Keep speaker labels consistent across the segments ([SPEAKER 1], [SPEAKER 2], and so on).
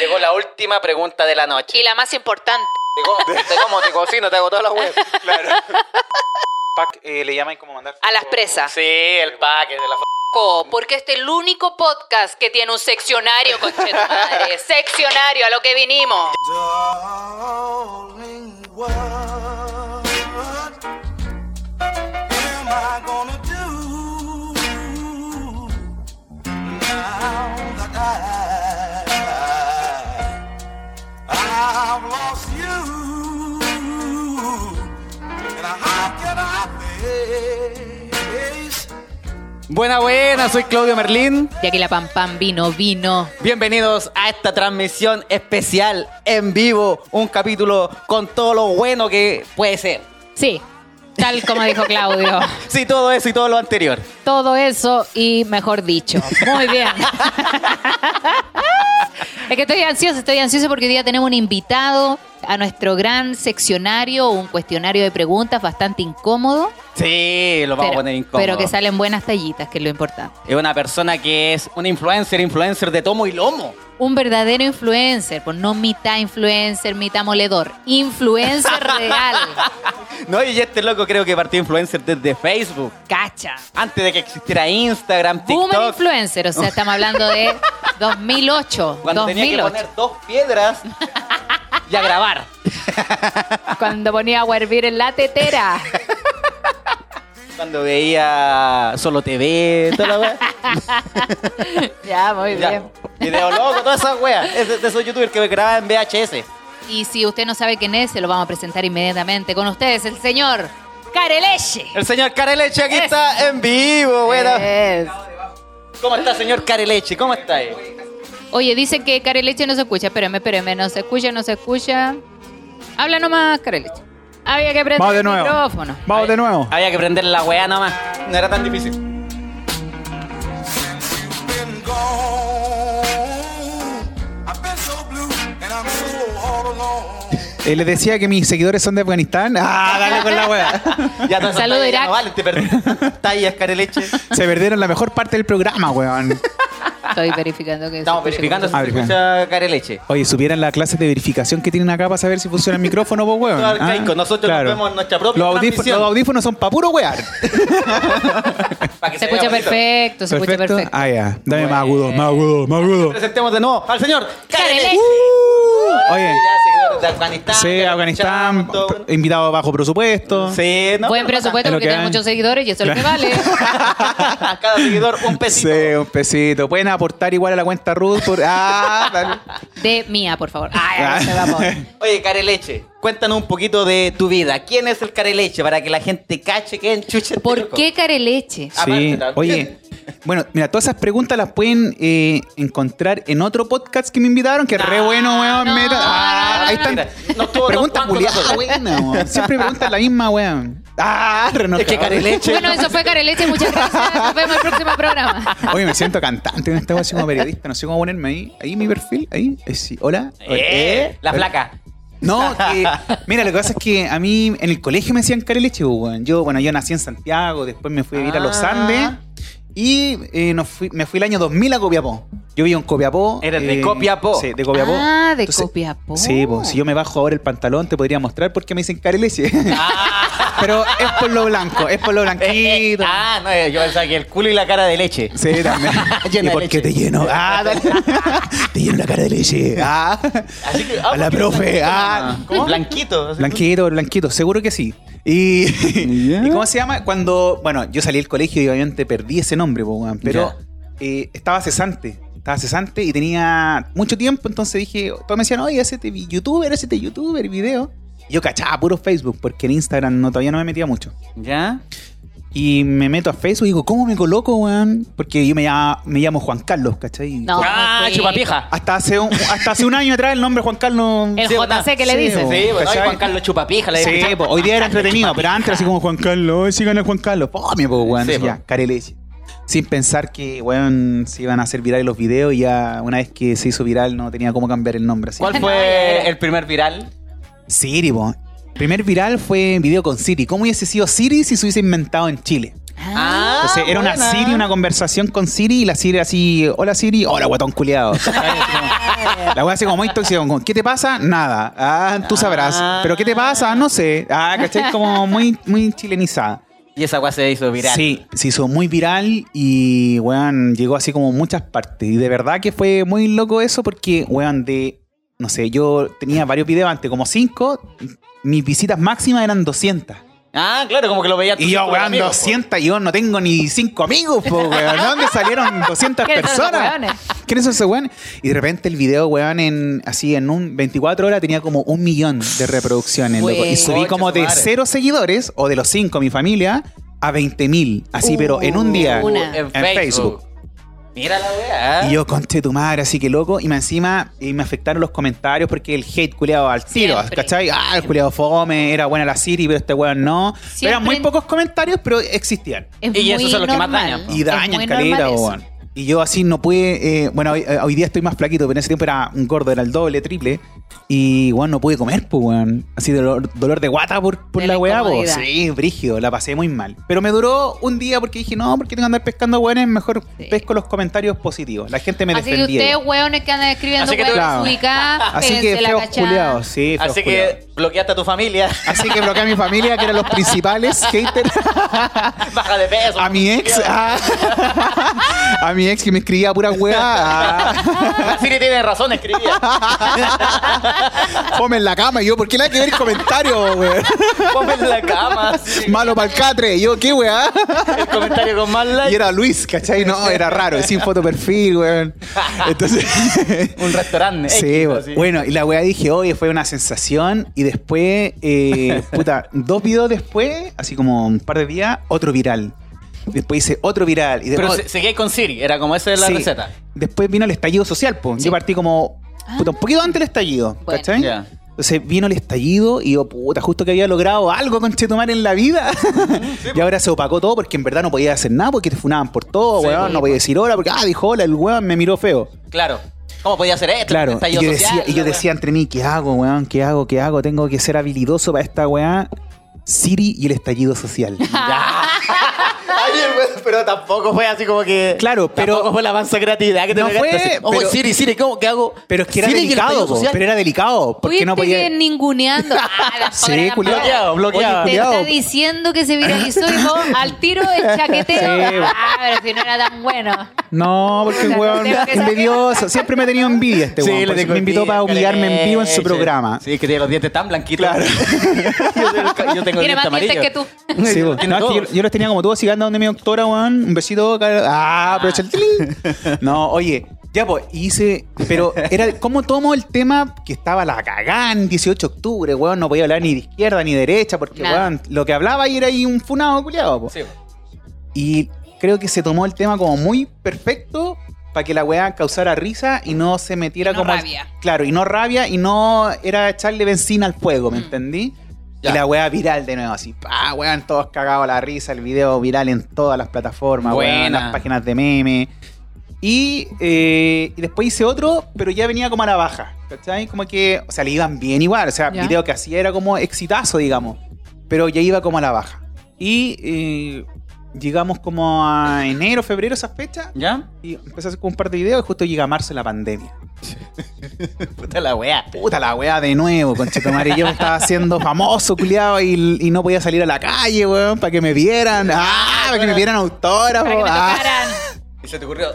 [SPEAKER 1] Llegó la última pregunta de la noche.
[SPEAKER 2] Y la más importante.
[SPEAKER 1] Te como, te como, te cocino, te hago toda la web.
[SPEAKER 3] Claro. Pac, eh, le llaman como mandar.
[SPEAKER 2] A las presas.
[SPEAKER 1] Sí, el paquete de la f-
[SPEAKER 2] Co, Porque este es el único podcast que tiene un seccionario, conchetumadre. seccionario, a lo que vinimos.
[SPEAKER 4] Darling, what am I gonna do now that I I've lost you? And how can I face?
[SPEAKER 1] Buena, buena, soy Claudio Merlín.
[SPEAKER 2] Ya que la pam pam vino, vino.
[SPEAKER 1] Bienvenidos a esta transmisión especial en vivo. Un capítulo con todo lo bueno que puede ser.
[SPEAKER 2] Sí, tal como dijo Claudio.
[SPEAKER 1] Sí, todo eso y todo lo anterior.
[SPEAKER 2] Todo eso y mejor dicho. Muy bien. es que estoy ansiosa, estoy ansiosa porque hoy día tenemos un invitado a nuestro gran seccionario, un cuestionario de preguntas bastante incómodo.
[SPEAKER 1] Sí, lo vamos a poner incómodo.
[SPEAKER 2] pero que salen buenas tallitas, que es lo importante.
[SPEAKER 1] Es una persona que es una influencer, influencer de tomo y lomo.
[SPEAKER 2] Un verdadero influencer, pues no mitad influencer, mitad moledor. Influencer real.
[SPEAKER 1] No, y este loco creo que partió influencer desde Facebook.
[SPEAKER 2] Cacha.
[SPEAKER 1] Antes de que existiera Instagram,
[SPEAKER 2] Boomer
[SPEAKER 1] TikTok.
[SPEAKER 2] influencer, o sea, estamos hablando de 2008.
[SPEAKER 1] Cuando
[SPEAKER 2] 2008.
[SPEAKER 1] tenía que poner dos piedras y a grabar.
[SPEAKER 2] Cuando ponía agua a hervir en la tetera.
[SPEAKER 1] Cuando veía Solo TV, toda la wea.
[SPEAKER 2] ya, muy
[SPEAKER 1] Ya.
[SPEAKER 2] bien.
[SPEAKER 1] Video loco, todas esas weas. Es de, de esos youtubers que grababan en VHS.
[SPEAKER 2] Y si usted no sabe quién es, se lo vamos a presentar inmediatamente con ustedes, el señor Careleche.
[SPEAKER 1] El señor Careleche aquí está en vivo, wea.
[SPEAKER 2] Es.
[SPEAKER 1] ¿Cómo está, señor Careleche? ¿Cómo está? ahí?
[SPEAKER 2] Oye, dice que Careleche no se escucha. Espérame, espérame. No se escucha, no se escucha. Habla nomás, Careleche. Había que prender
[SPEAKER 5] Vamos de
[SPEAKER 2] el
[SPEAKER 5] nuevo.
[SPEAKER 2] micrófono.
[SPEAKER 5] Vamos de nuevo.
[SPEAKER 1] Había que prender la wea nomás. No era tan difícil.
[SPEAKER 4] been gone. I've been so blue, and I'm so all alone.
[SPEAKER 5] Eh, les decía que mis seguidores son de Afganistán. Ah, dale con la wea.
[SPEAKER 1] Ya no,
[SPEAKER 2] Saludo,
[SPEAKER 1] ya
[SPEAKER 2] Irak.
[SPEAKER 1] no vale, te perdí. Tallas, Careleche.
[SPEAKER 5] Se perdieron la mejor parte del programa, weón.
[SPEAKER 2] Estoy verificando que se
[SPEAKER 1] Estamos
[SPEAKER 2] escuche
[SPEAKER 1] verificando si
[SPEAKER 2] como
[SPEAKER 5] Ah,
[SPEAKER 1] se escucha Careleche.
[SPEAKER 5] Oye, supieran la clase de verificación que tienen acá para saber si funciona el micrófono, pues, weón.
[SPEAKER 1] Todo arcaico. Nosotros nos vemos nuestra propia
[SPEAKER 5] los, audífo-
[SPEAKER 1] transmisión.
[SPEAKER 5] los audífonos son para puro wear.
[SPEAKER 1] Para que
[SPEAKER 2] se
[SPEAKER 1] vea
[SPEAKER 2] escucha
[SPEAKER 1] bonito.
[SPEAKER 2] perfecto, se escucha perfecto.
[SPEAKER 5] Ah, ya. Dame
[SPEAKER 1] Bueno.
[SPEAKER 5] más agudo, más agudo, más agudo.
[SPEAKER 1] Presentemos de nuevo al señor Careleche.
[SPEAKER 2] Careleche.
[SPEAKER 5] Uh. Oye,
[SPEAKER 1] Ya, seguidores de Afganistán.
[SPEAKER 5] sí,
[SPEAKER 1] de
[SPEAKER 5] Afganistán,
[SPEAKER 1] Chanto.
[SPEAKER 5] pr- invitado bajo presupuesto.
[SPEAKER 1] Sí, no,
[SPEAKER 2] Buen
[SPEAKER 1] pero no
[SPEAKER 2] presupuesto
[SPEAKER 5] Es lo
[SPEAKER 2] porque
[SPEAKER 5] que
[SPEAKER 2] tiene
[SPEAKER 5] hay.
[SPEAKER 2] muchos seguidores y eso es lo que
[SPEAKER 5] Claro.
[SPEAKER 2] vale.
[SPEAKER 1] pasa. Cada seguidor un pesito.
[SPEAKER 5] Sí, un pesito. Pueden aportar igual a la cuenta Ruth. Por... Ah, dale.
[SPEAKER 2] De mía, por favor. Ay, se va a poner.
[SPEAKER 1] Oye, Careleche, cuéntanos un poquito de tu vida. ¿Quién es el Careleche? Para que la gente cache que este enchuche.
[SPEAKER 2] ¿Por qué Careleche?
[SPEAKER 1] Aparte
[SPEAKER 5] Sí.
[SPEAKER 1] también.
[SPEAKER 5] Oye, bueno, mira, todas esas preguntas las pueden eh, encontrar en otro podcast que me invitaron, que es
[SPEAKER 1] Ah,
[SPEAKER 5] re bueno, weón.
[SPEAKER 2] no,
[SPEAKER 5] meta.
[SPEAKER 2] no,
[SPEAKER 5] Ah,
[SPEAKER 2] no,
[SPEAKER 5] ahí
[SPEAKER 2] no,
[SPEAKER 5] están.
[SPEAKER 1] no. No estuvo
[SPEAKER 5] preguntas
[SPEAKER 1] tanto
[SPEAKER 5] culiadas,
[SPEAKER 1] tanto.
[SPEAKER 5] buena, weón. Siempre preguntan la misma, weón. Ah, renojado.
[SPEAKER 1] Es que Careleche.
[SPEAKER 2] Bueno, eso fue Careleche. Muchas gracias. Nos vemos en el próximo programa.
[SPEAKER 5] Oye, me siento cantante en esta así como periodista. No sé cómo ponerme ahí. Ahí mi perfil, ahí. Eh, sí. Hola. Hola.
[SPEAKER 1] Eh, La
[SPEAKER 5] Hola.
[SPEAKER 1] placa.
[SPEAKER 5] No, que, mira, lo que pasa es que a mí en el colegio me decían careleche, pues, weón. Yo, bueno, yo nací en Santiago, después me fui a vivir a los
[SPEAKER 1] Ah.
[SPEAKER 5] Andes y eh, nos fui- me fui el año 2000 a Copiapó. Yo vivo en Copiapó.
[SPEAKER 1] Eres de
[SPEAKER 5] eh,
[SPEAKER 1] Copiapó.
[SPEAKER 5] Sí, de Copiapó.
[SPEAKER 2] Ah, de
[SPEAKER 5] Entonces,
[SPEAKER 2] Copiapó.
[SPEAKER 5] Sí, pues, si yo me bajo ahora el pantalón te podría mostrar por qué me dicen careleche. Pero es por lo blanco, es por lo
[SPEAKER 1] Ah, Eh, eh,
[SPEAKER 5] blanquito.
[SPEAKER 1] ah, no, yo pensaba que el culo y la cara de leche.
[SPEAKER 5] Sí, también.
[SPEAKER 1] Llena
[SPEAKER 5] ¿Y
[SPEAKER 1] de
[SPEAKER 5] por qué
[SPEAKER 1] leche.
[SPEAKER 5] te lleno? Ah, dale. te lleno la cara de leche. Ah.
[SPEAKER 1] Así que, ah,
[SPEAKER 5] a la
[SPEAKER 1] porque
[SPEAKER 5] profe.
[SPEAKER 1] blanquito,
[SPEAKER 5] Ah.
[SPEAKER 1] ¿no? ¿Cómo? Blanquito. así.
[SPEAKER 5] Blanquito, blanquito, seguro que sí. Y, ¿y cómo se llama? Cuando, bueno, yo salí del colegio y obviamente perdí ese nombre, po, weón, pero eh, estaba cesante. Estaba cesante y tenía mucho tiempo, entonces dije, todos me decían, oye, hacete vi- youtuber, hacete youtuber, video. Y yo cachaba puro Facebook, porque en Instagram no, todavía no me metía mucho.
[SPEAKER 1] ¿Ya?
[SPEAKER 5] Y me meto a Facebook y digo, ¿cómo me coloco, weón? Porque yo me, llama- me llamo Juan Carlos, ¿cachai?
[SPEAKER 2] No. pues.
[SPEAKER 1] Ah,
[SPEAKER 2] sí.
[SPEAKER 1] chupapija.
[SPEAKER 5] Hasta hace, un, hasta hace un año atrás el nombre Juan Carlos...
[SPEAKER 2] El
[SPEAKER 1] Sí,
[SPEAKER 2] JC que le
[SPEAKER 5] sí,
[SPEAKER 2] dicen.
[SPEAKER 1] Sí, bueno, ay,
[SPEAKER 5] ¿Cachai?
[SPEAKER 1] Juan Carlos Chupapija. Le
[SPEAKER 5] Sí,
[SPEAKER 1] dicen.
[SPEAKER 5] po, hoy día era entretenido, pero antes era así como Juan Carlos, hoy sí gana Juan Carlos. Fome, po, weón.
[SPEAKER 1] Sí,
[SPEAKER 5] así
[SPEAKER 1] po.
[SPEAKER 5] ya, careleche. Sin pensar que, weón, se iban a hacer virales los videos y ya una vez que se hizo viral no tenía cómo cambiar el nombre. Así.
[SPEAKER 1] ¿Cuál
[SPEAKER 2] No, ya era.
[SPEAKER 1] fue el primer viral?
[SPEAKER 5] Siri, po. Primer viral fue video con Siri. ¿Cómo hubiese sido Siri si se hubiese inventado en Chile?
[SPEAKER 2] Ah,
[SPEAKER 5] Entonces era una
[SPEAKER 1] buena.
[SPEAKER 5] Siri, una conversación con Siri y la Siri así, hola Siri, hola guatón culiado. la wea así como muy tóxica, como, ¿qué te pasa? Nada. Ah, tú sabrás.
[SPEAKER 1] Ah.
[SPEAKER 5] ¿Pero qué te pasa? No sé. Ah, ¿cachai? Como muy, muy chilenizada.
[SPEAKER 1] Y esa weá se hizo viral.
[SPEAKER 5] Sí, se hizo muy viral y, weón, llegó así como a muchas partes. Y de verdad que fue muy loco eso porque, weón, de, no sé, yo tenía varios videos antes, como cinco, mis visitas máximas eran 200.
[SPEAKER 1] Ah, claro, como que lo veía tu
[SPEAKER 5] Y yo,
[SPEAKER 1] círculo de
[SPEAKER 5] weón,
[SPEAKER 1] amigos, po.
[SPEAKER 5] 200, y yo no tengo ni cinco amigos, po, weón. ¿De dónde salieron 200
[SPEAKER 2] ¿Quiénes son esos
[SPEAKER 5] personas?
[SPEAKER 2] weones?
[SPEAKER 5] ¿Quiénes son esos weones? Y de repente el video, weón, en, así en un 24 horas tenía como un millón de reproducciones, loco. Y
[SPEAKER 2] Wey.
[SPEAKER 5] subí como de
[SPEAKER 1] Concha su madre.
[SPEAKER 5] cero seguidores, o de los cinco, mi familia, a 20 mil. Así,
[SPEAKER 2] Uh,
[SPEAKER 5] pero en un día.
[SPEAKER 2] una.
[SPEAKER 5] En Facebook.
[SPEAKER 1] Mira la weá. ¿eh?
[SPEAKER 5] Y yo conté tu madre, así que loco. Y me encima y me afectaron los comentarios porque el hate culeado al tiro,
[SPEAKER 2] Siempre.
[SPEAKER 5] ¿cachai? Ah, el culeado fome, era buena la Siri, pero este weón no.
[SPEAKER 2] Siempre
[SPEAKER 5] Eran muy
[SPEAKER 2] en-
[SPEAKER 5] pocos comentarios, pero existían.
[SPEAKER 2] Es
[SPEAKER 1] Y esos
[SPEAKER 2] muy
[SPEAKER 1] son los que más
[SPEAKER 2] normal.
[SPEAKER 1] dañan, po.
[SPEAKER 5] Y
[SPEAKER 2] Es
[SPEAKER 5] dañan
[SPEAKER 2] muy normal
[SPEAKER 5] caleta,
[SPEAKER 2] eso.
[SPEAKER 5] weón. Y yo así no pude. eh, bueno, hoy, eh, hoy día estoy más flaquito, pero en ese tiempo era un gordo, era el doble, triple. Y, weón, no pude comer, pues, weón. Así dolor, dolor de guata por, por
[SPEAKER 2] De
[SPEAKER 5] la
[SPEAKER 2] la
[SPEAKER 5] weá, pues.
[SPEAKER 2] incomodidad.
[SPEAKER 5] Sí, brígido, la pasé muy mal. Pero me duró un día porque dije, no, porque tengo que andar pescando weones, mejor
[SPEAKER 2] Sí.
[SPEAKER 5] pesco los comentarios positivos. La gente me
[SPEAKER 2] Así que
[SPEAKER 5] defendía.
[SPEAKER 2] ustedes, hueones, que andan escribiendo
[SPEAKER 1] Así que tú-
[SPEAKER 2] hueones
[SPEAKER 5] Claro.
[SPEAKER 2] ubicadas,
[SPEAKER 5] Así que
[SPEAKER 2] péguense la
[SPEAKER 5] feos
[SPEAKER 2] cachada.
[SPEAKER 5] culiados, sí, feos
[SPEAKER 1] Así
[SPEAKER 5] culiados.
[SPEAKER 1] que bloqueaste a tu familia.
[SPEAKER 5] Así que bloqueé a mi familia, que eran los principales haters.
[SPEAKER 1] Baja de peso.
[SPEAKER 5] A mi ex. ah. A, mi ex que me escribía pura weá. ah.
[SPEAKER 1] La Siri tiene razón, escribía.
[SPEAKER 5] Fome en la cama. Y yo, ¿por qué le hay que ver el comentario, weón?
[SPEAKER 1] Ponme en la cama. sí.
[SPEAKER 5] Malo pa'l catre. Y yo, ¿qué weá?
[SPEAKER 1] El comentario con más
[SPEAKER 5] Y
[SPEAKER 1] like.
[SPEAKER 5] era Luis, ¿cachai? No, era raro. Sin foto perfil, weón. Entonces.
[SPEAKER 1] Un restaurante.
[SPEAKER 5] Sí,
[SPEAKER 1] X,
[SPEAKER 5] bo-
[SPEAKER 1] así.
[SPEAKER 5] bueno, y la weá dije, oye, fue una sensación. Y después, eh, puta, dos videos después, así como un par de días, otro viral. Después hice otro viral. Y
[SPEAKER 1] Pero
[SPEAKER 5] después,
[SPEAKER 1] se- seguí con Siri, era como esa es la
[SPEAKER 5] Oh. Sí.
[SPEAKER 1] receta.
[SPEAKER 5] Después vino el estallido social, pues.
[SPEAKER 2] Sí.
[SPEAKER 5] Yo partí como puta, un poquito antes del estallido,
[SPEAKER 2] Ah. Bueno.
[SPEAKER 5] ¿cachai?
[SPEAKER 1] Ya.
[SPEAKER 5] Entonces vino el estallido y yo, puta, justo que había logrado algo con Chetumar en la vida. y ahora se opacó todo porque en verdad no podía hacer nada porque te funaban por todo,
[SPEAKER 1] Sí,
[SPEAKER 5] weón.
[SPEAKER 1] sí,
[SPEAKER 5] No podía decir hola porque, ah, dijo hola, el weón me miró feo.
[SPEAKER 1] Claro. ¿Cómo podía hacer esto?
[SPEAKER 5] Claro, y
[SPEAKER 1] Estallido
[SPEAKER 5] yo, decía,
[SPEAKER 1] social,
[SPEAKER 5] y yo
[SPEAKER 1] la
[SPEAKER 5] decía entre mí, ¿qué hago, weón? ¿Qué hago? ¿Qué hago? Tengo que ser habilidoso para esta weá. Siri y el estallido social.
[SPEAKER 1] wea. Ay, güey, pero tampoco fue así como que.
[SPEAKER 5] Claro, pero-
[SPEAKER 1] Tampoco fue la avanza creatividad que te
[SPEAKER 5] No
[SPEAKER 1] pegaste
[SPEAKER 5] fue,
[SPEAKER 1] así. Oye,
[SPEAKER 5] pero-
[SPEAKER 1] Siri, Siri, ¿cómo? ¿Qué hago?
[SPEAKER 5] Pero es que era
[SPEAKER 1] Siri y el
[SPEAKER 5] delicado,
[SPEAKER 1] estallido
[SPEAKER 5] po,
[SPEAKER 1] social.
[SPEAKER 5] pero era delicado. Porque
[SPEAKER 2] Fuiste
[SPEAKER 5] no podía...
[SPEAKER 2] que ninguneando. Ah,
[SPEAKER 5] Sí,
[SPEAKER 2] la pobre
[SPEAKER 5] culiao.
[SPEAKER 2] Gabriela.
[SPEAKER 1] Bloqueado, bloqueado.
[SPEAKER 2] Te
[SPEAKER 5] Culiao.
[SPEAKER 2] está diciendo que se viralizó y vos al tiro el chaqueteo.
[SPEAKER 5] Sí.
[SPEAKER 2] Ah, pero si no era tan bueno.
[SPEAKER 5] No, porque el weón
[SPEAKER 2] Tengo que sacar.
[SPEAKER 5] envidioso. Siempre me ha tenido envidia este
[SPEAKER 1] Sí,
[SPEAKER 5] weón.
[SPEAKER 1] le
[SPEAKER 5] por eso
[SPEAKER 1] tengo
[SPEAKER 5] me invitó
[SPEAKER 1] envidia,
[SPEAKER 5] para humillarme en vivo en
[SPEAKER 1] sí.
[SPEAKER 5] su programa.
[SPEAKER 1] Sí, que tiene los dientes tan blanquitos. Claro. yo tengo, yo tengo
[SPEAKER 2] Tiene más
[SPEAKER 1] dientes
[SPEAKER 2] dientes
[SPEAKER 1] amarillos.
[SPEAKER 2] que tú.
[SPEAKER 5] Sí,
[SPEAKER 1] Tiene
[SPEAKER 5] vos. No, es que
[SPEAKER 1] todo.
[SPEAKER 5] yo, yo los tenía como todos y anda donde mi doctora, weón. Un besito. cara- Ah, aprovecha el tiling. No, oye, ya pues, hice. Pero era cómo tomo el tema que estaba la cagán 18 de octubre, weón. No podía hablar ni de izquierda ni de derecha, porque
[SPEAKER 2] Nada.
[SPEAKER 5] weón, lo que hablaba ahí era ahí un funado, culiado. po.
[SPEAKER 1] Sí, po.
[SPEAKER 5] Y creo que se tomó el tema como muy perfecto para que la weá causara risa y no se metiera
[SPEAKER 2] Y no
[SPEAKER 5] como. al-
[SPEAKER 2] rabia.
[SPEAKER 5] claro, y no rabia y no era echarle benzina al fuego, ¿me
[SPEAKER 2] Mm.
[SPEAKER 5] entendí?
[SPEAKER 1] Ya.
[SPEAKER 5] Y la weá viral de nuevo, así, pa, weón, todos cagados a la risa, el video viral en todas las plataformas, weón, en
[SPEAKER 1] Buena.
[SPEAKER 5] las páginas de meme. Y, eh, y después hice otro, pero ya venía como a la baja, ¿cachai? Como que, o sea, le iban bien igual, o sea,
[SPEAKER 2] Ya.
[SPEAKER 5] video que hacía era como exitazo, digamos, pero ya iba como a la baja. Y eh, llegamos como a enero, febrero, esas fechas,
[SPEAKER 1] ¿Ya?
[SPEAKER 5] y empecé a hacer como un par de videos y justo llega marzo la pandemia.
[SPEAKER 1] Puta la wea.
[SPEAKER 5] Puta la weá de nuevo, conchetumare. Yo me estaba haciendo famoso, culiado, y, y no podía salir a la calle, weón, para que me vieran. Ah, para que me vieran autógrafo.
[SPEAKER 2] Para que me
[SPEAKER 5] ah.
[SPEAKER 2] tocaran.
[SPEAKER 1] Y se te ocurrió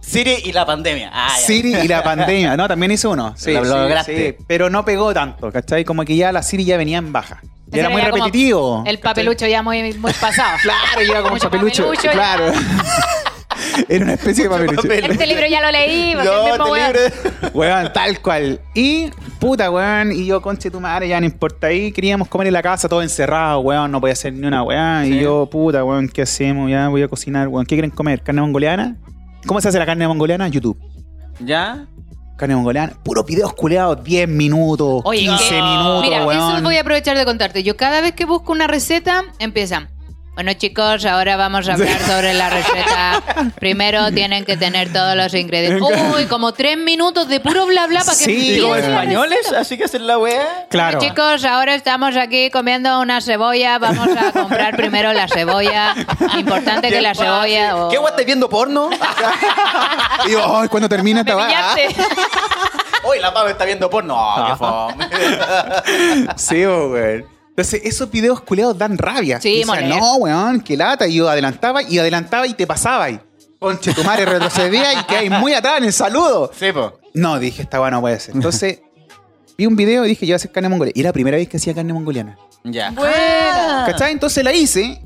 [SPEAKER 1] Siri y la pandemia. Ah, ya.
[SPEAKER 5] Siri y la pandemia. No, también hice uno. Sí,
[SPEAKER 1] Lo
[SPEAKER 5] sí,
[SPEAKER 1] lograste.
[SPEAKER 5] sí. Pero no pegó tanto, ¿cachai? Como que ya la Siri ya venía en baja. Ya era
[SPEAKER 2] Ese
[SPEAKER 5] muy
[SPEAKER 2] como
[SPEAKER 5] repetitivo.
[SPEAKER 2] El papelucho ya muy, muy pasado.
[SPEAKER 5] Claro, ya como
[SPEAKER 2] Mucho
[SPEAKER 5] papelucho.
[SPEAKER 2] papelucho,
[SPEAKER 5] claro. era una especie de papelucho.
[SPEAKER 1] papel.
[SPEAKER 2] Este libro ya lo leí. porque el
[SPEAKER 5] este
[SPEAKER 2] mismo
[SPEAKER 1] No, este te
[SPEAKER 2] weón.
[SPEAKER 1] libre.
[SPEAKER 5] Weón, tal cual. Y, puta, weón, y yo, conche tu madre, ya no importa. Ahí queríamos comer en la casa, todo encerrado, weón, no podía hacer ni una weón. Y
[SPEAKER 1] Sí.
[SPEAKER 5] yo, puta, weón, ¿qué hacemos? Ya voy a cocinar, weón. ¿Qué quieren comer? ¿Carne mongoliana? ¿Cómo se hace la carne mongoliana? YouTube.
[SPEAKER 1] ¿Ya?
[SPEAKER 5] Carne mongoliana, puros videos culeados, 10 minutos,
[SPEAKER 2] Oye,
[SPEAKER 5] 15
[SPEAKER 2] que-
[SPEAKER 5] minutos,
[SPEAKER 2] Mira,
[SPEAKER 5] weón.
[SPEAKER 2] eso voy a aprovechar de contarte. Yo cada vez que busco una receta, empiezan. Bueno chicos, ahora vamos a hablar sobre la receta. Primero tienen que tener todos los ingredientes. Uy, como tres minutos de puro bla bla para que
[SPEAKER 5] Sí,
[SPEAKER 1] Y como
[SPEAKER 5] Dios,
[SPEAKER 2] empiece la
[SPEAKER 1] españoles, así que hacen la weá.
[SPEAKER 5] Claro.
[SPEAKER 2] bueno, chicos, ahora estamos aquí comiendo una cebolla. Vamos a comprar primero la cebolla. Importante que la cebolla. o-
[SPEAKER 1] ¿Qué weá estás viendo porno?
[SPEAKER 5] Ah, Y digo, "Ay, cuando termina
[SPEAKER 2] Me
[SPEAKER 5] esta va. ¿eh?
[SPEAKER 2] pillaste.
[SPEAKER 1] Hoy la Pablo está viendo porno.
[SPEAKER 5] Ah,
[SPEAKER 1] qué fome.
[SPEAKER 5] Sí, po, weón. Entonces, esos videos culeados dan rabia.
[SPEAKER 2] Sí,
[SPEAKER 5] Y decía,
[SPEAKER 2] moler.
[SPEAKER 5] no, weón, qué lata. Y yo adelantaba y adelantaba y te pasaba. Y, conche, tu madre retrocedía y quedáis muy atrás en el saludo.
[SPEAKER 1] sí, po.
[SPEAKER 5] No, dije, esta weá no puede ser. Entonces, vi un video y dije, yo voy a hacer carne mongoliana. Y era la primera vez que hacía carne mongoliana.
[SPEAKER 1] Ya.
[SPEAKER 5] ¿Cachai? Entonces la hice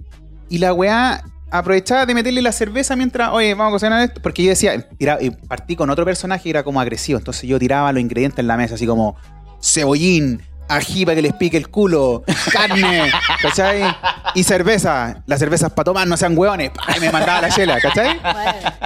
[SPEAKER 5] y la weá aprovechaba de meterle la cerveza mientras, oye, vamos a cocinar esto. Porque yo decía, tira- y partí con otro personaje que era como agresivo. Entonces yo tiraba los ingredientes en la mesa, así como cebollín, ají para que les pique el culo, carne, ¿cachai? Y cerveza. Las cervezas para tomar, no sean hueones. Pa, Y me mandaba la chela, ¿cachai?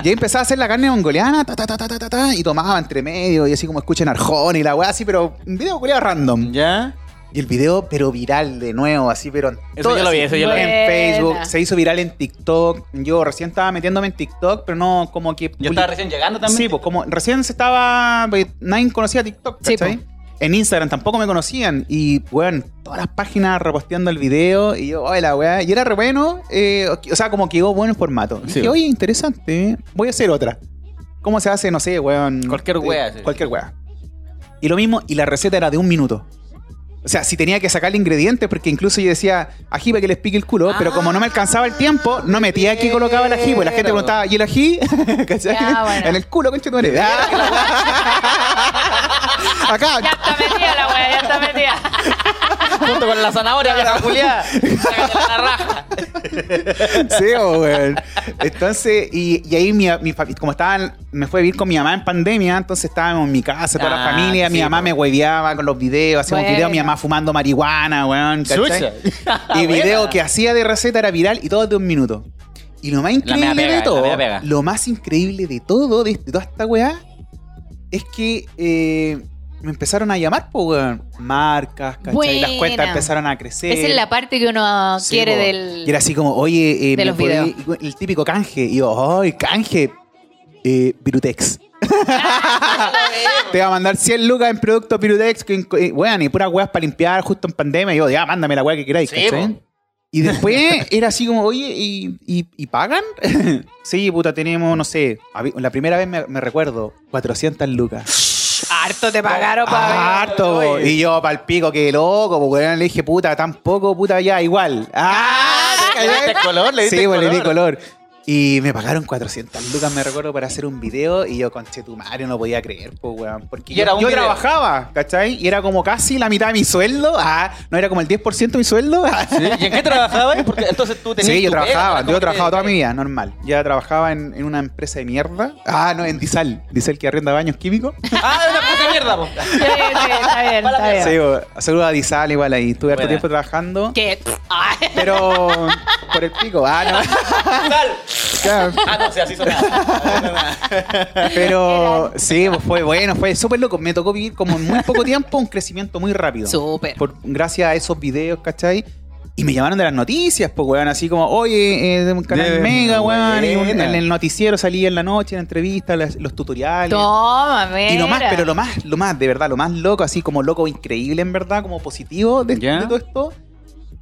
[SPEAKER 5] Y ahí empezaba a hacer la carne mongoliana, ta, ta, ta, ta, ta, ta, ta, y tomaba entre medio, y así como escuchen Arjón y la weá, así, pero un video culiado random.
[SPEAKER 1] ¿Ya?
[SPEAKER 5] Y el video, pero viral de nuevo, así, pero. en
[SPEAKER 1] Eso
[SPEAKER 5] todo-
[SPEAKER 1] yo lo vi,
[SPEAKER 5] así,
[SPEAKER 1] eso yo lo vi.
[SPEAKER 5] En Facebook, se hizo viral en TikTok. Yo recién estaba metiéndome en TikTok, pero no como que.
[SPEAKER 1] Yo estaba recién llegando también.
[SPEAKER 5] Sí, pues como recién se estaba. pues, Nadie conocía TikTok,
[SPEAKER 2] Sí,
[SPEAKER 5] ¿cachai? En Instagram tampoco me conocían. Y, weón, todas las páginas reposteando el video. Y yo, hola, weá. Y era re bueno. eh, o sea, como que llegó bueno el formato. Y
[SPEAKER 1] Sí,
[SPEAKER 5] dije,
[SPEAKER 1] po.
[SPEAKER 5] oye, interesante. ¿eh? Voy a hacer otra. ¿Cómo se hace? No sé, weón.
[SPEAKER 1] Cualquier
[SPEAKER 5] Eh,
[SPEAKER 1] weá, sí.
[SPEAKER 5] Cualquier weá. Y lo mismo, y la receta era de un minuto. O sea, si tenía que sacarle ingredientes, porque incluso yo decía ají para que les pique el culo, pero como no me alcanzaba el tiempo, no metía aquí y colocaba el ají, pues la gente
[SPEAKER 1] Claro.
[SPEAKER 5] preguntaba, ¿y el ají? ¿Cachai?
[SPEAKER 2] Ya, bueno.
[SPEAKER 5] En el culo, concha tu madre. Ah. Acá.
[SPEAKER 2] Ya está metida la wea, ya está metida.
[SPEAKER 1] Junto con la zanahoria, vieja culiá. Sácatela la raja.
[SPEAKER 5] Sí, oh, weón. Entonces, y, y ahí mi, mi fa- como estaban, me fue a vivir con mi mamá en pandemia, entonces estábamos en mi casa, toda
[SPEAKER 1] Ah,
[SPEAKER 5] la familia, mi
[SPEAKER 1] sí,
[SPEAKER 5] mamá
[SPEAKER 1] po.
[SPEAKER 5] me hueveaba con los videos, hacíamos
[SPEAKER 2] Bueno.
[SPEAKER 5] videos, mi mamá fumando marihuana, weón. ¿cachai? Y video
[SPEAKER 1] Buena.
[SPEAKER 5] que hacía de receta era viral y todo de un minuto. Y lo
[SPEAKER 1] La
[SPEAKER 5] más
[SPEAKER 1] mea
[SPEAKER 5] increíble
[SPEAKER 1] pega,
[SPEAKER 5] de
[SPEAKER 1] la mea
[SPEAKER 5] todo,
[SPEAKER 1] pega.
[SPEAKER 5] lo más increíble de todo, de, de toda esta weá, es que eh, me empezaron a llamar, po, weón. Marcas, ¿cachai? Las
[SPEAKER 2] Buena.
[SPEAKER 5] cuentas empezaron a crecer.
[SPEAKER 2] Esa es la parte que uno
[SPEAKER 5] Sí,
[SPEAKER 2] quiere
[SPEAKER 5] po.
[SPEAKER 2] del.
[SPEAKER 5] Y era así como, oye, eh,
[SPEAKER 2] de
[SPEAKER 5] ¿me
[SPEAKER 2] los
[SPEAKER 5] podéis- el típico canje. Y yo, ¡ay, canje! Eh, Pirutex. Te va a mandar 100 lucas en producto Pirutex, que, eh, weón, y puras weas para limpiar justo en pandemia. Y yo, ya, mándame la wea que queráis,
[SPEAKER 1] Sí,
[SPEAKER 5] ¿cachai?
[SPEAKER 1] po.
[SPEAKER 5] Y después era así como, oye, ¿y, y- y pagan? sí, puta, tenemos, no sé, hab- la primera vez me me recuerdo, 400 lucas.
[SPEAKER 2] Harto te pagaron
[SPEAKER 5] Ah, harto, po. Y yo palpico, que loco, porque le dije, puta, tampoco, puta, ya, igual. ¡Ah! ¿te
[SPEAKER 1] le diste
[SPEAKER 5] cachai?
[SPEAKER 1] color, le diste
[SPEAKER 5] Sí, pues, le di
[SPEAKER 1] color.
[SPEAKER 5] color. Y me pagaron 400 lucas, me recuerdo, para hacer un video. Y yo, conche tu madre, no podía creer, po, weón. Porque
[SPEAKER 1] Y
[SPEAKER 5] yo,
[SPEAKER 1] era un
[SPEAKER 5] yo
[SPEAKER 1] video.
[SPEAKER 5] trabajaba, ¿cachai? Y era como casi la mitad de mi sueldo. Ah, no era como el 10% de mi sueldo.
[SPEAKER 1] ¿Y en qué trabajabas? Porque entonces tú Ah, tenías.
[SPEAKER 5] Sí, yo
[SPEAKER 1] tu pega,
[SPEAKER 5] trabajaba,
[SPEAKER 1] ¿no?
[SPEAKER 5] yo
[SPEAKER 1] Como
[SPEAKER 5] he trabajado
[SPEAKER 1] que-
[SPEAKER 5] toda mi vida, normal. Ya trabajaba en, en una empresa de mierda. Ah, no, en Dizal. Dizal que arrenda baños químicos.
[SPEAKER 1] Ah, es una puta mierda, po.
[SPEAKER 2] Sí, sí, está bien, está bien.
[SPEAKER 5] Sí, bo, saludo a Dizal igual ahí. Estuve harto
[SPEAKER 1] Buena.
[SPEAKER 5] tiempo trabajando.
[SPEAKER 2] Que. Ay,
[SPEAKER 5] Pero por el pico, ah, no.
[SPEAKER 1] Sal.
[SPEAKER 5] Claro.
[SPEAKER 1] Ah, no, sí, así sonaba.
[SPEAKER 5] Pero sí, pues fue bueno, fue súper loco. Me tocó vivir como en muy poco tiempo un crecimiento muy rápido.
[SPEAKER 2] Súper.
[SPEAKER 5] Por, gracias a esos videos, ¿cachai? Y me llamaron de las noticias, pues, weón, así como, oye, eh, de un canal
[SPEAKER 1] De-
[SPEAKER 5] mega, weón, y un- en
[SPEAKER 1] buena.
[SPEAKER 5] el noticiero salía en la noche, en entrevistas, las- los tutoriales.
[SPEAKER 2] Toma, mira.
[SPEAKER 5] Y lo más, pero lo más, lo más, de verdad, lo más loco, así como loco increíble en verdad, como positivo de,
[SPEAKER 1] Ya.
[SPEAKER 5] de todo esto,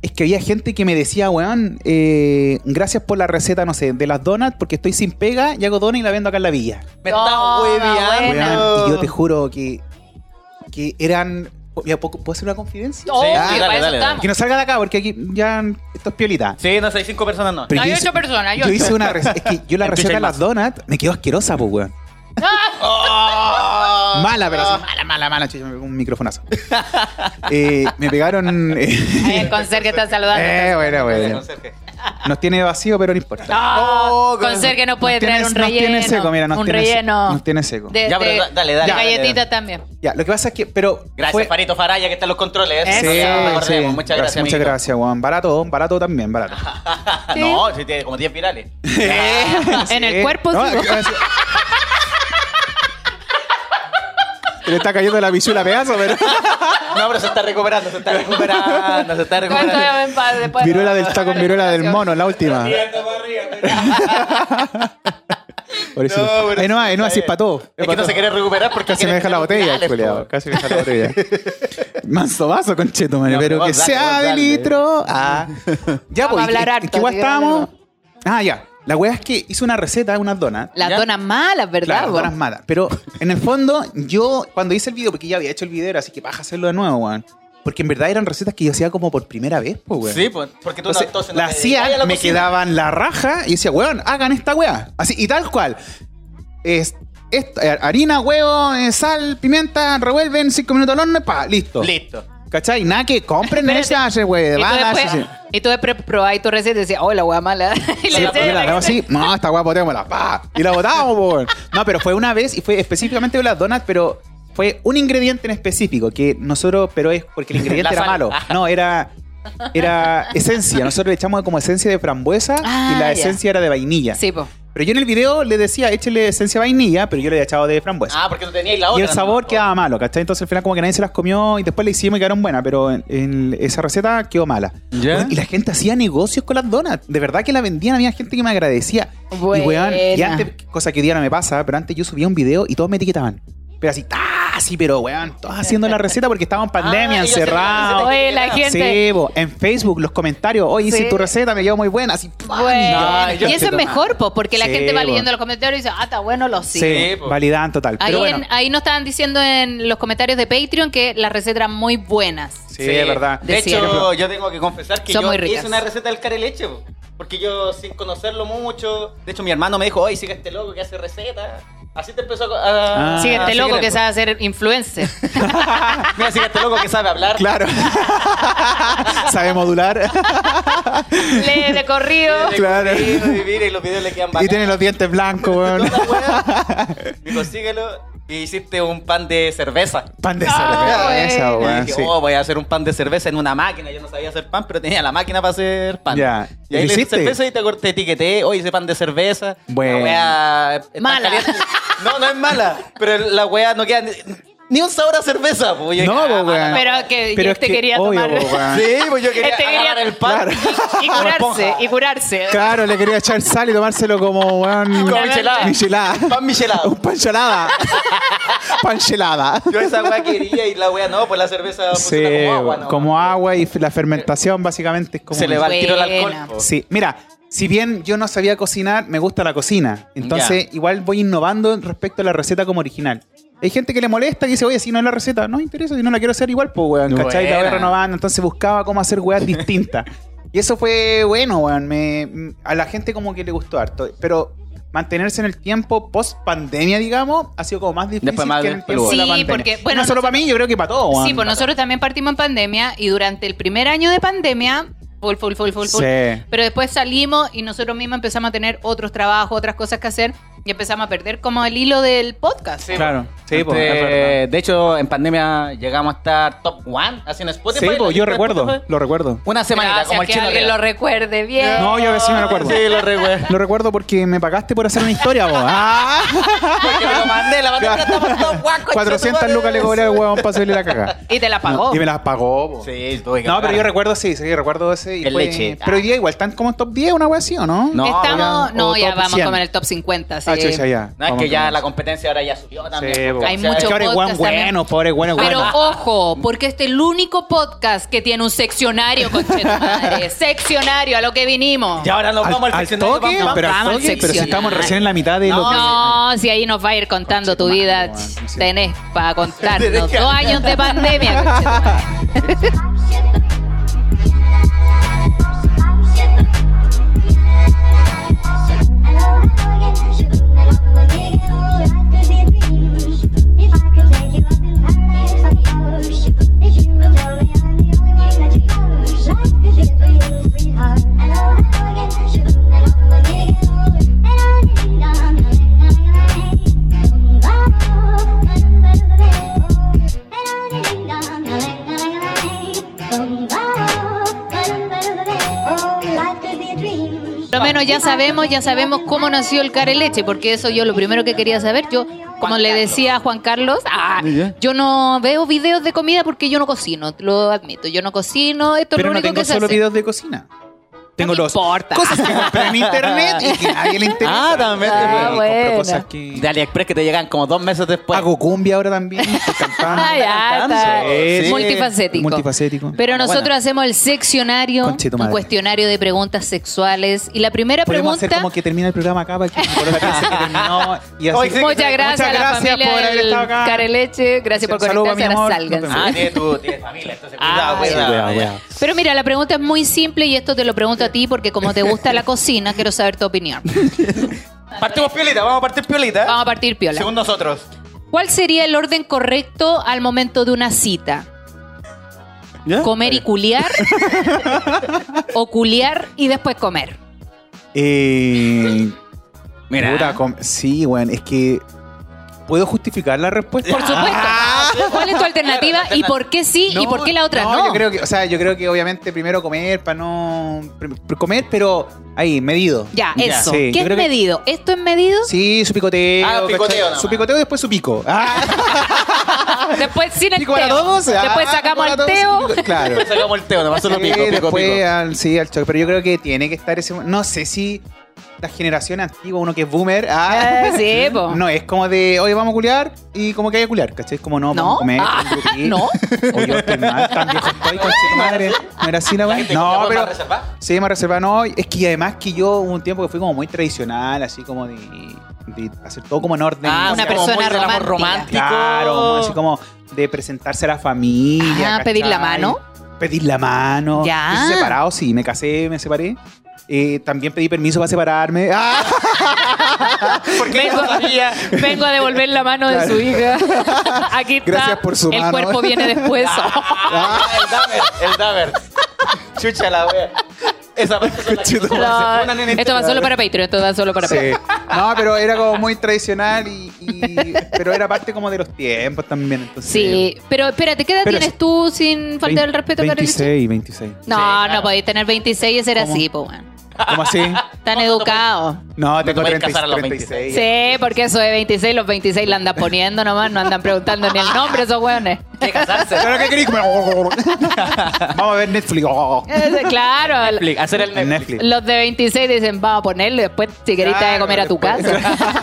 [SPEAKER 5] es que había gente que me decía, weón, eh, gracias por la receta, no sé, de las donuts, porque estoy sin pega y hago donuts y la vendo acá en la villa.
[SPEAKER 1] Me estás
[SPEAKER 2] Toma,
[SPEAKER 1] hueveando.
[SPEAKER 2] buena.
[SPEAKER 5] Weón, y yo te juro que, que eran... Mira, ¿puedo, puedo hacer una confidencia?
[SPEAKER 2] Obvio,
[SPEAKER 1] Sí,
[SPEAKER 2] Oh, para
[SPEAKER 1] dale,
[SPEAKER 2] eso
[SPEAKER 1] dale,
[SPEAKER 2] estamos.
[SPEAKER 5] Que no salga de acá, porque aquí ya esto es piolita.
[SPEAKER 1] Sí, no sé, hay cinco personas no.
[SPEAKER 5] Pero
[SPEAKER 2] Hay
[SPEAKER 5] yo hice-
[SPEAKER 2] ocho personas, hay
[SPEAKER 5] yo
[SPEAKER 2] ocho.
[SPEAKER 5] hice una receta. Es que yo la
[SPEAKER 1] Escucha
[SPEAKER 5] receta de
[SPEAKER 1] el
[SPEAKER 5] las donuts me quedó asquerosa, pues, weón. Mala, pero así, mala, mala, mala. Chucha, me pegó un microfonazo. Eh, me pegaron. eh,
[SPEAKER 2] Ahí el conserje que está saludando.
[SPEAKER 5] eh, bueno, bueno. Nos tiene vacío, pero no importa.
[SPEAKER 2] No,
[SPEAKER 1] Oh,
[SPEAKER 2] con ser que no puede
[SPEAKER 5] Nos tiene-
[SPEAKER 2] traer un
[SPEAKER 5] nos
[SPEAKER 2] relleno.
[SPEAKER 5] tiene seco, mira, nos
[SPEAKER 2] un
[SPEAKER 5] tiene seco,
[SPEAKER 2] relleno.
[SPEAKER 5] nos tiene seco.
[SPEAKER 2] De,
[SPEAKER 1] Ya, pero
[SPEAKER 2] de-
[SPEAKER 1] da- dale, dale,
[SPEAKER 2] de
[SPEAKER 1] dale.
[SPEAKER 2] galletita también.
[SPEAKER 5] Ya, lo que pasa es que, pero.
[SPEAKER 1] Gracias,
[SPEAKER 5] fue-
[SPEAKER 1] Farito Faraya, que está en los controles.
[SPEAKER 5] Sí,
[SPEAKER 2] Eso,
[SPEAKER 5] sí.
[SPEAKER 1] recordemos. Muchas gracias,
[SPEAKER 5] Muchas
[SPEAKER 1] amiguito.
[SPEAKER 5] gracias, Juan. Barato, barato también, barato.
[SPEAKER 2] Sí.
[SPEAKER 1] Ah, No, sí, tiene como 10 virales. Ah,
[SPEAKER 2] En el
[SPEAKER 5] Eh, Sí.
[SPEAKER 2] cuerpo.
[SPEAKER 5] No,
[SPEAKER 2] sí.
[SPEAKER 5] es- Se le está cayendo la bichula a pedazo, pero.
[SPEAKER 1] No, pero se está recuperando, se está recuperando, se está
[SPEAKER 2] ¿Cuánto
[SPEAKER 1] recuperando.
[SPEAKER 2] llevo en paz después?
[SPEAKER 5] Viruela del taco, viruela del mono, la última. Pobrecito.
[SPEAKER 1] No, pero
[SPEAKER 5] Ahí no,
[SPEAKER 1] sí,
[SPEAKER 5] ahí no,
[SPEAKER 1] está
[SPEAKER 5] así es
[SPEAKER 1] bien.
[SPEAKER 5] para todo.
[SPEAKER 1] Es que no se quiere recuperar porque
[SPEAKER 5] Casi me deja la botella, el culiao. Casi me deja la botella. Manso vaso, concheto,
[SPEAKER 1] Ya,
[SPEAKER 5] Pero
[SPEAKER 1] pero
[SPEAKER 5] que
[SPEAKER 1] vos dale,
[SPEAKER 5] sea
[SPEAKER 1] vos
[SPEAKER 5] de
[SPEAKER 1] dale.
[SPEAKER 5] litro. Ah. Ya,
[SPEAKER 2] Vamos a
[SPEAKER 5] pues.
[SPEAKER 2] hablar
[SPEAKER 5] que-
[SPEAKER 2] harto,
[SPEAKER 5] que igual
[SPEAKER 2] así que vamos a
[SPEAKER 5] estábamos. Ah, ya. La weá es que hizo una receta, unas donas.
[SPEAKER 2] Las
[SPEAKER 1] Ya.
[SPEAKER 2] donas malas, ¿verdad?
[SPEAKER 5] Claro,
[SPEAKER 2] vos?
[SPEAKER 5] donas malas. Pero en el fondo, yo cuando hice el video, porque ya había hecho el video, era así que vas a hacerlo de nuevo, weón. Porque en verdad eran recetas que yo hacía como por primera vez, pues, weón.
[SPEAKER 1] Sí, pues, porque tú
[SPEAKER 5] Entonces,
[SPEAKER 1] no, entonces no
[SPEAKER 5] la
[SPEAKER 1] te dedicas a
[SPEAKER 5] hacía,
[SPEAKER 1] la
[SPEAKER 5] me
[SPEAKER 1] cocina.
[SPEAKER 5] quedaban la raja y decía, weón, hagan esta weá. Así, y tal cual. Es, es- eh, harina, huevo, eh, sal, pimienta, revuelven, cinco minutos al horno, y pa, listo.
[SPEAKER 1] Listo.
[SPEAKER 5] ¿Cachai? Nada que compren esas,
[SPEAKER 2] Y
[SPEAKER 5] weón.
[SPEAKER 2] tú,
[SPEAKER 5] van,
[SPEAKER 2] después,
[SPEAKER 5] así, sí.
[SPEAKER 2] y tú después probabas tu receta y decías, oh, la hueá mala. y
[SPEAKER 5] Sí,
[SPEAKER 2] la
[SPEAKER 5] porque la hacemos así, no, esta weá botémosla, pa. Y la botábamos, po, weón. No, pero fue una vez y fue específicamente con las donuts, pero fue un ingrediente en específico que nosotros, pero es porque el
[SPEAKER 1] La
[SPEAKER 5] ingrediente era
[SPEAKER 1] sal.
[SPEAKER 5] malo.
[SPEAKER 2] Ah.
[SPEAKER 5] No, era. Era esencia. Nosotros le echamos como esencia de frambuesa
[SPEAKER 2] Ah,
[SPEAKER 5] y
[SPEAKER 2] ya.
[SPEAKER 5] la esencia era de vainilla.
[SPEAKER 2] Sí, po.
[SPEAKER 5] Pero yo en el video le decía, échele esencia de vainilla, pero yo le había echado de frambuesa.
[SPEAKER 1] Ah, porque tú tenías la otra.
[SPEAKER 5] y el sabor
[SPEAKER 1] ¿no?
[SPEAKER 5] quedaba malo, ¿cachai? Entonces al final como que nadie se las comió y después le hicimos y quedaron buenas, pero en, en esa receta quedó mala.
[SPEAKER 1] Ya.
[SPEAKER 5] Weón, Y la gente hacía negocios con las donuts. De verdad que la vendían, había gente que me agradecía. Y, weón, y
[SPEAKER 2] Buena.
[SPEAKER 5] antes, cosa que hoy día no me pasa, pero antes yo subía un video y todos me etiquetaban. Pero así, ¡ah! Sí, pero weón, todos haciendo la receta porque estaban en pandemia,
[SPEAKER 1] Ah, ellos hacían la
[SPEAKER 5] encerrados.
[SPEAKER 2] Oye, la gente.
[SPEAKER 5] Sí, bo, en Facebook, los comentarios, oye,
[SPEAKER 2] Sí.
[SPEAKER 5] hice tu receta, me quedó muy buena. Así, ¡pam!
[SPEAKER 2] Bueno,
[SPEAKER 1] No,
[SPEAKER 2] y
[SPEAKER 1] yo-
[SPEAKER 2] eso es mejor, po, porque la
[SPEAKER 5] Sí,
[SPEAKER 2] gente va
[SPEAKER 5] po.
[SPEAKER 2] leyendo los comentarios y dice, ah, está bueno, lo
[SPEAKER 5] Sí,
[SPEAKER 2] sigo.
[SPEAKER 5] sí
[SPEAKER 1] po.
[SPEAKER 5] validaban total.
[SPEAKER 2] Ahí,
[SPEAKER 5] Pero bueno.
[SPEAKER 2] en- ahí nos estaban diciendo en los comentarios de Patreon que las recetas eran muy buenas.
[SPEAKER 5] Sí, es verdad.
[SPEAKER 1] De
[SPEAKER 2] Decía.
[SPEAKER 1] hecho, yo tengo que confesar que
[SPEAKER 2] Son
[SPEAKER 1] yo
[SPEAKER 2] muy ricas.
[SPEAKER 1] hice una receta del careleche, po, porque yo sin conocerlo mucho, de hecho mi hermano me dijo, "Oye, sigue a este loco que hace recetas." Así te empezó a- a
[SPEAKER 5] Ah,
[SPEAKER 2] sí, este
[SPEAKER 1] a
[SPEAKER 2] loco
[SPEAKER 1] seguir,
[SPEAKER 2] que
[SPEAKER 1] po.
[SPEAKER 2] sabe hacer influencer.
[SPEAKER 1] Mira, sigue a este loco que sabe hablar.
[SPEAKER 5] Claro. Sabe modular.
[SPEAKER 2] Lee de corrido.
[SPEAKER 1] Tiene que
[SPEAKER 5] Claro.
[SPEAKER 1] vivir, vivir, y los videos le quedan
[SPEAKER 5] y
[SPEAKER 1] bacanes.
[SPEAKER 5] tiene los dientes blancos, weón.
[SPEAKER 1] Toda weá. Digo, síguelo. Y hiciste un pan de cerveza.
[SPEAKER 5] Pan de
[SPEAKER 2] Ah,
[SPEAKER 5] cerveza,
[SPEAKER 2] bueno.
[SPEAKER 1] y
[SPEAKER 5] weón.
[SPEAKER 1] dije,
[SPEAKER 5] sí.
[SPEAKER 1] oh, voy a hacer un pan de cerveza en una máquina. Yo no sabía hacer pan, pero tenía la máquina para hacer pan.
[SPEAKER 5] Ya.
[SPEAKER 1] Y ahí le
[SPEAKER 5] ¿Y
[SPEAKER 1] hice
[SPEAKER 5] hiciste?
[SPEAKER 1] cerveza y te, cor- te etiqueté. Hoy hice pan de cerveza.
[SPEAKER 5] Bueno.
[SPEAKER 1] La weá está
[SPEAKER 2] Mala.
[SPEAKER 1] caliente. No, no es mala. Pero la weá no queda ni, ni un sabor a cerveza. po. Yo dije,
[SPEAKER 5] No,
[SPEAKER 1] ah,
[SPEAKER 5] po,
[SPEAKER 1] mala,
[SPEAKER 5] weón.
[SPEAKER 1] no.
[SPEAKER 2] Pero que
[SPEAKER 5] Pero
[SPEAKER 2] yo
[SPEAKER 5] es
[SPEAKER 2] te
[SPEAKER 5] que
[SPEAKER 2] quería
[SPEAKER 5] obvio,
[SPEAKER 2] tomar.
[SPEAKER 5] po, weón.
[SPEAKER 1] Sí, pues yo quería
[SPEAKER 2] Este quería-
[SPEAKER 1] agarrar el pan.
[SPEAKER 2] Y
[SPEAKER 1] Como
[SPEAKER 2] curarse,
[SPEAKER 1] esponja.
[SPEAKER 2] y curarse.
[SPEAKER 5] Claro, le quería echar sal y tomárselo como, weón.
[SPEAKER 1] Como
[SPEAKER 2] Una
[SPEAKER 1] michelada.
[SPEAKER 5] Michelada.
[SPEAKER 1] Pan michelado.
[SPEAKER 5] Un panchelada. panchelada.
[SPEAKER 1] Yo esa weá quería y la weá no, pues la cerveza
[SPEAKER 5] Sí,
[SPEAKER 1] funciona como agua. ¿no?
[SPEAKER 5] como agua y la fermentación básicamente es como...
[SPEAKER 1] Se le va el tiro al
[SPEAKER 2] Buena.
[SPEAKER 1] alcohol. po.
[SPEAKER 5] Sí, mira, si bien yo no sabía cocinar, me gusta la cocina. Entonces, igual voy innovando respecto a la receta como original. Hay gente que le molesta que dice, oye, si no es la receta, no me interesa, si no la quiero hacer igual, pues, weón, ¿cachai? La voy
[SPEAKER 1] Buena.
[SPEAKER 5] renovando. Entonces buscaba cómo hacer weas distintas. y eso fue bueno, weón. Me, mm, a la gente como que le gustó harto. Pero mantenerse en el tiempo post pandemia, digamos, ha sido como más difícil
[SPEAKER 1] Después más
[SPEAKER 5] que en el
[SPEAKER 1] peludo.
[SPEAKER 5] tiempo de la
[SPEAKER 2] Sí,
[SPEAKER 5] pandemia.
[SPEAKER 2] porque, bueno,
[SPEAKER 5] Y no solo para mí, yo creo que para todos, weón.
[SPEAKER 2] Sí, pues nosotros también partimos en pandemia y durante el primer año de pandemia, full, full, full, full, full.
[SPEAKER 5] Sí.
[SPEAKER 2] Pero después salimos y nosotros mismos empezamos a tener otros trabajos, otras cosas que hacer y empezamos a perder como el hilo del podcast.
[SPEAKER 5] Claro. Sí,
[SPEAKER 1] Antes,
[SPEAKER 5] pues, es verdad.
[SPEAKER 1] Este, de hecho, en pandemia llegamos a estar top one, así en Spotify.
[SPEAKER 5] Sí,
[SPEAKER 1] la
[SPEAKER 5] pues,
[SPEAKER 1] lista
[SPEAKER 5] yo
[SPEAKER 1] de
[SPEAKER 5] recuerdo,
[SPEAKER 1] Spotify.
[SPEAKER 5] lo recuerdo.
[SPEAKER 1] Una semanita,
[SPEAKER 2] Gracias,
[SPEAKER 1] como el
[SPEAKER 2] que
[SPEAKER 1] chino.
[SPEAKER 2] alguien
[SPEAKER 1] Rea.
[SPEAKER 2] lo recuerde bien.
[SPEAKER 5] No, yo a veces me recuerdo.
[SPEAKER 1] Sí, lo recuerdo.
[SPEAKER 5] Lo recuerdo porque me pagaste por hacer una historia, vos. ¡Ah!
[SPEAKER 1] Porque me lo mandé, la mandé estamos top one.
[SPEAKER 5] 400 lucas le cobré al huevón para hacerle la caga.
[SPEAKER 2] Y te la pagó.
[SPEAKER 5] No, y me las pagó, po.
[SPEAKER 1] Sí, tuve que
[SPEAKER 5] No,
[SPEAKER 1] pagar.
[SPEAKER 5] pero yo recuerdo, sí, sí, recuerdo ese. Y
[SPEAKER 1] El
[SPEAKER 5] fue-
[SPEAKER 1] leche.
[SPEAKER 5] Pero hoy día igual están como en top 10, una wea así, ¿o no?
[SPEAKER 1] No,
[SPEAKER 2] Estamos,
[SPEAKER 5] ahora-
[SPEAKER 2] no,
[SPEAKER 5] o
[SPEAKER 2] ya
[SPEAKER 5] top
[SPEAKER 2] vamos
[SPEAKER 5] 100.
[SPEAKER 2] como en el top 50. Sí.
[SPEAKER 5] Ah, chucha, ya.
[SPEAKER 1] No, es
[SPEAKER 5] Vamos
[SPEAKER 1] que ya
[SPEAKER 5] con
[SPEAKER 1] la
[SPEAKER 5] eso.
[SPEAKER 1] competencia ahora ya subió también. pues,
[SPEAKER 5] Sí, po.
[SPEAKER 1] porque,
[SPEAKER 2] Hay
[SPEAKER 1] o sea,
[SPEAKER 5] Es
[SPEAKER 2] mucho
[SPEAKER 5] que ahora hay
[SPEAKER 2] podcast
[SPEAKER 5] hueón
[SPEAKER 2] también.
[SPEAKER 5] bueno, pobre bueno,
[SPEAKER 2] Pero
[SPEAKER 5] bueno.
[SPEAKER 2] ojo, porque este es el único podcast que tiene un seccionario, conchetumadre. seccionario, a lo que vinimos.
[SPEAKER 1] Y ahora nos vamos al seccionario.
[SPEAKER 5] toque,
[SPEAKER 1] vamos,
[SPEAKER 5] pero, al
[SPEAKER 2] vamos al
[SPEAKER 5] toque, pero si
[SPEAKER 2] seccionario.
[SPEAKER 5] estamos recién en la mitad de lo que...
[SPEAKER 2] No, si ahí nos va a ir contando tu vida,
[SPEAKER 5] Conchetumadre, weón, no sé.
[SPEAKER 2] tenés para contarnos
[SPEAKER 1] Tenés que-
[SPEAKER 2] dos años de pandemia. conchetumadre.
[SPEAKER 6] Thank you.
[SPEAKER 2] bueno, ya sabemos, ya sabemos cómo nació el care leche, porque eso yo lo primero que quería saber, yo, como le decía a Juan Carlos, ah,
[SPEAKER 6] Ya.
[SPEAKER 2] yo no veo videos de comida porque yo no cocino, lo admito, yo no cocino, esto es
[SPEAKER 5] Pero
[SPEAKER 2] lo
[SPEAKER 5] no
[SPEAKER 2] único
[SPEAKER 5] tengo
[SPEAKER 2] que se
[SPEAKER 5] solo
[SPEAKER 2] hace.
[SPEAKER 5] videos de cocina. Tengo
[SPEAKER 2] me
[SPEAKER 5] los
[SPEAKER 2] importa.
[SPEAKER 5] cosas que compré en internet y que a nadie le interesa.
[SPEAKER 6] Ah, también te-
[SPEAKER 5] Sí,
[SPEAKER 2] Ah,
[SPEAKER 5] compro
[SPEAKER 2] buena.
[SPEAKER 5] cosas que-
[SPEAKER 1] De pues. AliExpress que te llegan como dos meses después.
[SPEAKER 5] Hago cumbia ahora también. estoy cantando.
[SPEAKER 2] Ah, ya,
[SPEAKER 1] Cantando.
[SPEAKER 2] está.
[SPEAKER 5] Sí.
[SPEAKER 2] Multifacético.
[SPEAKER 5] Multifacético.
[SPEAKER 2] Pero
[SPEAKER 1] Bueno,
[SPEAKER 2] nosotros
[SPEAKER 1] bueno.
[SPEAKER 2] hacemos el seccionario,
[SPEAKER 5] Conche tu
[SPEAKER 2] un
[SPEAKER 5] madre.
[SPEAKER 2] cuestionario de preguntas sexuales. Y la primera
[SPEAKER 5] Podemos hacer
[SPEAKER 2] pregunta,
[SPEAKER 5] como que termina el programa acá para que por la piense que terminó. Y así,
[SPEAKER 1] Oye, sí,
[SPEAKER 2] muchas gracias a la
[SPEAKER 5] gracias
[SPEAKER 2] familia
[SPEAKER 5] por haber
[SPEAKER 2] del
[SPEAKER 5] estado acá.
[SPEAKER 2] Careleche, gracias por
[SPEAKER 5] Saludos,
[SPEAKER 2] conectarse,
[SPEAKER 5] mi
[SPEAKER 2] ahora
[SPEAKER 5] amor. Nos
[SPEAKER 2] sálganse.
[SPEAKER 5] vemos.
[SPEAKER 1] Ah, tienes tu, tienes familia, entonces
[SPEAKER 2] Ah,
[SPEAKER 1] cuidado, cuidado.
[SPEAKER 2] Pero mira, la pregunta es muy simple y esto te lo pregunto a ti porque como te gusta la cocina, quiero saber tu opinión.
[SPEAKER 1] Partimos piolita, vamos a partir piolita.
[SPEAKER 2] Vamos a partir piola.
[SPEAKER 1] Según nosotros.
[SPEAKER 2] ¿Cuál sería el orden correcto al momento de una cita?
[SPEAKER 6] ¿Ya?
[SPEAKER 2] ¿Comer y culiar? ¿O culiar y después comer?
[SPEAKER 5] Eh,
[SPEAKER 1] Mira.
[SPEAKER 5] puta, com- sí, bueno, es que puedo justificar la respuesta.
[SPEAKER 2] Por supuesto.
[SPEAKER 5] Ah.
[SPEAKER 2] ¿Cuál es tu alternativa y por qué sí y por qué la otra no?
[SPEAKER 5] Yo creo que, o sea, yo creo que obviamente primero comer para no pr- pr- comer, pero ahí medido.
[SPEAKER 2] Ya,
[SPEAKER 1] Ya,
[SPEAKER 2] eso.
[SPEAKER 5] sí,
[SPEAKER 2] ¿Qué
[SPEAKER 5] yo
[SPEAKER 2] es
[SPEAKER 5] creo que-
[SPEAKER 2] medido? ¿Esto es medido?
[SPEAKER 5] Sí, su picoteo.
[SPEAKER 1] Ah, picoteo
[SPEAKER 5] ¿cachai?
[SPEAKER 1] nomás.
[SPEAKER 5] Su picoteo y después su pico. Ah,
[SPEAKER 2] Después sin el
[SPEAKER 5] pico para
[SPEAKER 2] teo.
[SPEAKER 5] todos. ah,
[SPEAKER 2] Después sacamos
[SPEAKER 5] para
[SPEAKER 2] al
[SPEAKER 5] todos,
[SPEAKER 2] teo.
[SPEAKER 5] pico- Claro.
[SPEAKER 1] Sacamos el teo, nomás solo
[SPEAKER 5] Sí,
[SPEAKER 1] pico, pico,
[SPEAKER 5] después
[SPEAKER 1] pico.
[SPEAKER 5] Al, sí, al choque. Pero yo creo que tiene que estar ese. No sé si la generación antigua, uno que es boomer. ah,
[SPEAKER 2] Ah, sí, po.
[SPEAKER 5] No, es como de, oye, vamos a culiar y como que hay que culiar, ¿cachai? Es como no, vamos
[SPEAKER 2] ¿No?
[SPEAKER 5] a comer.
[SPEAKER 2] Ah,
[SPEAKER 5] un grupito.
[SPEAKER 2] ¿no?
[SPEAKER 5] Oye, yo estoy mal, tan viejo estoy, conchito madre. No era así la
[SPEAKER 1] La
[SPEAKER 5] weá.
[SPEAKER 1] gente
[SPEAKER 5] No,
[SPEAKER 1] con
[SPEAKER 5] pero.
[SPEAKER 1] más reservada.
[SPEAKER 5] Sí, me reserva, no. Es que además que yo hubo un tiempo que fui como muy tradicional, así como de, de hacer todo como en orden.
[SPEAKER 1] Ah,
[SPEAKER 5] O
[SPEAKER 2] una
[SPEAKER 5] sea,
[SPEAKER 1] como
[SPEAKER 2] persona
[SPEAKER 1] muy del amor
[SPEAKER 2] romántica.
[SPEAKER 5] Claro, así como de presentarse a la familia.
[SPEAKER 2] Ah, pedir la mano.
[SPEAKER 5] Pedir la mano.
[SPEAKER 2] Ya.
[SPEAKER 5] Yo soy separado, sí, me casé, me separé. Eh, también pedí permiso para separarme. ¡Ah!
[SPEAKER 1] ¿Por qué no sabía?
[SPEAKER 2] Vengo a devolver la mano de su hija. Aquí está.
[SPEAKER 5] Gracias por su
[SPEAKER 2] el
[SPEAKER 5] mano.
[SPEAKER 2] cuerpo viene después.
[SPEAKER 1] Ah, el daver, el daver. Chucha la wea. Esa parte son las que
[SPEAKER 5] Chuta.
[SPEAKER 1] se ponen en
[SPEAKER 2] esto va solo para Patreon, esto va solo para
[SPEAKER 5] Sí.
[SPEAKER 2] Patreon.
[SPEAKER 5] No, pero era como muy tradicional y, y- pero era parte como de los tiempos también. Entonces,
[SPEAKER 2] Sí, pero espérate, ¿qué edad
[SPEAKER 5] Pero
[SPEAKER 2] tienes tú sin faltar el respeto, Carolina?
[SPEAKER 5] 26, 26.
[SPEAKER 2] No,
[SPEAKER 1] claro.
[SPEAKER 2] no podéis tener 26 y ser
[SPEAKER 5] ¿Cómo?
[SPEAKER 2] así, pues, bueno.
[SPEAKER 5] ¿Cómo así?
[SPEAKER 2] Tan educado.
[SPEAKER 5] No, tengo
[SPEAKER 1] podés
[SPEAKER 5] 30,
[SPEAKER 1] casar a los
[SPEAKER 5] 36.
[SPEAKER 2] Sí, porque eso de 26, los 26 la andan poniendo nomás, no andan preguntando ni el nombre esos hueones.
[SPEAKER 1] De casarse.
[SPEAKER 5] ¿Pero qué querés? Vamos a ver Netflix.
[SPEAKER 2] Eh, Claro, l-
[SPEAKER 1] Netflix, Hacer el
[SPEAKER 5] En
[SPEAKER 1] Netflix.
[SPEAKER 5] Netflix.
[SPEAKER 2] los de 26 dicen, vamos a ponerlo y después si querés te vas a comer a tu casa.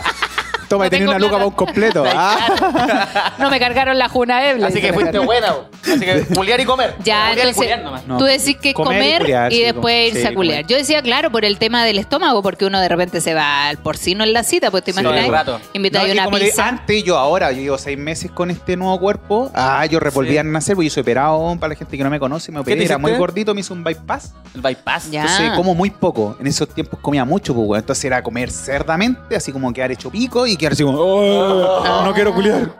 [SPEAKER 5] Toma,
[SPEAKER 2] No
[SPEAKER 5] tenés
[SPEAKER 2] tengo
[SPEAKER 5] una
[SPEAKER 2] plata.
[SPEAKER 5] luca para un completo. Ah,
[SPEAKER 2] No me cargaron la juna Eble.
[SPEAKER 1] Así que
[SPEAKER 2] dicen
[SPEAKER 1] fuiste
[SPEAKER 2] acá.
[SPEAKER 1] buena. bo. Así que culiar y comer.
[SPEAKER 2] Ya,
[SPEAKER 1] Culiar y
[SPEAKER 2] entonces,
[SPEAKER 1] culiar nomás.
[SPEAKER 5] No.
[SPEAKER 2] tú decís que
[SPEAKER 5] Comer y
[SPEAKER 2] comer, y,
[SPEAKER 5] culiar, sí,
[SPEAKER 2] después
[SPEAKER 5] com-
[SPEAKER 2] irse
[SPEAKER 5] sí,
[SPEAKER 2] a culiar.
[SPEAKER 5] comer.
[SPEAKER 2] Yo decía, claro, por el tema del estómago, porque uno de repente se va al porcino en la cita, pues te
[SPEAKER 5] Sí.
[SPEAKER 2] imaginas,
[SPEAKER 1] Todo el rato.
[SPEAKER 2] invitáis
[SPEAKER 5] No, y
[SPEAKER 2] una
[SPEAKER 5] como te-
[SPEAKER 2] pizza.
[SPEAKER 5] antes, yo ahora, yo llevo seis meses con este nuevo cuerpo. Ah, yo revolví
[SPEAKER 1] Sí.
[SPEAKER 5] a nacer, porque yo soy operado. Para la gente que no me conoce, me operé.
[SPEAKER 1] te
[SPEAKER 5] Era
[SPEAKER 1] hiciste?
[SPEAKER 5] muy gordito, me hizo un bypass.
[SPEAKER 1] El bypass.
[SPEAKER 2] Ya.
[SPEAKER 5] Entonces como muy poco. En esos tiempos comía mucho, pues, weón. Entonces era comer cerdamente, así como quedar hecho pico y quedar así como, "Oh,
[SPEAKER 2] Ah.
[SPEAKER 5] no, quiero culiar.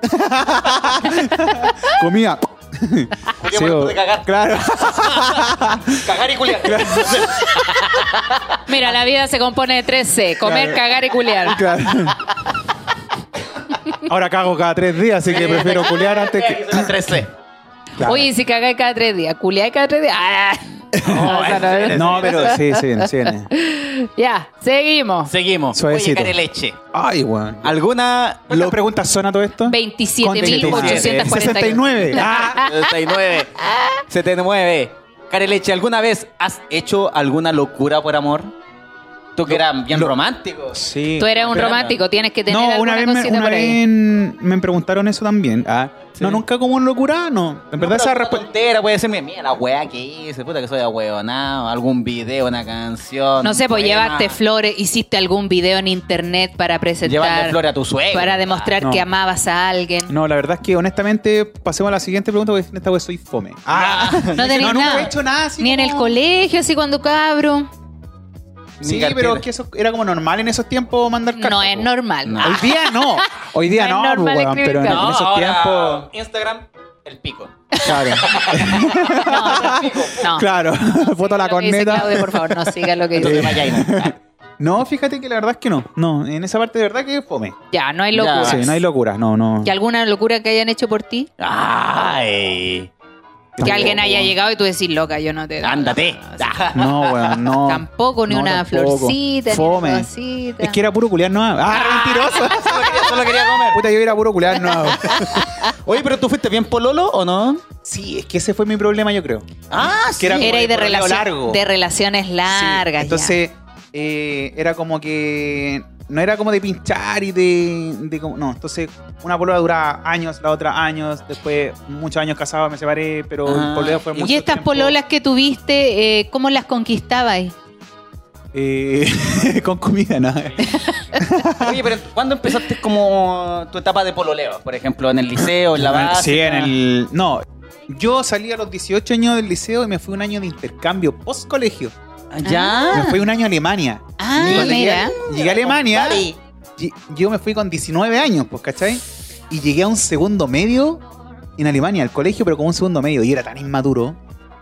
[SPEAKER 5] comía.
[SPEAKER 1] Culiar por
[SPEAKER 5] o-
[SPEAKER 1] de cagar.
[SPEAKER 5] Claro.
[SPEAKER 1] Cagar y culiar.
[SPEAKER 2] Mira, la vida se compone de tres C, comer,
[SPEAKER 5] Claro.
[SPEAKER 2] cagar y culiar.
[SPEAKER 5] claro. Ahora cago cada tres días, así que prefiero culiar antes que.
[SPEAKER 1] Son las 3C.
[SPEAKER 5] Claro.
[SPEAKER 2] Oye, y si cagáis cada tres días, culiáis cada tres días. Ah. No, esa no es.
[SPEAKER 5] No, pero sí, sí, sí.
[SPEAKER 2] Ya, seguimos.
[SPEAKER 1] Seguimos.
[SPEAKER 5] Suavecito.
[SPEAKER 1] Oye, leche.
[SPEAKER 5] Ay, weón.
[SPEAKER 1] ¿Alguna?
[SPEAKER 5] ¿Cuántas preguntas son a todo esto?
[SPEAKER 2] 27.849.
[SPEAKER 5] 69. Ah,
[SPEAKER 1] 79. 79. Careleche, ¿alguna vez has hecho alguna locura por amor? Tú que eras bien romántico.
[SPEAKER 5] sí.
[SPEAKER 2] Tú eres un
[SPEAKER 1] Pero-
[SPEAKER 2] romántico, tienes que tener
[SPEAKER 5] No, una
[SPEAKER 2] alguna
[SPEAKER 5] vez, me,
[SPEAKER 2] cosita
[SPEAKER 5] una
[SPEAKER 2] por ahí.
[SPEAKER 5] vez me preguntaron eso también. Ah,
[SPEAKER 1] Sí.
[SPEAKER 5] No, nunca como un locura, no. En verdad esa respuesta...
[SPEAKER 1] puede puede ser, mira la wea que hice, puta que soy ahueonado, algún video, una canción.
[SPEAKER 2] No sé, pues
[SPEAKER 1] poema.
[SPEAKER 2] llevaste flores, hiciste algún video en internet para presentar,
[SPEAKER 1] Llevarle flores a tu suegra.
[SPEAKER 2] para demostrar
[SPEAKER 5] No.
[SPEAKER 2] que amabas a alguien.
[SPEAKER 5] No, la verdad es que honestamente pasemos a la siguiente pregunta porque en esta vez soy fome. Ah,
[SPEAKER 2] No tenéis
[SPEAKER 5] no, nunca
[SPEAKER 2] nada.
[SPEAKER 5] he hecho nada así.
[SPEAKER 2] Ni en el
[SPEAKER 5] como-
[SPEAKER 2] colegio, así cuando cabro.
[SPEAKER 5] Sí,
[SPEAKER 1] Ni
[SPEAKER 5] pero
[SPEAKER 1] cartera.
[SPEAKER 5] que eso era como normal en esos tiempos mandar cartas.
[SPEAKER 2] No es
[SPEAKER 5] po.
[SPEAKER 2] normal.
[SPEAKER 5] Hoy día no. Hoy día
[SPEAKER 2] No
[SPEAKER 5] no, pues,
[SPEAKER 2] es normal
[SPEAKER 5] weón,
[SPEAKER 2] escribir
[SPEAKER 5] pero en,
[SPEAKER 2] cartas.
[SPEAKER 5] en
[SPEAKER 1] No,
[SPEAKER 5] esos
[SPEAKER 1] ahora
[SPEAKER 5] tiempos...
[SPEAKER 1] Instagram, el pico.
[SPEAKER 5] Claro,
[SPEAKER 2] No.
[SPEAKER 5] claro. Foto a la
[SPEAKER 2] Lo que dice
[SPEAKER 5] corneta.
[SPEAKER 2] Claudio, por favor, no siga lo que
[SPEAKER 1] Entonces
[SPEAKER 2] dice.
[SPEAKER 1] vagina.
[SPEAKER 5] No, fíjate que la verdad es que no. No, en esa parte de verdad que es fome.
[SPEAKER 2] Ya, no hay
[SPEAKER 1] Ya.
[SPEAKER 2] locura.
[SPEAKER 5] Sí, no hay locura, no, no.
[SPEAKER 2] ¿Y alguna locura que hayan hecho por ti?
[SPEAKER 1] Ay.
[SPEAKER 2] Que alguien haya llegado y tú decís, loca, yo no te.
[SPEAKER 1] Ándate. Ah.
[SPEAKER 5] No, weón, no.
[SPEAKER 2] Tampoco ni
[SPEAKER 5] No,
[SPEAKER 2] una
[SPEAKER 5] tampoco.
[SPEAKER 2] florcita, ni
[SPEAKER 5] Fome.
[SPEAKER 2] una cosita.
[SPEAKER 5] Es que era puro culiar no ¡Ah, mentiroso!
[SPEAKER 1] Solo quería- Solo quería comer.
[SPEAKER 5] Puta, yo era puro culiar no
[SPEAKER 1] Oye, pero tú fuiste bien pololo o no?
[SPEAKER 5] Sí, es que ese fue mi problema, yo creo.
[SPEAKER 1] Ah, sí.
[SPEAKER 5] Que era-
[SPEAKER 2] Era
[SPEAKER 5] como
[SPEAKER 2] y
[SPEAKER 5] de
[SPEAKER 2] de,
[SPEAKER 5] pololeo
[SPEAKER 2] relación-
[SPEAKER 5] largo.
[SPEAKER 2] de relaciones largas. ya.
[SPEAKER 5] Sí, Entonces, eh, era como que. No era como de pinchar y de. de como- no, entonces una polola duraba años, la otra años. Después, muchos años casados me separé, pero
[SPEAKER 1] Ah,
[SPEAKER 5] el pololeo fue
[SPEAKER 1] y
[SPEAKER 5] mucho
[SPEAKER 2] y estas
[SPEAKER 5] tiempo.
[SPEAKER 2] pololas que tuviste, eh, ¿cómo las conquistabais?
[SPEAKER 5] Eh, con comida, ¿no?
[SPEAKER 1] Oye, pero ¿cuándo empezaste como tu etapa de pololeo? Por ejemplo, en el liceo, en la base.
[SPEAKER 5] Ah, Sí, en el. No. Yo salí a los 18 años del liceo y me fui un año de intercambio post colegio.
[SPEAKER 1] Ah, ¿Ya?
[SPEAKER 5] Me fui un año a Alemania.
[SPEAKER 2] Ah,
[SPEAKER 5] Y cuando
[SPEAKER 2] mira.
[SPEAKER 5] Llegué, llegué a Alemania. y- Yo me fui con 19 años, pues, ¿cachai? Y llegué a un segundo medio en Alemania, al colegio, pero como un segundo medio. Y era tan inmaduro.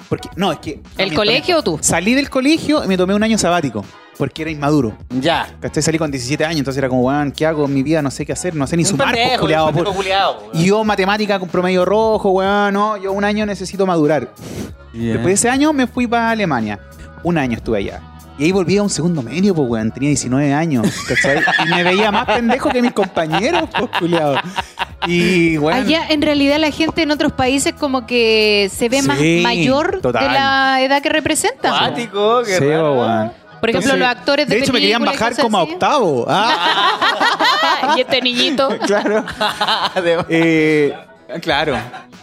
[SPEAKER 5] Porque, no, es que. no,
[SPEAKER 2] ¿El
[SPEAKER 5] miento,
[SPEAKER 2] colegio o tú?
[SPEAKER 5] miento. Salí del colegio y me tomé un año sabático. Porque era inmaduro.
[SPEAKER 1] Ya.
[SPEAKER 5] ¿Cachai? Salí con 17 años, entonces era como, weón, ¿qué hago en mi vida? No sé qué hacer, no sé ni
[SPEAKER 1] Un
[SPEAKER 5] sumar, pues,
[SPEAKER 1] pendejo,
[SPEAKER 5] culiao,
[SPEAKER 1] un pendejo
[SPEAKER 5] por-
[SPEAKER 1] culiao,
[SPEAKER 5] y yo matemática con promedio rojo, weón, no, yo un año necesito madurar. Después de ese año me fui para Alemania. Un año estuve allá. Y ahí volví a un segundo medio, pues, weón. Tenía 19 años, ¿cachai? Y me veía más pendejo que mis compañeros, pues, culiao. Y, weón.
[SPEAKER 2] Allá, en realidad, la gente en otros países como que se ve más
[SPEAKER 5] Sí,
[SPEAKER 2] mayor
[SPEAKER 5] total.
[SPEAKER 2] de la edad que representa.
[SPEAKER 1] Acuático, qué
[SPEAKER 5] sí,
[SPEAKER 1] raro.
[SPEAKER 5] weón.
[SPEAKER 2] Por ejemplo,
[SPEAKER 5] Entonces,
[SPEAKER 2] los actores de
[SPEAKER 5] De hecho, me querían
[SPEAKER 2] películas y
[SPEAKER 5] bajar
[SPEAKER 2] cosas
[SPEAKER 5] como a
[SPEAKER 2] así.
[SPEAKER 5] octavo. Ah,
[SPEAKER 2] y este niñito.
[SPEAKER 5] claro.
[SPEAKER 1] De-
[SPEAKER 5] Eh, claro.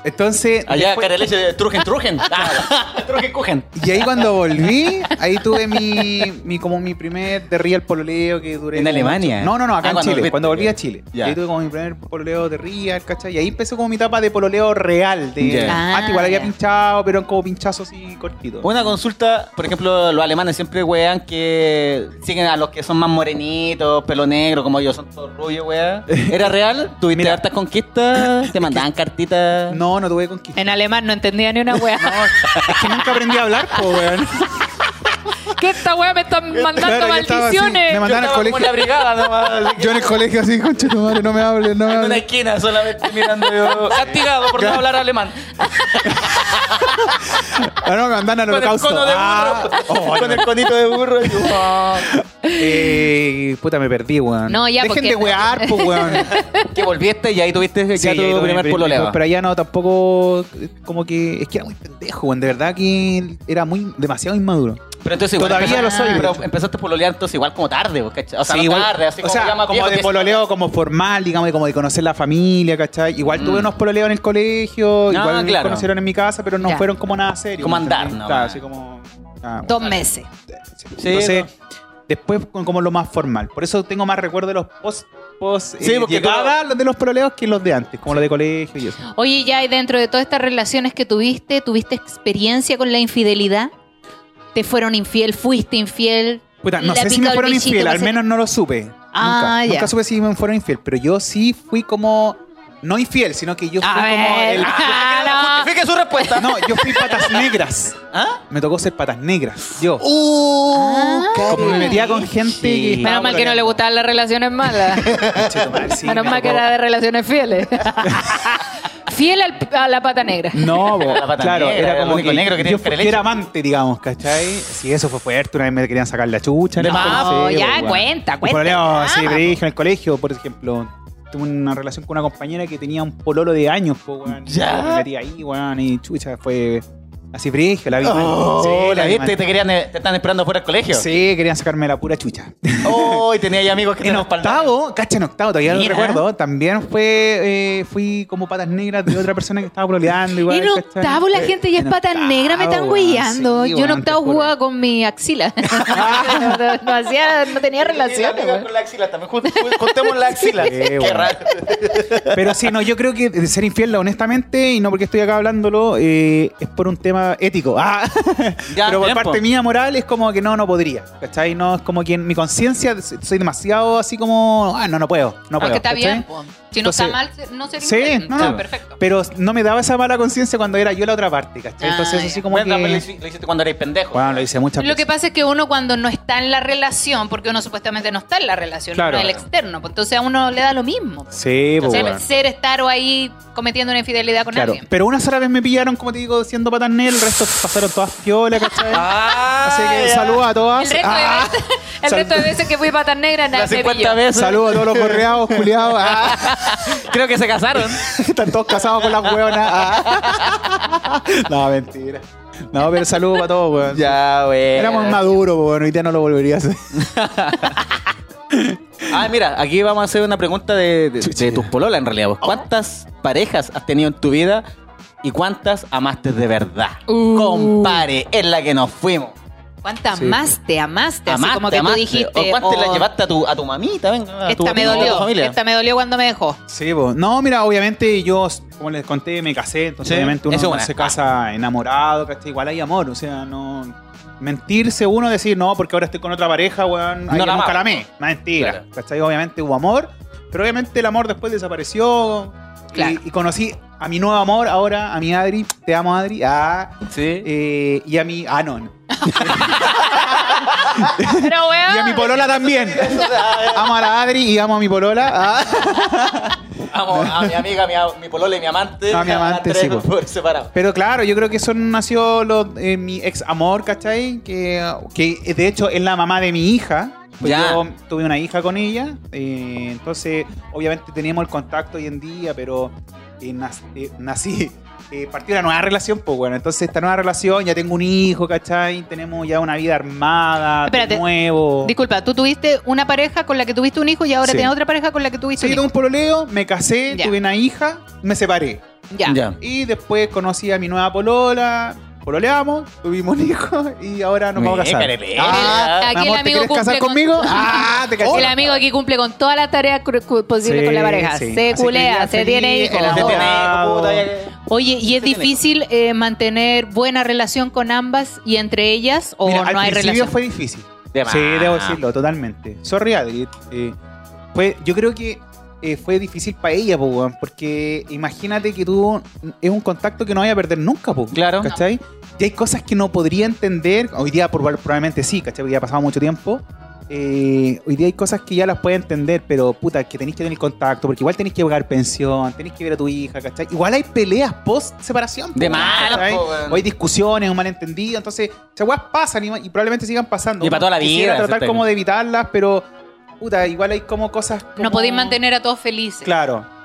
[SPEAKER 5] Entonces.
[SPEAKER 1] Allá,
[SPEAKER 5] después-
[SPEAKER 1] cara leche, de trujen, trujen. Ah, trujen, cujen.
[SPEAKER 5] Y ahí cuando volví, ahí tuve mi, mi- como mi primer de real pololeo que duré.
[SPEAKER 1] ¿En
[SPEAKER 5] como
[SPEAKER 1] Alemania?
[SPEAKER 5] ocho- No, no, no, acá
[SPEAKER 1] Ah,
[SPEAKER 5] en
[SPEAKER 1] cuando
[SPEAKER 5] Chile.
[SPEAKER 1] volviste.
[SPEAKER 5] Cuando volví a Chile.
[SPEAKER 1] Ya.
[SPEAKER 5] Ahí tuve como mi primer pololeo de real, ¿cachai? Y ahí empezó como mi etapa de pololeo real. De,
[SPEAKER 1] Ya.
[SPEAKER 2] Ah,
[SPEAKER 5] antes igual había
[SPEAKER 2] ya.
[SPEAKER 5] pinchado, pero como pinchazos así cortitos.
[SPEAKER 1] Una consulta, por ejemplo, los alemanes siempre wean que siguen a los que son más morenitos, pelo negro, como yo, son todos rubios, weón. ¿Era real? ¿Tuviste
[SPEAKER 5] Mira.
[SPEAKER 1] hartas conquistas? ¿Te mandaban cartitas?
[SPEAKER 5] No, no tuve conquista.
[SPEAKER 2] En alemán no entendía ni una wea.
[SPEAKER 5] Es que nunca aprendí a hablar, po, weón.
[SPEAKER 2] ¿Qué esta wea me están mandando
[SPEAKER 5] Claro, yo estaba así, me
[SPEAKER 2] maldiciones?
[SPEAKER 5] mandaban al
[SPEAKER 1] estaba como
[SPEAKER 5] colegio.
[SPEAKER 1] en la brigada nomás,
[SPEAKER 5] Yo en el colegio así, concha tu madre, no me hables, no me
[SPEAKER 1] en una
[SPEAKER 5] hables.
[SPEAKER 1] esquina solamente mirando yo. Castigado por no hablar alemán.
[SPEAKER 5] Ah, no, andan al
[SPEAKER 1] Con el
[SPEAKER 5] holocausto.
[SPEAKER 1] cono de burro.
[SPEAKER 5] Ah, oh,
[SPEAKER 1] con el conito de burro. y yo, oh.
[SPEAKER 5] eh, puta, me perdí, weón.
[SPEAKER 2] No, ya,
[SPEAKER 5] Dejen
[SPEAKER 2] porque-
[SPEAKER 5] de wear, po, weón.
[SPEAKER 1] que volviste y ahí tuviste
[SPEAKER 5] Sí,
[SPEAKER 1] ya
[SPEAKER 5] ahí
[SPEAKER 1] tu
[SPEAKER 5] tuve mi
[SPEAKER 1] primer
[SPEAKER 5] primer hijo,
[SPEAKER 1] pololeo.
[SPEAKER 5] Pero allá no, tampoco. eh, Como que. Es que era muy pendejo, weón. De verdad que era muy demasiado inmaduro.
[SPEAKER 1] Pero entonces igual
[SPEAKER 5] Todavía
[SPEAKER 1] empezaste-
[SPEAKER 5] lo soy,
[SPEAKER 1] Pero
[SPEAKER 5] pero-
[SPEAKER 1] empezaste a pololear entonces igual como tarde, ¿vos cachai? O sea,
[SPEAKER 5] Sí,
[SPEAKER 1] no
[SPEAKER 5] igual-
[SPEAKER 1] tarde, así
[SPEAKER 5] o sea,
[SPEAKER 1] ya más
[SPEAKER 5] como
[SPEAKER 1] viejo
[SPEAKER 5] de
[SPEAKER 1] que-
[SPEAKER 5] pololeo, como formal, digamos, y como de conocer la familia, ¿cachai? Igual tuve unos pololeos en el colegio,
[SPEAKER 1] Mm. Ah,
[SPEAKER 5] igual me
[SPEAKER 1] claro.
[SPEAKER 5] conocieron en mi casa, pero no
[SPEAKER 2] Ya.
[SPEAKER 5] fueron como nada serio.
[SPEAKER 1] Como
[SPEAKER 5] ¿me entendí?
[SPEAKER 1] andar, ¿no?
[SPEAKER 5] Claro, así como. ah,
[SPEAKER 2] Dos meses.
[SPEAKER 5] sí.
[SPEAKER 1] Sí,
[SPEAKER 5] Entonces, después con- como lo más formal. Por eso tengo más recuerdo de los post. post eh,
[SPEAKER 1] Sí, porque
[SPEAKER 5] llegada, los de los pololeos que los de antes, como los de colegio y eso.
[SPEAKER 2] Oye, ya, y dentro de todas estas relaciones que tuviste, ¿tuviste experiencia con la infidelidad? ¿Te fueron infiel? ¿Fuiste infiel?
[SPEAKER 5] Puta, no
[SPEAKER 2] ¿Le
[SPEAKER 5] sé si
[SPEAKER 2] picó
[SPEAKER 5] me
[SPEAKER 2] el
[SPEAKER 5] fueron
[SPEAKER 2] bichito
[SPEAKER 5] infiel,
[SPEAKER 2] que
[SPEAKER 5] al
[SPEAKER 2] se-
[SPEAKER 5] menos no lo supe.
[SPEAKER 2] Ah,
[SPEAKER 5] nunca,
[SPEAKER 2] ya.
[SPEAKER 5] nunca supe si me fueron infiel, pero yo sí fui como. No infiel, sino que yo fui
[SPEAKER 2] A
[SPEAKER 5] como
[SPEAKER 2] ver.
[SPEAKER 5] el.
[SPEAKER 2] Ah, no.
[SPEAKER 1] Justifique su respuesta.
[SPEAKER 5] No, yo fui patas negras.
[SPEAKER 1] ¿Ah?
[SPEAKER 5] Me tocó ser patas negras. Yo.
[SPEAKER 2] Uh. Ah,
[SPEAKER 5] como me metía con gente que. estaba
[SPEAKER 2] Menos mal que no le
[SPEAKER 5] pololeando.
[SPEAKER 2] gustaban las relaciones malas.
[SPEAKER 5] Chetumare, sí,
[SPEAKER 2] Menos
[SPEAKER 5] me
[SPEAKER 2] mal que
[SPEAKER 5] tocó.
[SPEAKER 2] era de relaciones fieles. Fiel al- a la pata negra.
[SPEAKER 5] No, bo,
[SPEAKER 1] La pata
[SPEAKER 5] claro,
[SPEAKER 1] negra,
[SPEAKER 5] era
[SPEAKER 1] el
[SPEAKER 5] como
[SPEAKER 1] único
[SPEAKER 5] que
[SPEAKER 1] negro que tiene
[SPEAKER 5] yo fui-
[SPEAKER 1] pelo
[SPEAKER 5] que era
[SPEAKER 1] hecho.
[SPEAKER 5] amante, digamos, ¿cachai? Si eso fue fuerte, una vez me querían sacar la chucha.
[SPEAKER 2] No,
[SPEAKER 5] entonces,
[SPEAKER 2] ya,
[SPEAKER 5] bueno.
[SPEAKER 2] cuenta,
[SPEAKER 5] Un
[SPEAKER 2] cuenta,
[SPEAKER 5] pololeo así,
[SPEAKER 2] ya,
[SPEAKER 5] brillo en el colegio, por ejemplo. Tuve una relación con una compañera que tenía un pololo de años, po, weón. y
[SPEAKER 1] Ya.
[SPEAKER 5] Me metí ahí, weón, y chucha, fue así brillo, la vi. mal.
[SPEAKER 1] Oh,
[SPEAKER 5] Sí,
[SPEAKER 1] la
[SPEAKER 5] vi
[SPEAKER 1] viste,
[SPEAKER 5] mal.
[SPEAKER 1] te, querían, eh, te están esperando fuera del colegio.
[SPEAKER 5] Sí, querían sacarme la pura chucha.
[SPEAKER 1] Oh, y tenía ahí amigos que te
[SPEAKER 5] En
[SPEAKER 1] respaldaban.
[SPEAKER 5] octavo, cacha, en octavo, todavía lo
[SPEAKER 1] Mira.
[SPEAKER 5] recuerdo. También fue, eh, fui como patas negras de otra persona que estaba pololeando. Igual,
[SPEAKER 2] en
[SPEAKER 5] ¿cachai? Eh,
[SPEAKER 2] octavo la gente ya es
[SPEAKER 5] En
[SPEAKER 2] pata
[SPEAKER 5] octavo,
[SPEAKER 2] negra, me están
[SPEAKER 5] weón,
[SPEAKER 2] huellando.
[SPEAKER 5] sí,
[SPEAKER 2] Yo en
[SPEAKER 5] weón, te
[SPEAKER 2] octavo
[SPEAKER 5] juro.
[SPEAKER 2] jugaba con mi axila. no, no- no hacía, no tenía relaciones.
[SPEAKER 1] Amigos
[SPEAKER 2] weón.
[SPEAKER 1] con la axila también. Jun- jun- Juntemos la axila.
[SPEAKER 5] Sí,
[SPEAKER 1] Qué
[SPEAKER 5] bueno.
[SPEAKER 1] raro.
[SPEAKER 5] Pero sí, no, yo creo que de ser infiel, honestamente, y no porque estoy acá hablándolo, eh, es por un tema ético. Ah.
[SPEAKER 1] Ya,
[SPEAKER 5] Pero por
[SPEAKER 1] tiempo.
[SPEAKER 5] parte mía moral es como que no, no podría. ¿Cachai? No, es como que en mi conciencia soy demasiado así como, ah, no, no puedo. No puedo.
[SPEAKER 2] Aunque está
[SPEAKER 5] ¿cachai?
[SPEAKER 2] bien. po. Si no está
[SPEAKER 5] Entonces-
[SPEAKER 2] mal, se- no sería
[SPEAKER 5] Sí,
[SPEAKER 2] inglés.
[SPEAKER 5] no,
[SPEAKER 2] Está
[SPEAKER 5] no.
[SPEAKER 2] perfecto.
[SPEAKER 5] Pero no me daba esa mala conciencia cuando era yo la otra parte, ¿cachai?
[SPEAKER 2] Ah,
[SPEAKER 5] Entonces,
[SPEAKER 2] ya.
[SPEAKER 5] así como
[SPEAKER 1] Bueno, pero lo
[SPEAKER 5] que.
[SPEAKER 1] hici- lo hiciste cuando erais pendejo.
[SPEAKER 5] Bueno, lo hice muchas
[SPEAKER 2] Lo que
[SPEAKER 5] veces.
[SPEAKER 2] pasa es que uno cuando no está en la relación, porque uno supuestamente no está en la relación, uno
[SPEAKER 5] Claro.
[SPEAKER 2] es el externo, pues entonces a uno le da lo mismo.
[SPEAKER 5] Sí,
[SPEAKER 2] O
[SPEAKER 5] pues,
[SPEAKER 2] sea,
[SPEAKER 5] weón.
[SPEAKER 2] ser, estar o ahí cometiendo una infidelidad con
[SPEAKER 5] Claro.
[SPEAKER 2] alguien.
[SPEAKER 5] Pero una sola vez me pillaron, como te digo, siendo patanel, el resto pasaron todas piola, ¿cachai?
[SPEAKER 1] Ah.
[SPEAKER 5] Así que saludos a
[SPEAKER 2] Ah, El
[SPEAKER 5] todas.
[SPEAKER 2] resto,
[SPEAKER 5] Ah,
[SPEAKER 2] de, veces, el resto de veces que fui pata negra, nada
[SPEAKER 1] Las
[SPEAKER 2] me
[SPEAKER 1] 50
[SPEAKER 2] pilló.
[SPEAKER 1] veces.
[SPEAKER 5] Saludos a todos los correados, culiados. Ah,
[SPEAKER 1] Creo que se casaron.
[SPEAKER 5] están todos casados con las hueonas. Ah. No, mentira. No, pero saludos para todos, weón.
[SPEAKER 1] ya, güey.
[SPEAKER 5] Éramos maduros, weón. Hoy día no lo volvería a hacer.
[SPEAKER 1] Ah, mira, aquí vamos a hacer una pregunta de, de-
[SPEAKER 5] Chucha.
[SPEAKER 1] de tus pololas en realidad.
[SPEAKER 5] Oh.
[SPEAKER 1] pues. ¿Cuántas parejas has tenido en tu vida y cuántas amaste de verdad?
[SPEAKER 2] Uh.
[SPEAKER 1] Compare, es la que nos fuimos.
[SPEAKER 2] ¿Cuántas
[SPEAKER 5] Sí.
[SPEAKER 2] más te amaste? Así
[SPEAKER 1] Amaste,
[SPEAKER 2] como que
[SPEAKER 1] amaste.
[SPEAKER 2] tú dijiste.
[SPEAKER 1] ¿O cuántas
[SPEAKER 2] oh,
[SPEAKER 1] la llevaste a tu, a tu mamita? Venga, a tu,
[SPEAKER 2] Esta me
[SPEAKER 1] a tu
[SPEAKER 2] dolió.
[SPEAKER 1] familia.
[SPEAKER 2] Esta me dolió cuando me dejó.
[SPEAKER 5] Sí, pues. No, mira, obviamente yo, como les conté, me casé, entonces
[SPEAKER 1] Sí,
[SPEAKER 5] obviamente uno
[SPEAKER 1] eso
[SPEAKER 5] no
[SPEAKER 1] buena.
[SPEAKER 5] se casa enamorado, ¿cachai? Igual hay amor, o sea, no. Mentirse uno, decir no, porque ahora estoy con otra pareja, weón,
[SPEAKER 1] No
[SPEAKER 5] ahí
[SPEAKER 1] la
[SPEAKER 5] nunca
[SPEAKER 1] amaba.
[SPEAKER 5] la amé. Mentira,
[SPEAKER 1] Claro.
[SPEAKER 5] ¿cachai? Obviamente hubo amor, pero obviamente el amor después desapareció. y-
[SPEAKER 2] Claro.
[SPEAKER 5] Y, conocí a mi nuevo amor ahora, a mi Adri, te amo Adri, ah,
[SPEAKER 1] Sí.
[SPEAKER 5] eh, y a mi. Ah, no, no.
[SPEAKER 2] Pero, weón.
[SPEAKER 5] Y a mi
[SPEAKER 1] Ah,
[SPEAKER 5] polola también. amo a la Adri y amo a mi polola. Ah.
[SPEAKER 1] Amo a mi amiga, mi, a- mi polola y mi amante.
[SPEAKER 5] A mi amante,
[SPEAKER 1] Tres
[SPEAKER 5] sí, po.
[SPEAKER 1] por separado.
[SPEAKER 5] Pero claro, yo creo que eso nació los, eh, mi ex amor, ¿cachai? Que, que eh, de hecho es la mamá de mi hija. Pues
[SPEAKER 1] Ya.
[SPEAKER 5] Yo tuve una hija con ella. eh, entonces, obviamente teníamos el contacto hoy en día, pero eh, nac- eh, nací. Eh, partí una nueva relación, pues bueno, entonces esta nueva relación, ya tengo un hijo, ¿cachai? Tenemos ya una vida armada,
[SPEAKER 2] Espérate.
[SPEAKER 5] de nuevo.
[SPEAKER 2] Disculpa, tú tuviste una pareja con la que tuviste un hijo y ahora
[SPEAKER 5] Sí.
[SPEAKER 2] tienes otra pareja con la que tuviste
[SPEAKER 5] Sí, tuve
[SPEAKER 2] un
[SPEAKER 5] un pololeo, me casé,
[SPEAKER 2] Ya.
[SPEAKER 5] tuve una hija, me separé.
[SPEAKER 2] hijo. Ya.
[SPEAKER 5] Y después conocí a mi nueva polola, pololeamos, tuvimos un hijo y ahora nos vamos a
[SPEAKER 1] Eh,
[SPEAKER 5] casar.
[SPEAKER 1] carelé.
[SPEAKER 5] Ah,
[SPEAKER 2] Aquí el
[SPEAKER 5] mi amor, ¿te
[SPEAKER 2] amigo
[SPEAKER 5] quieres casar
[SPEAKER 2] cumple con-
[SPEAKER 5] conmigo? Ah, te caché.
[SPEAKER 2] El amigo aquí cumple con todas las tareas cru- cu- posibles
[SPEAKER 5] Sí,
[SPEAKER 2] con la pareja.
[SPEAKER 5] sí.
[SPEAKER 2] Se
[SPEAKER 5] Así que
[SPEAKER 2] culea,
[SPEAKER 5] ya
[SPEAKER 2] se
[SPEAKER 5] feliz,
[SPEAKER 2] tiene hijos.
[SPEAKER 5] el
[SPEAKER 1] Se
[SPEAKER 5] amor.
[SPEAKER 1] tiene hijo, puta, ya-
[SPEAKER 2] Oye, ¿y es difícil eh, mantener buena relación con ambas y entre ellas o
[SPEAKER 5] Mira,
[SPEAKER 2] Oh, no
[SPEAKER 5] al
[SPEAKER 2] hay
[SPEAKER 5] principio
[SPEAKER 2] relación?
[SPEAKER 5] fue difícil.
[SPEAKER 1] De
[SPEAKER 5] sí,
[SPEAKER 1] más.
[SPEAKER 5] debo decirlo, totalmente. Sorry, Adri. eh, fue- yo creo que eh, fue difícil para ella, po, weón, porque imagínate que tú es un contacto que no vaya a perder nunca, po,
[SPEAKER 1] Claro.
[SPEAKER 5] ¿cachai? Y hay cosas que no podría entender, hoy día por- probablemente sí, ¿cachai? Porque ya ha pasado mucho tiempo. Eh, hoy día hay cosas que ya las puede entender, pero puta, que tenéis que tener contacto, porque igual tenéis que pagar pensión, tenéis que ver a tu hija, ¿cachai? Igual hay peleas post separación.
[SPEAKER 1] De más,
[SPEAKER 5] mal
[SPEAKER 1] po, weón.
[SPEAKER 5] O hay discusiones, un malentendido, entonces esas weas pasan y, y probablemente sigan pasando.
[SPEAKER 1] Y para toda la vida,
[SPEAKER 5] Quisiera tratar
[SPEAKER 1] exactamente.
[SPEAKER 5] como de evitarlas, pero puta, igual hay como cosas. como-
[SPEAKER 2] No podéis mantener a todos felices.
[SPEAKER 5] Claro.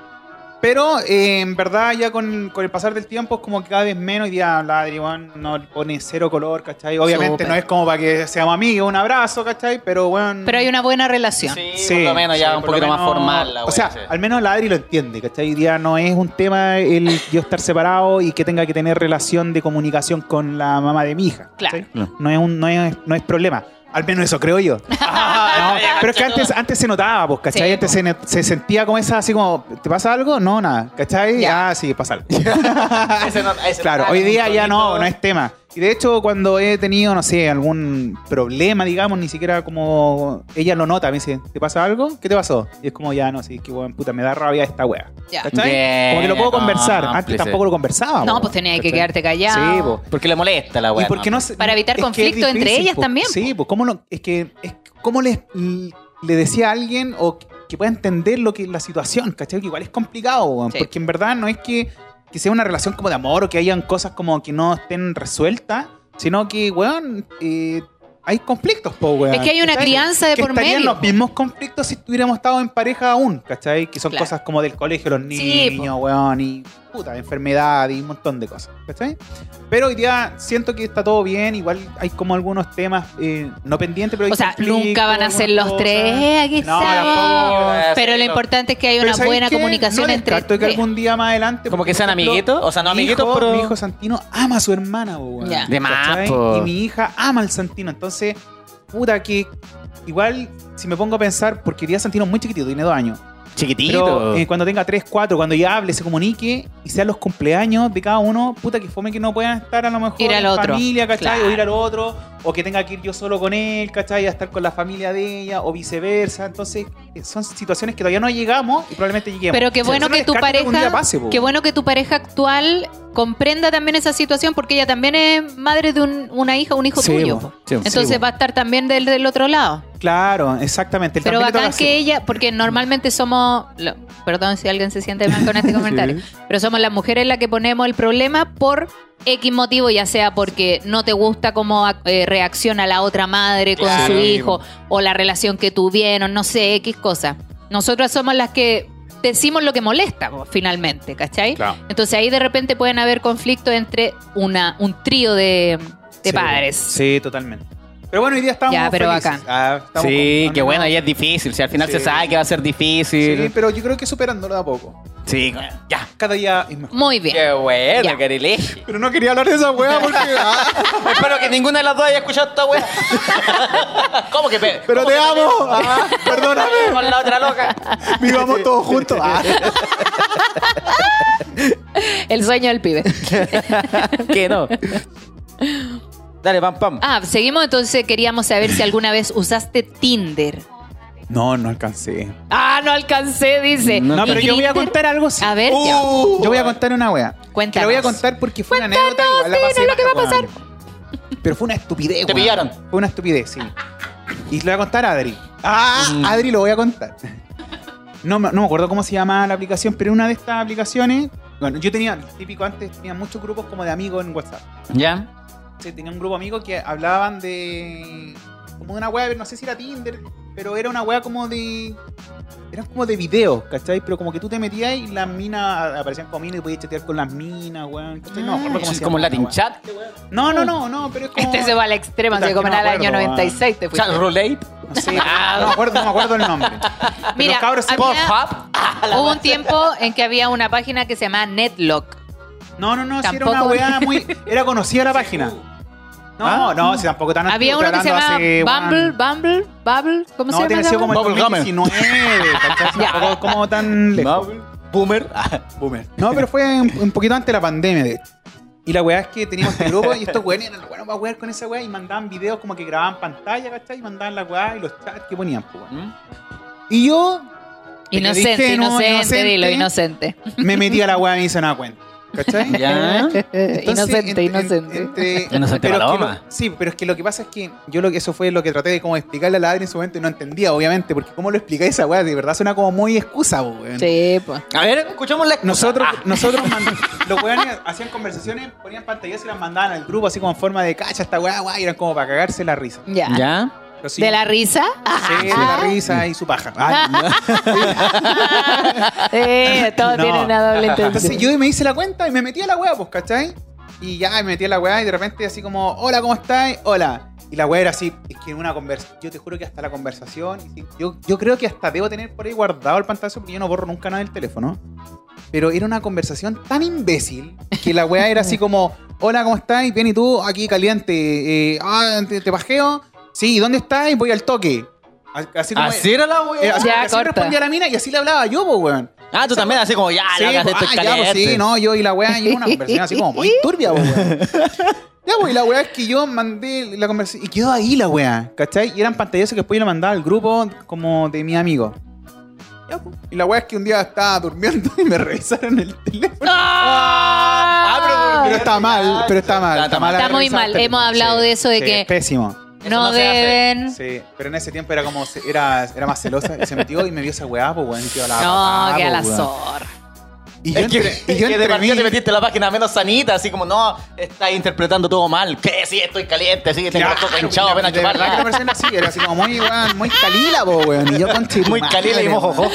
[SPEAKER 5] Pero eh, en verdad, ya con, con el pasar del tiempo, es como que cada vez menos. Y ya la Adri weón, no le pone cero color, ¿cachai? Obviamente
[SPEAKER 2] Súper.
[SPEAKER 5] no es como para que seamos amigos, un abrazo, ¿cachai? Pero bueno.
[SPEAKER 2] Pero hay una buena relación.
[SPEAKER 1] Sí, por lo menos ya un poquito más formal la
[SPEAKER 5] O
[SPEAKER 1] wea,
[SPEAKER 5] sea,
[SPEAKER 1] sí.
[SPEAKER 5] al menos la Adri lo entiende, ¿cachai? Hoy día no es un tema el yo estar separado y que tenga que tener relación de comunicación con la mamá de mi hija. ¿cachai? No, es un, no, es, no es problema. Al menos eso creo yo. No, pero es que antes, antes se notaba, pues, ¿cachai?
[SPEAKER 2] Sí,
[SPEAKER 5] antes se, ne- se sentía como esa, así como, ¿te pasa algo? No, nada, ¿cachai?
[SPEAKER 2] Ya.
[SPEAKER 5] Ah, sí, pasa algo.
[SPEAKER 1] Ese no- ese
[SPEAKER 5] Claro,
[SPEAKER 1] no-
[SPEAKER 5] hoy día ya no,
[SPEAKER 1] bonito.
[SPEAKER 5] no es tema. Y de hecho, cuando he tenido, no sé, algún problema, digamos, ni siquiera como ella lo nota, me dice, ¿te pasa algo? ¿Qué te pasó? Y es como, ya, no, sí, es que weón, puta, me da rabia esta wea.
[SPEAKER 2] Ya. Ah,
[SPEAKER 5] ¿Cachai?
[SPEAKER 1] Bien,
[SPEAKER 5] como que lo puedo conversar. Antes
[SPEAKER 1] cómplice.
[SPEAKER 5] tampoco lo conversaba.
[SPEAKER 2] No,
[SPEAKER 5] weón,
[SPEAKER 2] pues tenías que
[SPEAKER 5] Ah, ¿cachai?
[SPEAKER 2] quedarte callado.
[SPEAKER 5] Sí, po.
[SPEAKER 1] Porque le molesta la
[SPEAKER 5] Y
[SPEAKER 1] weá.
[SPEAKER 5] porque no se-
[SPEAKER 2] Para evitar
[SPEAKER 5] es que es
[SPEAKER 2] conflicto entre ellas
[SPEAKER 5] po.
[SPEAKER 2] también,
[SPEAKER 5] Sí, pues cómo no- es que es cómo les le decía a alguien o que pueda entender lo que es la situación, ¿cachai? Que igual es complicado, weón,
[SPEAKER 2] Sí.
[SPEAKER 5] porque en verdad no es que, que sea una relación como de amor o que hayan cosas como que no estén resueltas, sino que, weón, eh, hay conflictos, po, weón.
[SPEAKER 2] Es que hay una
[SPEAKER 5] ¿cachai?
[SPEAKER 2] crianza de
[SPEAKER 5] que
[SPEAKER 2] por
[SPEAKER 5] estarían
[SPEAKER 2] medio.
[SPEAKER 5] los mismos conflictos si estuviéramos estado en pareja aún, ¿cachai? Que son
[SPEAKER 2] Claro.
[SPEAKER 5] cosas como del colegio, los
[SPEAKER 2] Sí,
[SPEAKER 5] niños, weón, y puta, enfermedad y un montón de cosas, ¿cachai? Pero hoy día siento que está todo bien, igual hay como algunos temas eh, no pendientes, pero hay
[SPEAKER 2] O sea,
[SPEAKER 5] conflictos,
[SPEAKER 2] nunca van a ser los
[SPEAKER 5] algunas
[SPEAKER 2] tres.
[SPEAKER 5] cosas.
[SPEAKER 2] eh, aquí
[SPEAKER 5] No,
[SPEAKER 2] estamos.
[SPEAKER 5] tampoco.
[SPEAKER 2] Pero lo importante es que hay
[SPEAKER 5] Pero
[SPEAKER 2] una
[SPEAKER 5] ¿sabéis
[SPEAKER 2] buena
[SPEAKER 5] qué?
[SPEAKER 2] comunicación
[SPEAKER 5] no
[SPEAKER 2] entre
[SPEAKER 5] descarto que
[SPEAKER 2] tres.
[SPEAKER 5] algún día más adelante.
[SPEAKER 1] Como
[SPEAKER 5] porque,
[SPEAKER 1] que sean
[SPEAKER 5] por ejemplo,
[SPEAKER 1] amiguitos, o sea, no
[SPEAKER 5] mi
[SPEAKER 1] amiguitos,
[SPEAKER 5] hijo-
[SPEAKER 1] pero-
[SPEAKER 5] Mi hijo Santino ama a su hermana, po, weón.
[SPEAKER 2] Ya.
[SPEAKER 1] De más,
[SPEAKER 5] ¿cachai?
[SPEAKER 1] po.
[SPEAKER 5] Y mi hija ama al Santino. Entonces, puta, que igual, si me pongo a pensar, porque hoy día Santino es muy chiquitito, tiene dos años.
[SPEAKER 1] Chiquitito.
[SPEAKER 5] Pero eh, cuando tenga 3, 4, cuando ya hable, se comunique y sean los cumpleaños de cada uno, puta que fome que no puedan estar a lo mejor
[SPEAKER 2] Ir al
[SPEAKER 5] en
[SPEAKER 2] otro.
[SPEAKER 5] familia, ¿cachai?
[SPEAKER 2] Claro.
[SPEAKER 5] O ir al otro. o que tenga que ir yo solo con él, ¿cachai? A estar con la familia de ella, o viceversa. Entonces, eh, son situaciones que todavía no llegamos y probablemente lleguemos.
[SPEAKER 2] Pero qué
[SPEAKER 5] O sea,
[SPEAKER 2] bueno
[SPEAKER 5] yo no
[SPEAKER 2] que tu
[SPEAKER 5] descarto algún
[SPEAKER 2] pareja,
[SPEAKER 5] día pase, po.
[SPEAKER 2] qué bueno que tu pareja actual comprenda también esa situación porque ella también es madre de un- una hija, un hijo
[SPEAKER 5] Sí,
[SPEAKER 2] tuyo.
[SPEAKER 5] bo.
[SPEAKER 2] po.
[SPEAKER 5] Sí, bo.
[SPEAKER 2] Entonces
[SPEAKER 5] Sí, bo.
[SPEAKER 2] va a estar también del, del otro lado.
[SPEAKER 5] Claro, exactamente. Él
[SPEAKER 2] Pero
[SPEAKER 5] también le
[SPEAKER 2] bacán
[SPEAKER 5] toca
[SPEAKER 2] que
[SPEAKER 5] así.
[SPEAKER 2] ella, porque normalmente somos, lo- perdón si alguien se siente mal con este comentario, pero somos las mujeres las que ponemos el problema por X motivo, ya sea porque no te gusta cómo ac- eh, reacciona la otra madre con
[SPEAKER 3] Claro.
[SPEAKER 2] su
[SPEAKER 3] Sí,
[SPEAKER 2] hijo o la relación que tuvieron, no sé, X cosa. Nosotras somos las que decimos lo que molesta po, finalmente, ¿cachai?
[SPEAKER 3] Claro.
[SPEAKER 2] Entonces ahí de repente pueden haber conflictos entre una un trío de, de
[SPEAKER 5] Sí,
[SPEAKER 2] padres.
[SPEAKER 5] Sí, totalmente. Pero bueno, hoy día estamos.
[SPEAKER 2] Ya, pero
[SPEAKER 5] felices.
[SPEAKER 2] bacán.
[SPEAKER 5] Ah, estamos
[SPEAKER 1] Sí,
[SPEAKER 5] con-
[SPEAKER 1] qué
[SPEAKER 5] no,
[SPEAKER 1] bueno,
[SPEAKER 5] no.
[SPEAKER 1] y es difícil. Si al final
[SPEAKER 5] Sí.
[SPEAKER 1] se sabe que va a ser
[SPEAKER 5] Sí,
[SPEAKER 1] difícil.
[SPEAKER 5] pero yo creo que superándolo de a poco.
[SPEAKER 1] Sí, ya.
[SPEAKER 5] Cada día es mejor.
[SPEAKER 2] Muy bien.
[SPEAKER 1] Qué bueno,
[SPEAKER 2] Ya.
[SPEAKER 1] Carelé.
[SPEAKER 5] Pero no quería hablar de esa weá porque. ah,
[SPEAKER 1] Espero que ninguna de las dos haya escuchado esta wea. ¿Cómo que pe-
[SPEAKER 5] pero
[SPEAKER 1] cómo
[SPEAKER 5] te
[SPEAKER 1] que
[SPEAKER 5] amo. ah,
[SPEAKER 1] peleé
[SPEAKER 5] perdóname.
[SPEAKER 1] Con la otra loca.
[SPEAKER 5] Vivamos todos juntos. ah.
[SPEAKER 2] El sueño del pibe.
[SPEAKER 1] que no. Dale, pam, pam.
[SPEAKER 2] Ah, seguimos entonces. Queríamos saber si alguna vez usaste Tinder.
[SPEAKER 5] No, no alcancé.
[SPEAKER 2] Ah, no alcancé, dice.
[SPEAKER 1] No,
[SPEAKER 5] No,
[SPEAKER 2] ¿Y
[SPEAKER 5] pero yo voy a
[SPEAKER 2] Grindr?
[SPEAKER 5] contar algo. sí.
[SPEAKER 2] A ver, ya.
[SPEAKER 5] Uh, yo voy a contar una wea.
[SPEAKER 2] Cuéntanos.
[SPEAKER 5] Que la voy a contar porque fue una anécdota.
[SPEAKER 2] Cuéntanos,
[SPEAKER 5] igual la pasé
[SPEAKER 2] dinos lo que
[SPEAKER 5] baja,
[SPEAKER 2] va a pasar.
[SPEAKER 5] weón. Pero fue una estupidez,
[SPEAKER 1] Te
[SPEAKER 5] weón.
[SPEAKER 1] pillaron.
[SPEAKER 5] Fue una estupidez, sí. Y lo voy a contar a Adri. Ah, Adri lo voy a contar. No, me- no me acuerdo cómo se llamaba la aplicación, pero una de estas aplicaciones. Bueno, yo tenía, típico antes, tenía muchos grupos como de amigos en WhatsApp.
[SPEAKER 1] ¿Ya?
[SPEAKER 5] Sí, tenía un grupo de amigos que hablaban de. como de una wea, no sé si era Tinder, pero era una wea como de. Eran como de videos, ¿cachai? Pero como que tú te metías y las minas aparecían con minas y podías chatear con las minas, weón. ¿cachai? No, me acuerdo cómo
[SPEAKER 1] Ah, Es
[SPEAKER 5] se
[SPEAKER 1] como
[SPEAKER 5] llamaba la
[SPEAKER 1] Latin
[SPEAKER 5] wea.
[SPEAKER 1] chat.
[SPEAKER 5] No, no, no, no, pero es como.
[SPEAKER 2] Este se va al extremo,
[SPEAKER 5] Puta,
[SPEAKER 2] así como
[SPEAKER 5] que no
[SPEAKER 2] en el año
[SPEAKER 5] acuerdo, ah.
[SPEAKER 2] 96 te fuiste.
[SPEAKER 1] Chat Roulette.
[SPEAKER 5] No, sé, no me acuerdo, no me acuerdo el nombre. Pero
[SPEAKER 2] Mira,
[SPEAKER 5] los cabros se-
[SPEAKER 2] había- Ah,
[SPEAKER 1] Pornhub.
[SPEAKER 2] Hubo un tiempo en que había una página que se llamaba Netlock.
[SPEAKER 5] No, no, no, sí, era una
[SPEAKER 2] Tampoco-
[SPEAKER 5] wea muy. Era conocida la página. No,
[SPEAKER 1] Ah.
[SPEAKER 5] no, si tampoco tan
[SPEAKER 2] Había
[SPEAKER 5] estoy
[SPEAKER 2] uno que se
[SPEAKER 5] hablando
[SPEAKER 2] llamaba
[SPEAKER 5] hace, weón,
[SPEAKER 2] Bumble, Bumble, Bumble, ¿cómo
[SPEAKER 5] No,
[SPEAKER 2] se llama?
[SPEAKER 5] tiene que
[SPEAKER 2] esa
[SPEAKER 5] ser como
[SPEAKER 2] wea?
[SPEAKER 5] el
[SPEAKER 1] Bubble Gummer.
[SPEAKER 5] 2019, ¿cachai?
[SPEAKER 2] Ya.
[SPEAKER 5] Tampoco como tan lejos.
[SPEAKER 1] Boomer.
[SPEAKER 5] Boomer. No, pero fue un, un poquito antes de la pandemia, de hecho. Y la weá es que teníamos este grupo y estos weones eran los buenos para wear con esa weá y mandaban videos como que grababan pantalla, ¿cachai? Y mandaban la weá y los chats que ponían, pues, weón.
[SPEAKER 2] Mm.
[SPEAKER 5] Y yo
[SPEAKER 2] Inocente,
[SPEAKER 5] Dije, no,
[SPEAKER 2] inocente,
[SPEAKER 5] inocente.
[SPEAKER 2] dilo, inocente.
[SPEAKER 5] me metí a la weá y me hice una cuenta, ¿cachai?
[SPEAKER 1] ¿Ya?
[SPEAKER 5] Entonces,
[SPEAKER 2] inocente,
[SPEAKER 5] ent-
[SPEAKER 2] inocente.
[SPEAKER 5] ent- entre-
[SPEAKER 1] Inocente
[SPEAKER 5] pero es que
[SPEAKER 1] paloma.
[SPEAKER 5] lo- sí, pero es que lo que pasa es que yo lo que eso fue lo que traté de como explicarle a la Adri en su momento y no entendía, obviamente, porque cómo lo explicáis esa weá, de verdad suena como muy excusa, po, weón.
[SPEAKER 2] sí, pues.
[SPEAKER 1] A ver, escuchamos la
[SPEAKER 5] Nosotros,
[SPEAKER 1] Ah.
[SPEAKER 5] nosotros mand- los weones hacían conversaciones, ponían pantallas y las mandaban al grupo así como en forma de cacha, esta weá, guay, eran como para cagarse la risa.
[SPEAKER 2] Ya.
[SPEAKER 1] ¿Ya?
[SPEAKER 5] Pero sí,
[SPEAKER 2] ¿De la risa?
[SPEAKER 5] sí, de la risa y su paja. Ah, Ay, no.
[SPEAKER 2] Eh, todo
[SPEAKER 5] No.
[SPEAKER 2] tiene una doble intención.
[SPEAKER 5] Entonces yo me hice la cuenta y me metí a la weá, pues, ¿cachai? Y ya me metí a la weá y de repente así como, hola, ¿cómo estáis? Hola. Y la weá era así, es que en una conversación, yo te juro que hasta la conversación, y sí, yo, yo creo que hasta debo tener por ahí guardado el pantallazo porque yo no borro nunca nada del teléfono. Pero era una conversación tan imbécil que la weá era así como, hola, ¿cómo estáis? Bien, ¿y tú? Aquí caliente. Eh, ah, te, te bajeo. Sí, ¿y dónde estáis? Voy al toque. Así como...
[SPEAKER 1] Así era la
[SPEAKER 5] eh,
[SPEAKER 1] wea.
[SPEAKER 5] así,
[SPEAKER 2] ¿Ah, Ya,
[SPEAKER 5] así
[SPEAKER 2] corta.
[SPEAKER 5] respondía la mina y así le hablaba yo, pues, weón
[SPEAKER 1] Ah, tú también, así como ya,
[SPEAKER 5] sí,
[SPEAKER 1] la hagas
[SPEAKER 5] pues,
[SPEAKER 1] esto
[SPEAKER 5] ah, ya, pues, sí, no, yo y la weá, y una conversación así como muy turbia, po, weón. Ya, pues, y la weá es que yo mandé la conversación y quedó ahí la weá, ¿cachai? Y eran pantallazos que después yo le mandaba al grupo como de mi amigo. Ya, pues. Y la weá es que un día estaba durmiendo y me revisaron el teléfono.
[SPEAKER 2] Ah,
[SPEAKER 5] Pero está mal, pero está mal.
[SPEAKER 1] Está- está mal.
[SPEAKER 5] la
[SPEAKER 2] Está muy
[SPEAKER 5] revisada del
[SPEAKER 2] mal, hemos
[SPEAKER 5] teléfono.
[SPEAKER 2] hablado de eso de
[SPEAKER 5] sí,
[SPEAKER 2] que- Mm.
[SPEAKER 5] es Pésimo.
[SPEAKER 1] Eso
[SPEAKER 2] no,
[SPEAKER 1] no se hace.
[SPEAKER 2] deben.
[SPEAKER 5] Sí, pero en ese tiempo era como, era, era más celosa y se metió y me vio esa weá, pues weón, y quedó
[SPEAKER 2] No,
[SPEAKER 5] la patada,
[SPEAKER 2] que a
[SPEAKER 5] po,
[SPEAKER 2] la
[SPEAKER 5] weón.
[SPEAKER 2] zorra.
[SPEAKER 5] Y yo
[SPEAKER 1] Es que,
[SPEAKER 5] entre- y
[SPEAKER 1] es que
[SPEAKER 5] yo
[SPEAKER 1] de
[SPEAKER 5] entre
[SPEAKER 1] partida
[SPEAKER 5] mí-
[SPEAKER 1] te metiste en la página menos sanita, así como no, estás interpretando todo mal. Que sí, estoy caliente, sí, tengo los
[SPEAKER 5] Claro,
[SPEAKER 1] cocos hinchados,
[SPEAKER 5] de
[SPEAKER 1] ven a
[SPEAKER 5] verdad que la
[SPEAKER 1] chuparla.
[SPEAKER 5] persona así, era así como muy, weón, muy calila, po, weón. Y yo con
[SPEAKER 1] Muy calila y mojo, jojo.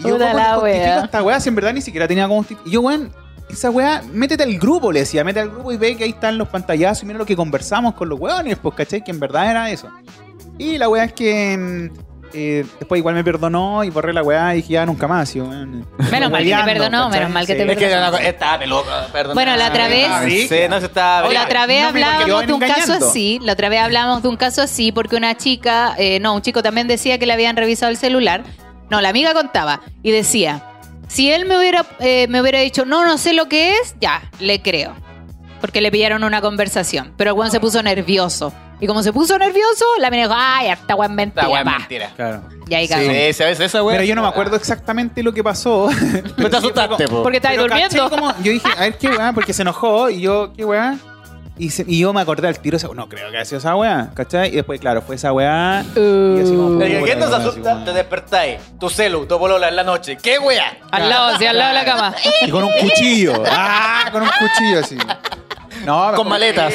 [SPEAKER 5] Y yo,
[SPEAKER 2] Puta
[SPEAKER 5] ¿cómo
[SPEAKER 2] la
[SPEAKER 5] te justifico
[SPEAKER 2] wea.
[SPEAKER 5] esta weá, si en verdad ni siquiera tenía como justific- Y yo, weón, esa weá, métete al grupo, le decía, métete al grupo y ve que ahí están los pantallazos y mira lo que conversamos con los weones, pues, ¿cachai? Que en verdad era eso. Y la weá es que... mm, eh, después igual me perdonó y borré la weá y dije, ya nunca más. y yo, weón,
[SPEAKER 2] Menos mal que te
[SPEAKER 5] hueleando,
[SPEAKER 2] perdonó,
[SPEAKER 5] ¿cachai?
[SPEAKER 2] menos mal que te
[SPEAKER 5] Sí.
[SPEAKER 1] Es que era una cosa- estaba peluca, perdón.
[SPEAKER 2] Bueno, la otra vez-
[SPEAKER 1] Sí, no se estaba.
[SPEAKER 2] La otra vez
[SPEAKER 5] no me
[SPEAKER 2] hablábamos
[SPEAKER 5] quedo
[SPEAKER 2] de un caso
[SPEAKER 5] engañando.
[SPEAKER 2] así, la otra vez hablábamos de un caso así porque una chica, eh, no, un chico también decía que le habían revisado el celular. No, la amiga contaba y decía, si él me hubiera, eh, me hubiera dicho, no, no sé lo que es, ya, le creo. Porque le pillaron una conversación, pero el weón se puso nervioso. Y como se puso nervioso, la mina dijo, ay, esta weá es mentira.
[SPEAKER 1] Esta weá es
[SPEAKER 2] pa".
[SPEAKER 1] mentira.
[SPEAKER 5] Claro.
[SPEAKER 2] Y ahí
[SPEAKER 5] Sí.
[SPEAKER 2] cagó.
[SPEAKER 1] Sí, sí, a veces esa weá.
[SPEAKER 5] Pero yo no me acuerdo exactamente lo que pasó.
[SPEAKER 1] Pero te asustaste, po.
[SPEAKER 2] Porque estabas
[SPEAKER 5] Pero caché
[SPEAKER 2] durmiendo.
[SPEAKER 5] como- yo dije, a ver qué weá, porque se enojó y yo, qué weá. Y, se- y yo me acordé al tiro, esa- no creo que haya sido esa weá, ¿cachai? Y después, claro, fue esa weá. Y así como,
[SPEAKER 1] Pero ¿Qué
[SPEAKER 5] puta,
[SPEAKER 1] nos
[SPEAKER 5] weá, así
[SPEAKER 1] asusta?
[SPEAKER 5] como-
[SPEAKER 1] Te despertáis. Tu celu, tu polola en la noche. ¿Qué weá?
[SPEAKER 2] Al lado, sí, al lado de la cama.
[SPEAKER 5] Y con un cuchillo. ¡Ah! Con un cuchillo así. No, me
[SPEAKER 1] Con
[SPEAKER 5] acuerdo-
[SPEAKER 1] maletas.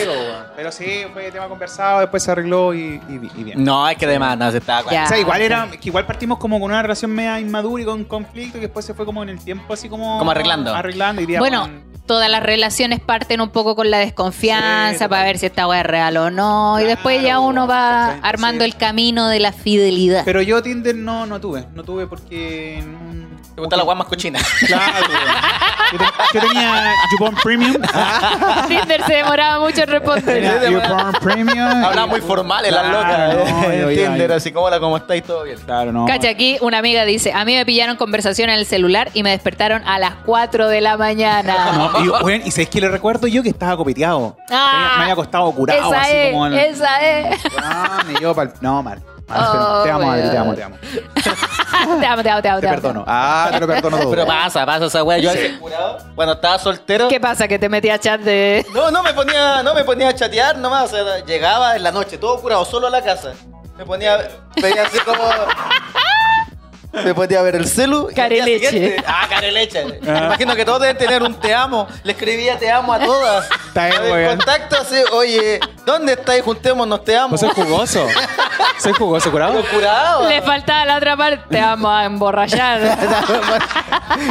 [SPEAKER 5] Pero sí, fue tema conversado, después se arregló y, y- y bien.
[SPEAKER 1] No, es que además no se estaba
[SPEAKER 2] Ya.
[SPEAKER 5] O sea, igual era, que igual partimos como con una relación media inmadura y con conflicto y después se fue como en el tiempo así como...
[SPEAKER 1] Como arreglando.
[SPEAKER 5] Arreglando, diría.
[SPEAKER 2] Bueno, todas las relaciones parten un poco con la
[SPEAKER 5] Sí,
[SPEAKER 2] desconfianza
[SPEAKER 5] total.
[SPEAKER 2] para ver si esta weá es real o no. y
[SPEAKER 5] Claro,
[SPEAKER 2] después ya uno va
[SPEAKER 5] ¿cachai?
[SPEAKER 2] armando
[SPEAKER 5] Sí.
[SPEAKER 2] el camino de la fidelidad.
[SPEAKER 5] Pero yo Tinder no, no tuve, no tuve porque... mm,
[SPEAKER 1] Te gusta la weá más cochina.
[SPEAKER 5] Claro, yo, te- yo tenía YouPorn Premium.
[SPEAKER 2] Tinder se demoraba mucho en responder.
[SPEAKER 5] Tenía YouPorn Premium.
[SPEAKER 1] Hablaba muy formal en las
[SPEAKER 5] Claro,
[SPEAKER 1] locas.
[SPEAKER 5] no, yo-
[SPEAKER 1] En
[SPEAKER 5] yo-
[SPEAKER 1] Tinder,
[SPEAKER 5] yo-
[SPEAKER 1] así como la como estáis, todo bien.
[SPEAKER 5] Claro, no.
[SPEAKER 2] Cacha, aquí una amiga dice, a mí me pillaron conversación en el celular y me despertaron a las 4 de la mañana.
[SPEAKER 5] No, y, bueno, y sabéis que le recuerdo yo que estaba copeteado.
[SPEAKER 2] Ah,
[SPEAKER 5] me había costado curado,
[SPEAKER 2] esa
[SPEAKER 5] así
[SPEAKER 2] es,
[SPEAKER 5] como en-
[SPEAKER 2] esa es.
[SPEAKER 5] Ah, me llevo pa'l- No, mal. mal,
[SPEAKER 2] Oh,
[SPEAKER 5] pero te amo,
[SPEAKER 2] weón.
[SPEAKER 5] Adri, te amo, te amo.
[SPEAKER 2] te amo, te amo, Oh, te amo.
[SPEAKER 5] Te
[SPEAKER 2] amo.
[SPEAKER 5] perdono. Ah, te lo perdono todo.
[SPEAKER 1] Pero pasa, pasa esa weá. Yo antes, curado, cuando estaba soltero.
[SPEAKER 2] ¿Qué pasa? Que te metí a chat de...
[SPEAKER 1] No, no me ponía, no me ponía a chatear nomás. O sea, llegaba en la noche, todo curado, solo a la casa. Me ponía, venía así como. Me ponía a ver el celu. y al día
[SPEAKER 2] Careleche.
[SPEAKER 1] siguiente- Ah, careleche. Me imagino que todos deben tener un te amo. Le escribía te amo a todas.
[SPEAKER 5] Está bien,
[SPEAKER 1] En
[SPEAKER 5] weón.
[SPEAKER 1] contacto así, oye, ¿dónde estáis? Juntémonos, te amo.
[SPEAKER 5] Vos sos jugoso. Soy jugoso, curado.
[SPEAKER 1] Pero curado.
[SPEAKER 2] Le faltaba la otra parte, te amo a emborrachar.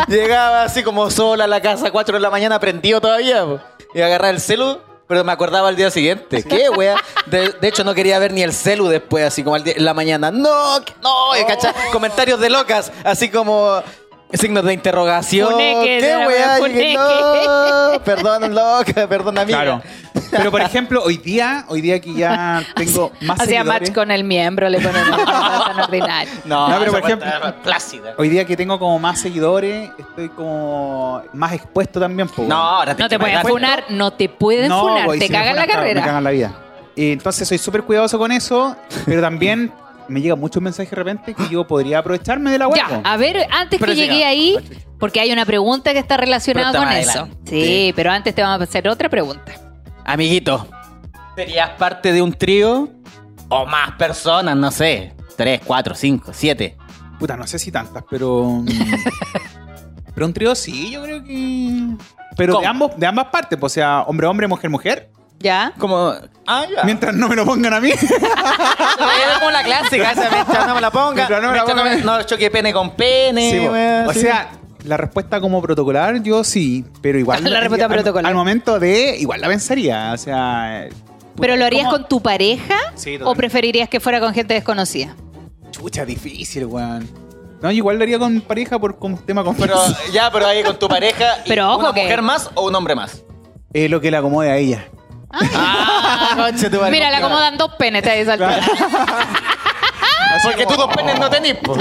[SPEAKER 1] Llegaba así como sola a la casa, 4 de la mañana, prendido todavía. po. Y agarraba el celu, pero me acordaba al día siguiente. ¿Qué, wea? De, de hecho, no quería ver ni el celu después, así como al día- en la mañana. No, que- no,
[SPEAKER 2] Oh.
[SPEAKER 1] y cachá, comentarios de locas, así como signos de interrogación.
[SPEAKER 2] Funeque,
[SPEAKER 1] ¿Qué,
[SPEAKER 2] de la
[SPEAKER 1] wea?
[SPEAKER 2] wea,
[SPEAKER 1] Y dije, No, perdón, loca, perdón, amiga.
[SPEAKER 5] Claro. Pero por ejemplo, hoy día, hoy día que ya tengo más
[SPEAKER 2] Hacía match
[SPEAKER 5] seguidores.
[SPEAKER 2] con el miembro, le ponen una cosa tan ordinaria.
[SPEAKER 1] No,
[SPEAKER 5] No, pero
[SPEAKER 1] esa
[SPEAKER 5] por
[SPEAKER 1] wea está
[SPEAKER 5] ejemplo-
[SPEAKER 1] Plácida.
[SPEAKER 5] Hoy día que tengo como más seguidores, estoy como más expuesto también. po.
[SPEAKER 1] No, ahora te
[SPEAKER 2] No te
[SPEAKER 1] me
[SPEAKER 2] pueden
[SPEAKER 1] das cuenta.
[SPEAKER 2] funar, no te pueden
[SPEAKER 5] No,
[SPEAKER 2] funar,
[SPEAKER 5] po, y
[SPEAKER 2] te
[SPEAKER 5] si me
[SPEAKER 2] cagan la
[SPEAKER 5] funan, claro,
[SPEAKER 2] carrera.
[SPEAKER 5] Me cagan la vida. Y entonces soy súper cuidadoso con eso, pero también me llegan muchos mensajes de repente que yo podría aprovecharme de la web.
[SPEAKER 2] Ya, ah. a ver, antes
[SPEAKER 1] Pero
[SPEAKER 2] que llegué
[SPEAKER 1] llega.
[SPEAKER 2] ahí, porque hay una pregunta que está relacionada
[SPEAKER 1] Pero
[SPEAKER 2] con
[SPEAKER 1] está más
[SPEAKER 2] eso.
[SPEAKER 1] adelante.
[SPEAKER 2] Sí, pero antes te vamos a hacer otra pregunta.
[SPEAKER 1] Amiguito, ¿serías parte de un trío o más personas? No sé. Tres, cuatro, cinco, siete.
[SPEAKER 5] Puta, no sé si tantas, pero. mm, pero un trío sí, yo creo que. Pero
[SPEAKER 1] ¿Cómo?
[SPEAKER 5] de, ambos, de ambas partes, pues, o sea, hombre, hombre, mujer, mujer.
[SPEAKER 2] ¿Ya?
[SPEAKER 1] Como. Ah, ya.
[SPEAKER 5] Mientras no me lo pongan a mí.
[SPEAKER 1] Es como la clásica, esa mecha no me la ponga.
[SPEAKER 5] Mientras no me la
[SPEAKER 1] mecha
[SPEAKER 5] ponga.
[SPEAKER 1] me- no choque pene con pene.
[SPEAKER 5] Sí, po.
[SPEAKER 1] wea,
[SPEAKER 5] o
[SPEAKER 1] sí.
[SPEAKER 5] sea, la respuesta como protocolar, yo sí, pero igual.
[SPEAKER 2] La respuesta
[SPEAKER 5] al-
[SPEAKER 2] protocolar.
[SPEAKER 5] Al momento de. Igual la pensaría, o sea.
[SPEAKER 2] ¿Pero lo harías
[SPEAKER 5] ¿Cómo?
[SPEAKER 2] con tu pareja
[SPEAKER 5] Sí,
[SPEAKER 2] o
[SPEAKER 5] totalmente.
[SPEAKER 2] preferirías que fuera con gente desconocida?
[SPEAKER 5] Chucha, difícil, weón. No, igual lo haría con pareja por con tema
[SPEAKER 1] Pero,
[SPEAKER 5] confianza.
[SPEAKER 1] ya, pero ahí con tu pareja. y
[SPEAKER 2] Pero ojo
[SPEAKER 1] ¿Una
[SPEAKER 2] que-
[SPEAKER 1] mujer más o un hombre más?
[SPEAKER 5] Es lo que le acomode a ella.
[SPEAKER 1] conche tu madre,
[SPEAKER 2] Mira, le
[SPEAKER 1] claro.
[SPEAKER 2] acomodan dos penes, te saltó.
[SPEAKER 1] Porque tú dos penes no tenís, po.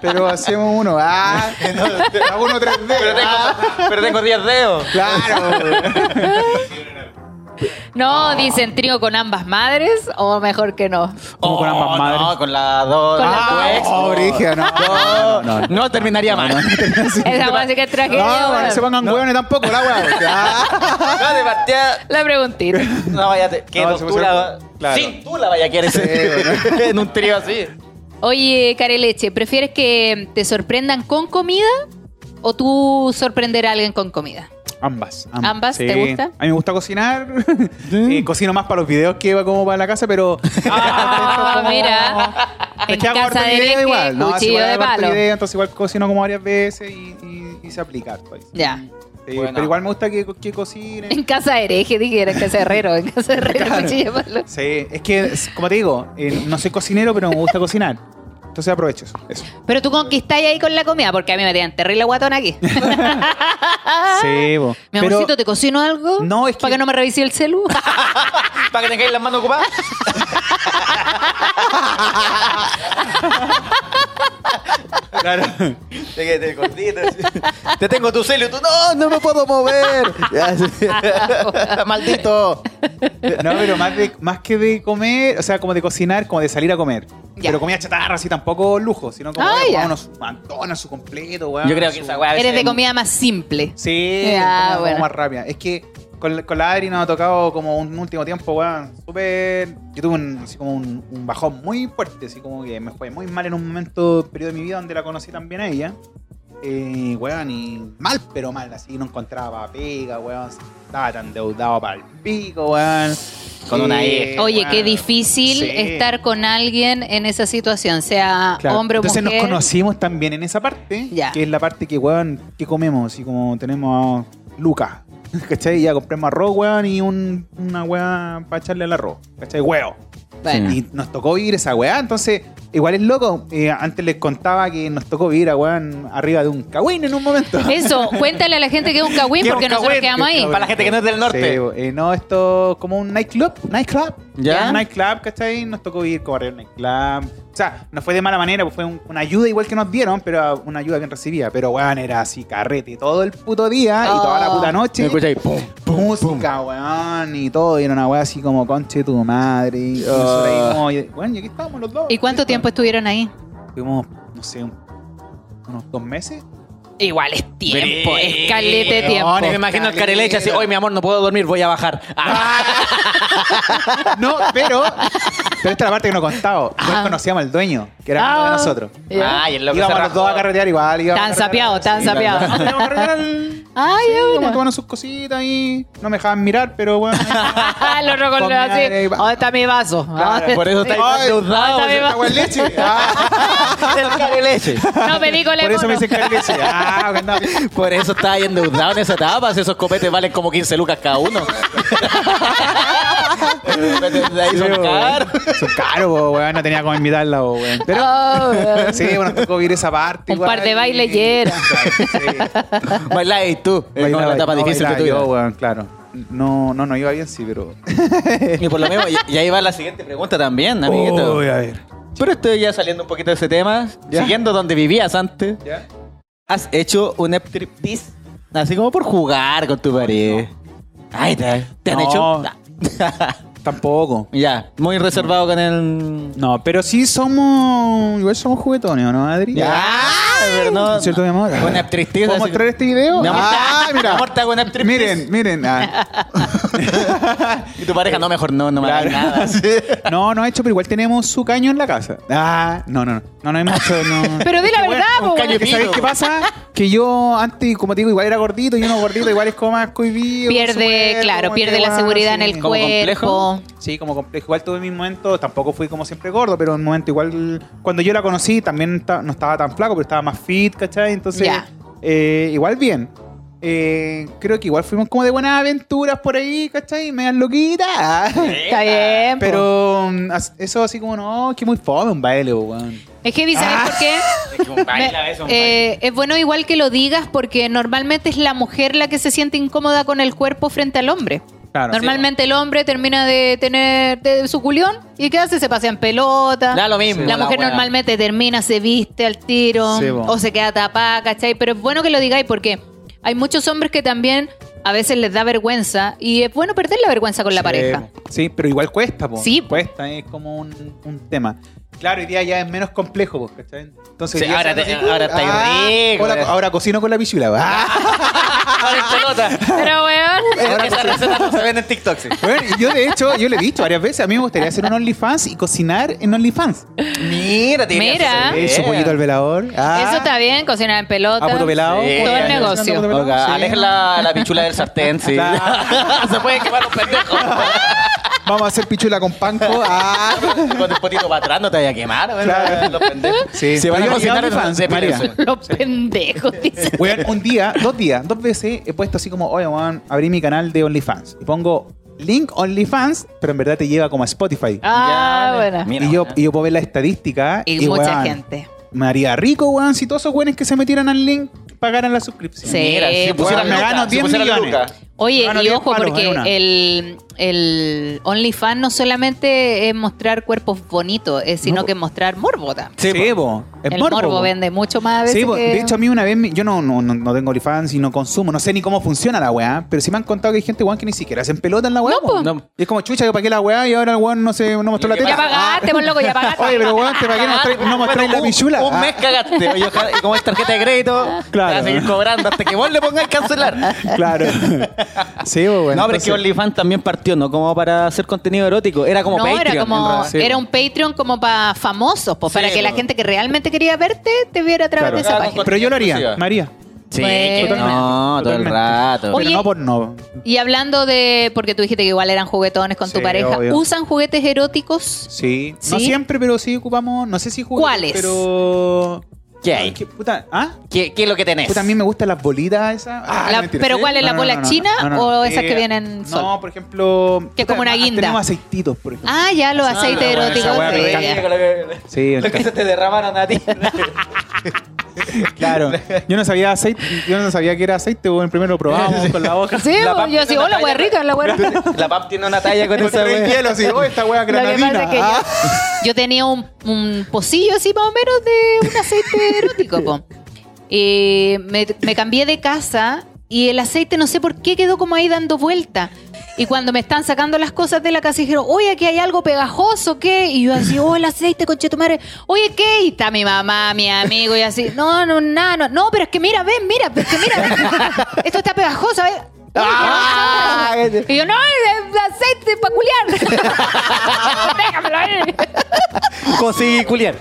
[SPEAKER 5] Pero hacemos uno. Ah, hago uno 3D.
[SPEAKER 1] Pero tengo,
[SPEAKER 5] ah,
[SPEAKER 1] pero tengo 10 dedos.
[SPEAKER 5] claro.
[SPEAKER 2] No, dicen trío con ambas madres o mejor que no.
[SPEAKER 5] ¿Cómo con ambas madres?
[SPEAKER 1] Oh, No, con las dos.
[SPEAKER 2] Con
[SPEAKER 1] las
[SPEAKER 2] las
[SPEAKER 1] dos
[SPEAKER 2] dos.
[SPEAKER 1] ex,
[SPEAKER 5] Oh, brígida, no.
[SPEAKER 1] No,
[SPEAKER 5] No, no, no.
[SPEAKER 1] no terminaría mal.
[SPEAKER 2] Esa base que traje.
[SPEAKER 5] No, no se pongan hueones tampoco, la weá. Ah,
[SPEAKER 1] No, de partida,
[SPEAKER 2] La preguntita.
[SPEAKER 1] No vaya a que
[SPEAKER 5] No,
[SPEAKER 1] no,
[SPEAKER 5] se
[SPEAKER 1] tú
[SPEAKER 5] puso-
[SPEAKER 1] la,
[SPEAKER 5] claro.
[SPEAKER 1] sí, tú la vaya a querer ser en un trío así.
[SPEAKER 2] Oye, Careleche, ¿prefieres que te sorprendan con comida o tú sorprender a alguien con comida?
[SPEAKER 5] Ambas,
[SPEAKER 2] ¿Ambas? ¿Te gusta?
[SPEAKER 5] A mí me gusta cocinar. Eh, cocino más para los videos que va como para la casa, pero.
[SPEAKER 2] Ah, mira.
[SPEAKER 5] Me
[SPEAKER 2] En
[SPEAKER 5] queda corto
[SPEAKER 2] casa
[SPEAKER 5] el
[SPEAKER 2] de
[SPEAKER 5] video
[SPEAKER 2] Benji,
[SPEAKER 5] igual. No, si
[SPEAKER 2] cuchillo
[SPEAKER 5] igual
[SPEAKER 2] de
[SPEAKER 5] hago corto el
[SPEAKER 2] palo.
[SPEAKER 5] video, entonces igual cocino como varias veces y, y- y se aplica. harto ahí.
[SPEAKER 2] Ya.
[SPEAKER 5] Sí,
[SPEAKER 1] Bueno.
[SPEAKER 5] Pero igual me gusta que, que cocinen.
[SPEAKER 2] En casa de hereje, dije, era en casa de herrero, en casa de herrero, cuchillo de palo.
[SPEAKER 5] Sí, es que, es- como te digo, eh, no soy cocinero, pero me gusta cocinar. Entonces aprovecho eso. eso.
[SPEAKER 2] Pero tú conquistáis ahí con la comida, porque a mí me tiran terrible guatón aquí.
[SPEAKER 5] Sí, bo.
[SPEAKER 2] Ah, Mi
[SPEAKER 5] Pero-
[SPEAKER 2] amorcito, ¿te cocino algo?
[SPEAKER 5] No, es que-
[SPEAKER 2] Para que no me revise el celu.
[SPEAKER 1] Para que tengáis las manos ocupadas.
[SPEAKER 5] Claro.
[SPEAKER 1] Te quedaste cortito. Te tengo tu celo y tú, no, no me puedo mover. Ya, sí. Maldito.
[SPEAKER 5] eh, No, pero más, de, más que de comer, o sea, como de cocinar, como de salir a comer.
[SPEAKER 2] Ya.
[SPEAKER 5] Pero comida chatarra, así tampoco lujo, sino como
[SPEAKER 2] Ah,
[SPEAKER 5] weón,
[SPEAKER 2] ya.
[SPEAKER 5] unos mantones, su completo, weón.
[SPEAKER 1] Yo creo que
[SPEAKER 5] Ah, su-
[SPEAKER 1] esa weá.
[SPEAKER 2] Eres de comida más simple.
[SPEAKER 5] Sí,
[SPEAKER 2] Ya,
[SPEAKER 5] como- como
[SPEAKER 2] Ah, bueno.
[SPEAKER 5] más rápida. Es que con, con la Adri nos ha tocado como un último tiempo, weón, súper... Yo tuve un, así como un, un bajón muy fuerte, así como que me fue muy mal en un momento, periodo de mi vida donde la conocí también a ella. Eh, weón, y mal, pero mal, así no encontraba pega, weón. Estaba tan deudado para el pico, weón. Eh,
[SPEAKER 1] Con una ex.
[SPEAKER 2] Oye,
[SPEAKER 5] weón.
[SPEAKER 2] qué difícil
[SPEAKER 5] Sí.
[SPEAKER 2] estar con alguien en esa situación, sea
[SPEAKER 5] Claro.
[SPEAKER 2] hombre o
[SPEAKER 5] Entonces
[SPEAKER 2] mujer.
[SPEAKER 5] nos conocimos también en esa parte,
[SPEAKER 2] Ya.
[SPEAKER 5] que es la parte que, weón, que comemos, y como tenemos a Lucas, ¿cachai? Ya compramos arroz, weón, y un- una weá para echarle al arroz, ¿cachai? Huevo.
[SPEAKER 2] Bueno.
[SPEAKER 5] Y nos tocó vivir esa weá, entonces, igual es loco. Eh, antes les contaba que nos tocó vivir a weón arriba de un cagüín en un momento.
[SPEAKER 2] Eso, cuéntale a la gente que es un cagüín
[SPEAKER 5] Que es un
[SPEAKER 2] porque nosotros
[SPEAKER 5] cagüín,
[SPEAKER 2] quedamos
[SPEAKER 5] que es
[SPEAKER 2] ahí.
[SPEAKER 5] cagüín.
[SPEAKER 1] Para la gente que no es del norte.
[SPEAKER 5] Sí, bo- eh, no, esto como un nightclub. Nightclub.
[SPEAKER 1] ¿Ya?
[SPEAKER 5] Un nightclub, ¿cachai? Nos tocó ir como arriba de un nightclub. O sea, no fue de mala manera, pues fue un- una ayuda igual que nos dieron, pero una ayuda que recibía. Pero, weón, era así, carrete todo el puto día y
[SPEAKER 2] Oh.
[SPEAKER 5] toda la puta
[SPEAKER 1] Me
[SPEAKER 5] noche.
[SPEAKER 1] escucháis, pum, pum, pum.
[SPEAKER 5] Música, weón, y todo. Y era una weá así como, conche tu madre. Y nosotros
[SPEAKER 1] Ah.
[SPEAKER 5] ahí como, y- bueno, y aquí estábamos los dos.
[SPEAKER 2] ¿Y cuánto tiempo estuvieron ahí?
[SPEAKER 5] Fuimos, no sé, un- unos dos meses.
[SPEAKER 2] Igual es tiempo, es calete de tiempo.
[SPEAKER 1] No, ni me imagino el careleche así, hoy mi amor, no puedo dormir, voy a bajar. Ah,
[SPEAKER 5] No, pero. Pero esta es la parte que no he contado. Igual conocíamos al dueño, que era amigo de
[SPEAKER 2] Ah.
[SPEAKER 5] nosotros.
[SPEAKER 2] Ya.
[SPEAKER 1] Ay, el loco se
[SPEAKER 5] íbamos
[SPEAKER 1] rajó.
[SPEAKER 5] los dos a carretear igual. íbamos
[SPEAKER 2] Tan
[SPEAKER 5] a carretear.
[SPEAKER 2] sapeado, tan
[SPEAKER 5] Sí,
[SPEAKER 2] sapeado.
[SPEAKER 5] claro. Íbamos a carretear al-
[SPEAKER 2] Ay,
[SPEAKER 5] sí,
[SPEAKER 2] ahora.
[SPEAKER 5] como tomando sus cositas y no me dejaban mirar, pero bueno.
[SPEAKER 2] Ah, lo rojo
[SPEAKER 5] Con mi
[SPEAKER 2] así.
[SPEAKER 5] madre y va.
[SPEAKER 2] ¿Dónde está mi vaso?
[SPEAKER 5] Claro,
[SPEAKER 1] Por eso estáis
[SPEAKER 5] Ay,
[SPEAKER 1] endeudados.
[SPEAKER 2] está bien.
[SPEAKER 5] Agua en leche. Ah,
[SPEAKER 1] El careleche.
[SPEAKER 2] No pedí con
[SPEAKER 5] por eso me dicen que en leche. Ah, porque andaba-
[SPEAKER 1] Por eso estáis endeudados en esa etapa. si esos copetes valen como 15 lucas cada uno. De ahí son
[SPEAKER 5] Sí, weón.
[SPEAKER 1] caros.
[SPEAKER 5] Son caros, po, weón. No tenía como invitarla, po, weón. Pero
[SPEAKER 2] Oh.
[SPEAKER 5] sí, bueno, tocó vivir esa parte.
[SPEAKER 2] Un
[SPEAKER 5] igual,
[SPEAKER 2] par de
[SPEAKER 5] y-
[SPEAKER 2] bailes y era.
[SPEAKER 5] Claro, sí.
[SPEAKER 1] Bailá y tú. Es como
[SPEAKER 5] Bailaba-
[SPEAKER 1] la etapa
[SPEAKER 5] no,
[SPEAKER 1] difícil que
[SPEAKER 5] bailaba yo,
[SPEAKER 1] tuvimos.
[SPEAKER 5] weón, claro. No, no, no iba bien, sí, pero.
[SPEAKER 1] Y por lo mismo, y- y ahí va la siguiente pregunta también, amiguito.
[SPEAKER 5] Uy, a ver.
[SPEAKER 1] Pero estoy ya saliendo un poquito de ese tema,
[SPEAKER 5] Ya.
[SPEAKER 1] siguiendo donde vivías antes.
[SPEAKER 5] ¿Ya?
[SPEAKER 1] ¿Has hecho un striptease? Así como por jugar con tu pareja. Ay, te, te han
[SPEAKER 5] No.
[SPEAKER 1] hecho.
[SPEAKER 5] Tampoco.
[SPEAKER 1] ya, muy reservado con el.
[SPEAKER 5] No, pero sí somos. Igual somos juguetones, ¿o no, Adri?
[SPEAKER 1] Ya, pero no.
[SPEAKER 5] ¿Cierto, mi amor?
[SPEAKER 1] Con striptease.
[SPEAKER 5] ¿Puedo
[SPEAKER 1] así-
[SPEAKER 5] mostrar este video?
[SPEAKER 1] Mi amor,
[SPEAKER 5] ah,
[SPEAKER 1] te-
[SPEAKER 5] mira.
[SPEAKER 1] mi amor, te hago un striptease.
[SPEAKER 5] Miren, miren. ah.
[SPEAKER 1] Y tu pareja, no, mejor no, no me hagas
[SPEAKER 5] Claro.
[SPEAKER 1] nada.
[SPEAKER 5] No, no he hecho, pero igual tenemos su caño en la casa. Ah, no, no, no. No, no hemos hecho. No.
[SPEAKER 2] Pero di la verdad, po,
[SPEAKER 1] caño
[SPEAKER 2] weón.
[SPEAKER 5] Es que, ¿Sabéis qué pasa? Que yo antes, como te digo, igual era gordito y uno gordito igual es como más cohibido.
[SPEAKER 2] Pierde,
[SPEAKER 5] con su cuerpo,
[SPEAKER 2] claro,
[SPEAKER 5] como
[SPEAKER 2] pierde
[SPEAKER 5] que,
[SPEAKER 2] la
[SPEAKER 5] guau,
[SPEAKER 2] seguridad en el
[SPEAKER 5] sí.
[SPEAKER 1] ¿Como complejo?
[SPEAKER 2] cuerpo.
[SPEAKER 5] Sí, como complejo. Igual tuve mis momentos, tampoco fui como siempre gordo, pero en un momento igual. Cuando yo la conocí también ta- no estaba tan flaco, pero estaba más fit, ¿cachai? Entonces,
[SPEAKER 2] Ya.
[SPEAKER 5] eh, igual bien. Eh, creo que igual fuimos como de buenas aventuras por ahí, ¿cachai? Medias loquitas.
[SPEAKER 2] Está bien. po.
[SPEAKER 5] Pero mm, as- eso así como, no, es que muy fome un baile, weón.
[SPEAKER 2] Es que ¿sabes
[SPEAKER 5] Ah.
[SPEAKER 2] por qué? Me- eh, es bueno igual que lo digas porque normalmente es la mujer la que se siente incómoda con el cuerpo frente al hombre.
[SPEAKER 5] Claro.
[SPEAKER 2] Normalmente el hombre termina de tener de su culión y ¿qué hace? Se pasea en pelota.
[SPEAKER 1] Da lo mismo,
[SPEAKER 2] Ah. La
[SPEAKER 1] la
[SPEAKER 2] mujer
[SPEAKER 1] wea.
[SPEAKER 2] normalmente termina, se viste al tiro
[SPEAKER 5] Sí, po.
[SPEAKER 2] o se queda tapada, ¿cachai? Pero es bueno que lo digáis porque hay muchos hombres que también a veces les da vergüenza y es bueno perder la vergüenza con la
[SPEAKER 5] Sí,
[SPEAKER 2] pareja.
[SPEAKER 5] Sí, pero igual cuesta, po.
[SPEAKER 2] Sí, po.
[SPEAKER 5] Cuesta, es como un, un tema. Claro, hoy día ya es menos complejo, po, ¿cachai? Entonces,
[SPEAKER 1] Sí,
[SPEAKER 5] hoy día
[SPEAKER 1] ahora
[SPEAKER 5] se
[SPEAKER 1] te-
[SPEAKER 5] hace así,
[SPEAKER 1] ahora está rico,
[SPEAKER 5] Ahora,
[SPEAKER 1] ahora-
[SPEAKER 5] ahora cocino con la pichula. Ah.
[SPEAKER 1] Ahora en pelota.
[SPEAKER 2] Pero weón.
[SPEAKER 1] Ahora esa receta no se ven en TikTok, sí.
[SPEAKER 5] Bueno, y yo de hecho, yo le he dicho varias veces, a mí me gustaría hacer un OnlyFans y cocinar en OnlyFans.
[SPEAKER 1] Mira, te diría
[SPEAKER 2] Mira.
[SPEAKER 1] que se
[SPEAKER 5] Eh, su
[SPEAKER 1] vea.
[SPEAKER 5] pollito al velador. Ah.
[SPEAKER 2] Eso está bien, cocinar en pelota.
[SPEAKER 5] A puto pelado.
[SPEAKER 1] Sí.
[SPEAKER 2] Todo el
[SPEAKER 1] Sí.
[SPEAKER 2] negocio.
[SPEAKER 5] A puto pelado,
[SPEAKER 1] Ok,
[SPEAKER 5] sí.
[SPEAKER 1] Aleja la, la pichula del sartén, sí.
[SPEAKER 5] Claro.
[SPEAKER 1] se puede quemar los pendejos.
[SPEAKER 5] Vamos a hacer pichula con panco. Ah.
[SPEAKER 1] Con el potito para atrás no te vaya a quemar, ¿verdad?
[SPEAKER 5] Claro.
[SPEAKER 1] Los pendejos.
[SPEAKER 5] Sí,
[SPEAKER 1] Se van a
[SPEAKER 5] pero yo- yo
[SPEAKER 1] cocinar en
[SPEAKER 5] OnlyFans,
[SPEAKER 1] se
[SPEAKER 5] María.
[SPEAKER 1] piden eso.
[SPEAKER 2] Los pendejos, dice.
[SPEAKER 5] Weón, un día, dos días, dos veces he puesto así como, oye, weón, abrí mi canal de OnlyFans. Y pongo link OnlyFans, pero en verdad te lleva como a Spotify.
[SPEAKER 2] Ah,
[SPEAKER 1] Ya,
[SPEAKER 2] bueno.
[SPEAKER 1] mira,
[SPEAKER 5] y, yo,
[SPEAKER 1] bueno.
[SPEAKER 5] y yo puedo ver la estadística.
[SPEAKER 2] Y mucha
[SPEAKER 5] weón,
[SPEAKER 2] gente.
[SPEAKER 5] Me haría rico, weón, si todos esos weones que se metieran al link pagaran la suscripción.
[SPEAKER 2] Sí.
[SPEAKER 1] Mira, si
[SPEAKER 2] Weón,
[SPEAKER 1] pusieran
[SPEAKER 5] me
[SPEAKER 1] lucas,
[SPEAKER 5] gano
[SPEAKER 1] si
[SPEAKER 5] 10
[SPEAKER 1] pusieran
[SPEAKER 5] millones.
[SPEAKER 1] lucas.
[SPEAKER 2] Oye,
[SPEAKER 5] Bueno,
[SPEAKER 2] y
[SPEAKER 5] diez
[SPEAKER 2] ojo,
[SPEAKER 5] palos,
[SPEAKER 2] porque
[SPEAKER 5] hay una.
[SPEAKER 2] el, el OnlyFans no solamente es mostrar cuerpos bonitos, es sino
[SPEAKER 5] No.
[SPEAKER 2] que mostrar morbo también.
[SPEAKER 5] Sí, po. Es
[SPEAKER 2] el morbo,
[SPEAKER 5] po.
[SPEAKER 2] vende mucho más a veces
[SPEAKER 5] Sí, po.
[SPEAKER 2] que-
[SPEAKER 5] de hecho a mí una vez, me- yo no, no, no, no tengo OnlyFans y no consumo, no sé ni cómo funciona la weá, pero sí me han contado que hay gente weón que ni siquiera hacen pelota en la weá.
[SPEAKER 2] No,
[SPEAKER 5] po.
[SPEAKER 2] po.
[SPEAKER 5] No. Y es como chucha, yo pagué la weá y ahora el weón no, se, no mostró la
[SPEAKER 3] Ya
[SPEAKER 5] teta.
[SPEAKER 2] Ya pagaste, por loco, ya pagaste.
[SPEAKER 5] ah. Oye, pero weón, te pagué no mostré- no mostré la
[SPEAKER 1] Un-
[SPEAKER 5] pichula.
[SPEAKER 1] Un,
[SPEAKER 5] Ah.
[SPEAKER 1] mes cagaste. Oye, ojalá- y como es tarjeta de crédito,
[SPEAKER 5] Claro.
[SPEAKER 1] te vas a seguir cobrando hasta que vos le pongas cancelar.
[SPEAKER 5] Claro. sí, po, weón.
[SPEAKER 1] no, pero
[SPEAKER 5] Entonces-
[SPEAKER 1] es que OnlyFans también partió, ¿no? Como para hacer contenido erótico. Era como
[SPEAKER 2] no,
[SPEAKER 1] Patreon.
[SPEAKER 2] era
[SPEAKER 1] en
[SPEAKER 2] como
[SPEAKER 1] realidad.
[SPEAKER 5] sí.
[SPEAKER 2] era un Patreon como para famosos, pues, para
[SPEAKER 1] Sí,
[SPEAKER 2] que la
[SPEAKER 1] po.
[SPEAKER 2] gente que realmente quería verte te viera a través
[SPEAKER 5] Claro.
[SPEAKER 2] de esa
[SPEAKER 1] Claro,
[SPEAKER 2] página.
[SPEAKER 5] Pero yo lo haría,
[SPEAKER 1] Exclusiva.
[SPEAKER 5] María.
[SPEAKER 1] Sí,
[SPEAKER 2] Bueno.
[SPEAKER 1] que no, todo el
[SPEAKER 5] Totalmente.
[SPEAKER 1] rato.
[SPEAKER 2] Eh, Oye.
[SPEAKER 5] Pero no por no.
[SPEAKER 2] Y hablando de, porque tú dijiste que igual eran juguetones con tu
[SPEAKER 5] Sí,
[SPEAKER 2] pareja,
[SPEAKER 5] obvio.
[SPEAKER 2] ¿usan juguetes eróticos?
[SPEAKER 5] Sí. No
[SPEAKER 2] ¿Sí?
[SPEAKER 5] siempre, pero sí ocupamos, no sé si jugamos.
[SPEAKER 2] ¿Cuáles?
[SPEAKER 5] Pero...
[SPEAKER 1] ¿Qué hay?
[SPEAKER 5] ¿Qué puta? ¿Ah?
[SPEAKER 1] ¿Qué, qué es lo que tenés?
[SPEAKER 5] Puta, a mí me gustan las bolitas esas. Ah,
[SPEAKER 2] La-
[SPEAKER 5] mentira.
[SPEAKER 2] ¿pero cuál es, la bola china o esas que
[SPEAKER 5] Eh,
[SPEAKER 2] vienen sol?
[SPEAKER 5] No, por ejemplo.
[SPEAKER 2] Que es como
[SPEAKER 5] puta,
[SPEAKER 2] una
[SPEAKER 5] ah,
[SPEAKER 2] guinda.
[SPEAKER 5] Tenemos aceititos, por ejemplo.
[SPEAKER 2] Ah, ya, los aceites
[SPEAKER 1] Ah, bueno,
[SPEAKER 2] eróticos.
[SPEAKER 1] esa weá
[SPEAKER 2] sí.
[SPEAKER 1] me encanta. Lo que-
[SPEAKER 5] Sí,
[SPEAKER 1] Lo que se te derramaron a ti.
[SPEAKER 5] claro. Yo no sabía aceite, yo no sabía que era aceite, bueno, primero lo probamos con la boca.
[SPEAKER 2] Sí, pues,
[SPEAKER 1] La
[SPEAKER 2] yo sí,
[SPEAKER 1] tiene
[SPEAKER 2] hola,
[SPEAKER 1] una
[SPEAKER 2] wea
[SPEAKER 1] talla-
[SPEAKER 2] rica, la wea rica.
[SPEAKER 1] La PAP tiene una talla con esa
[SPEAKER 5] Encontré el
[SPEAKER 1] wea.
[SPEAKER 5] hielo, así, oh, esta wea
[SPEAKER 2] Lo que pasa
[SPEAKER 5] granadina.
[SPEAKER 2] es que
[SPEAKER 5] ah.
[SPEAKER 2] yo, yo tenía un, un pocillo así más o menos de un aceite erótico. po. Eh, me, me cambié de casa y el aceite no sé por qué quedó como ahí dando vuelta. Y cuando me están sacando las cosas de la casa dijeron, oye, aquí hay algo pegajoso, ¿qué? Y yo así, oh, el aceite, conchetumare. Oye, ¿qué? Y está mi mamá, mi amigo, y así, no, no, nada, no, no, pero es que mira, ven, mira, pero es que mira, ven. esto está pegajoso, ¿eh?" ¿ves?
[SPEAKER 1] Ah,
[SPEAKER 2] Y yo, no, es de aceite para culiar. Déjamelo eh. ahí.
[SPEAKER 1] Conseguí culiar.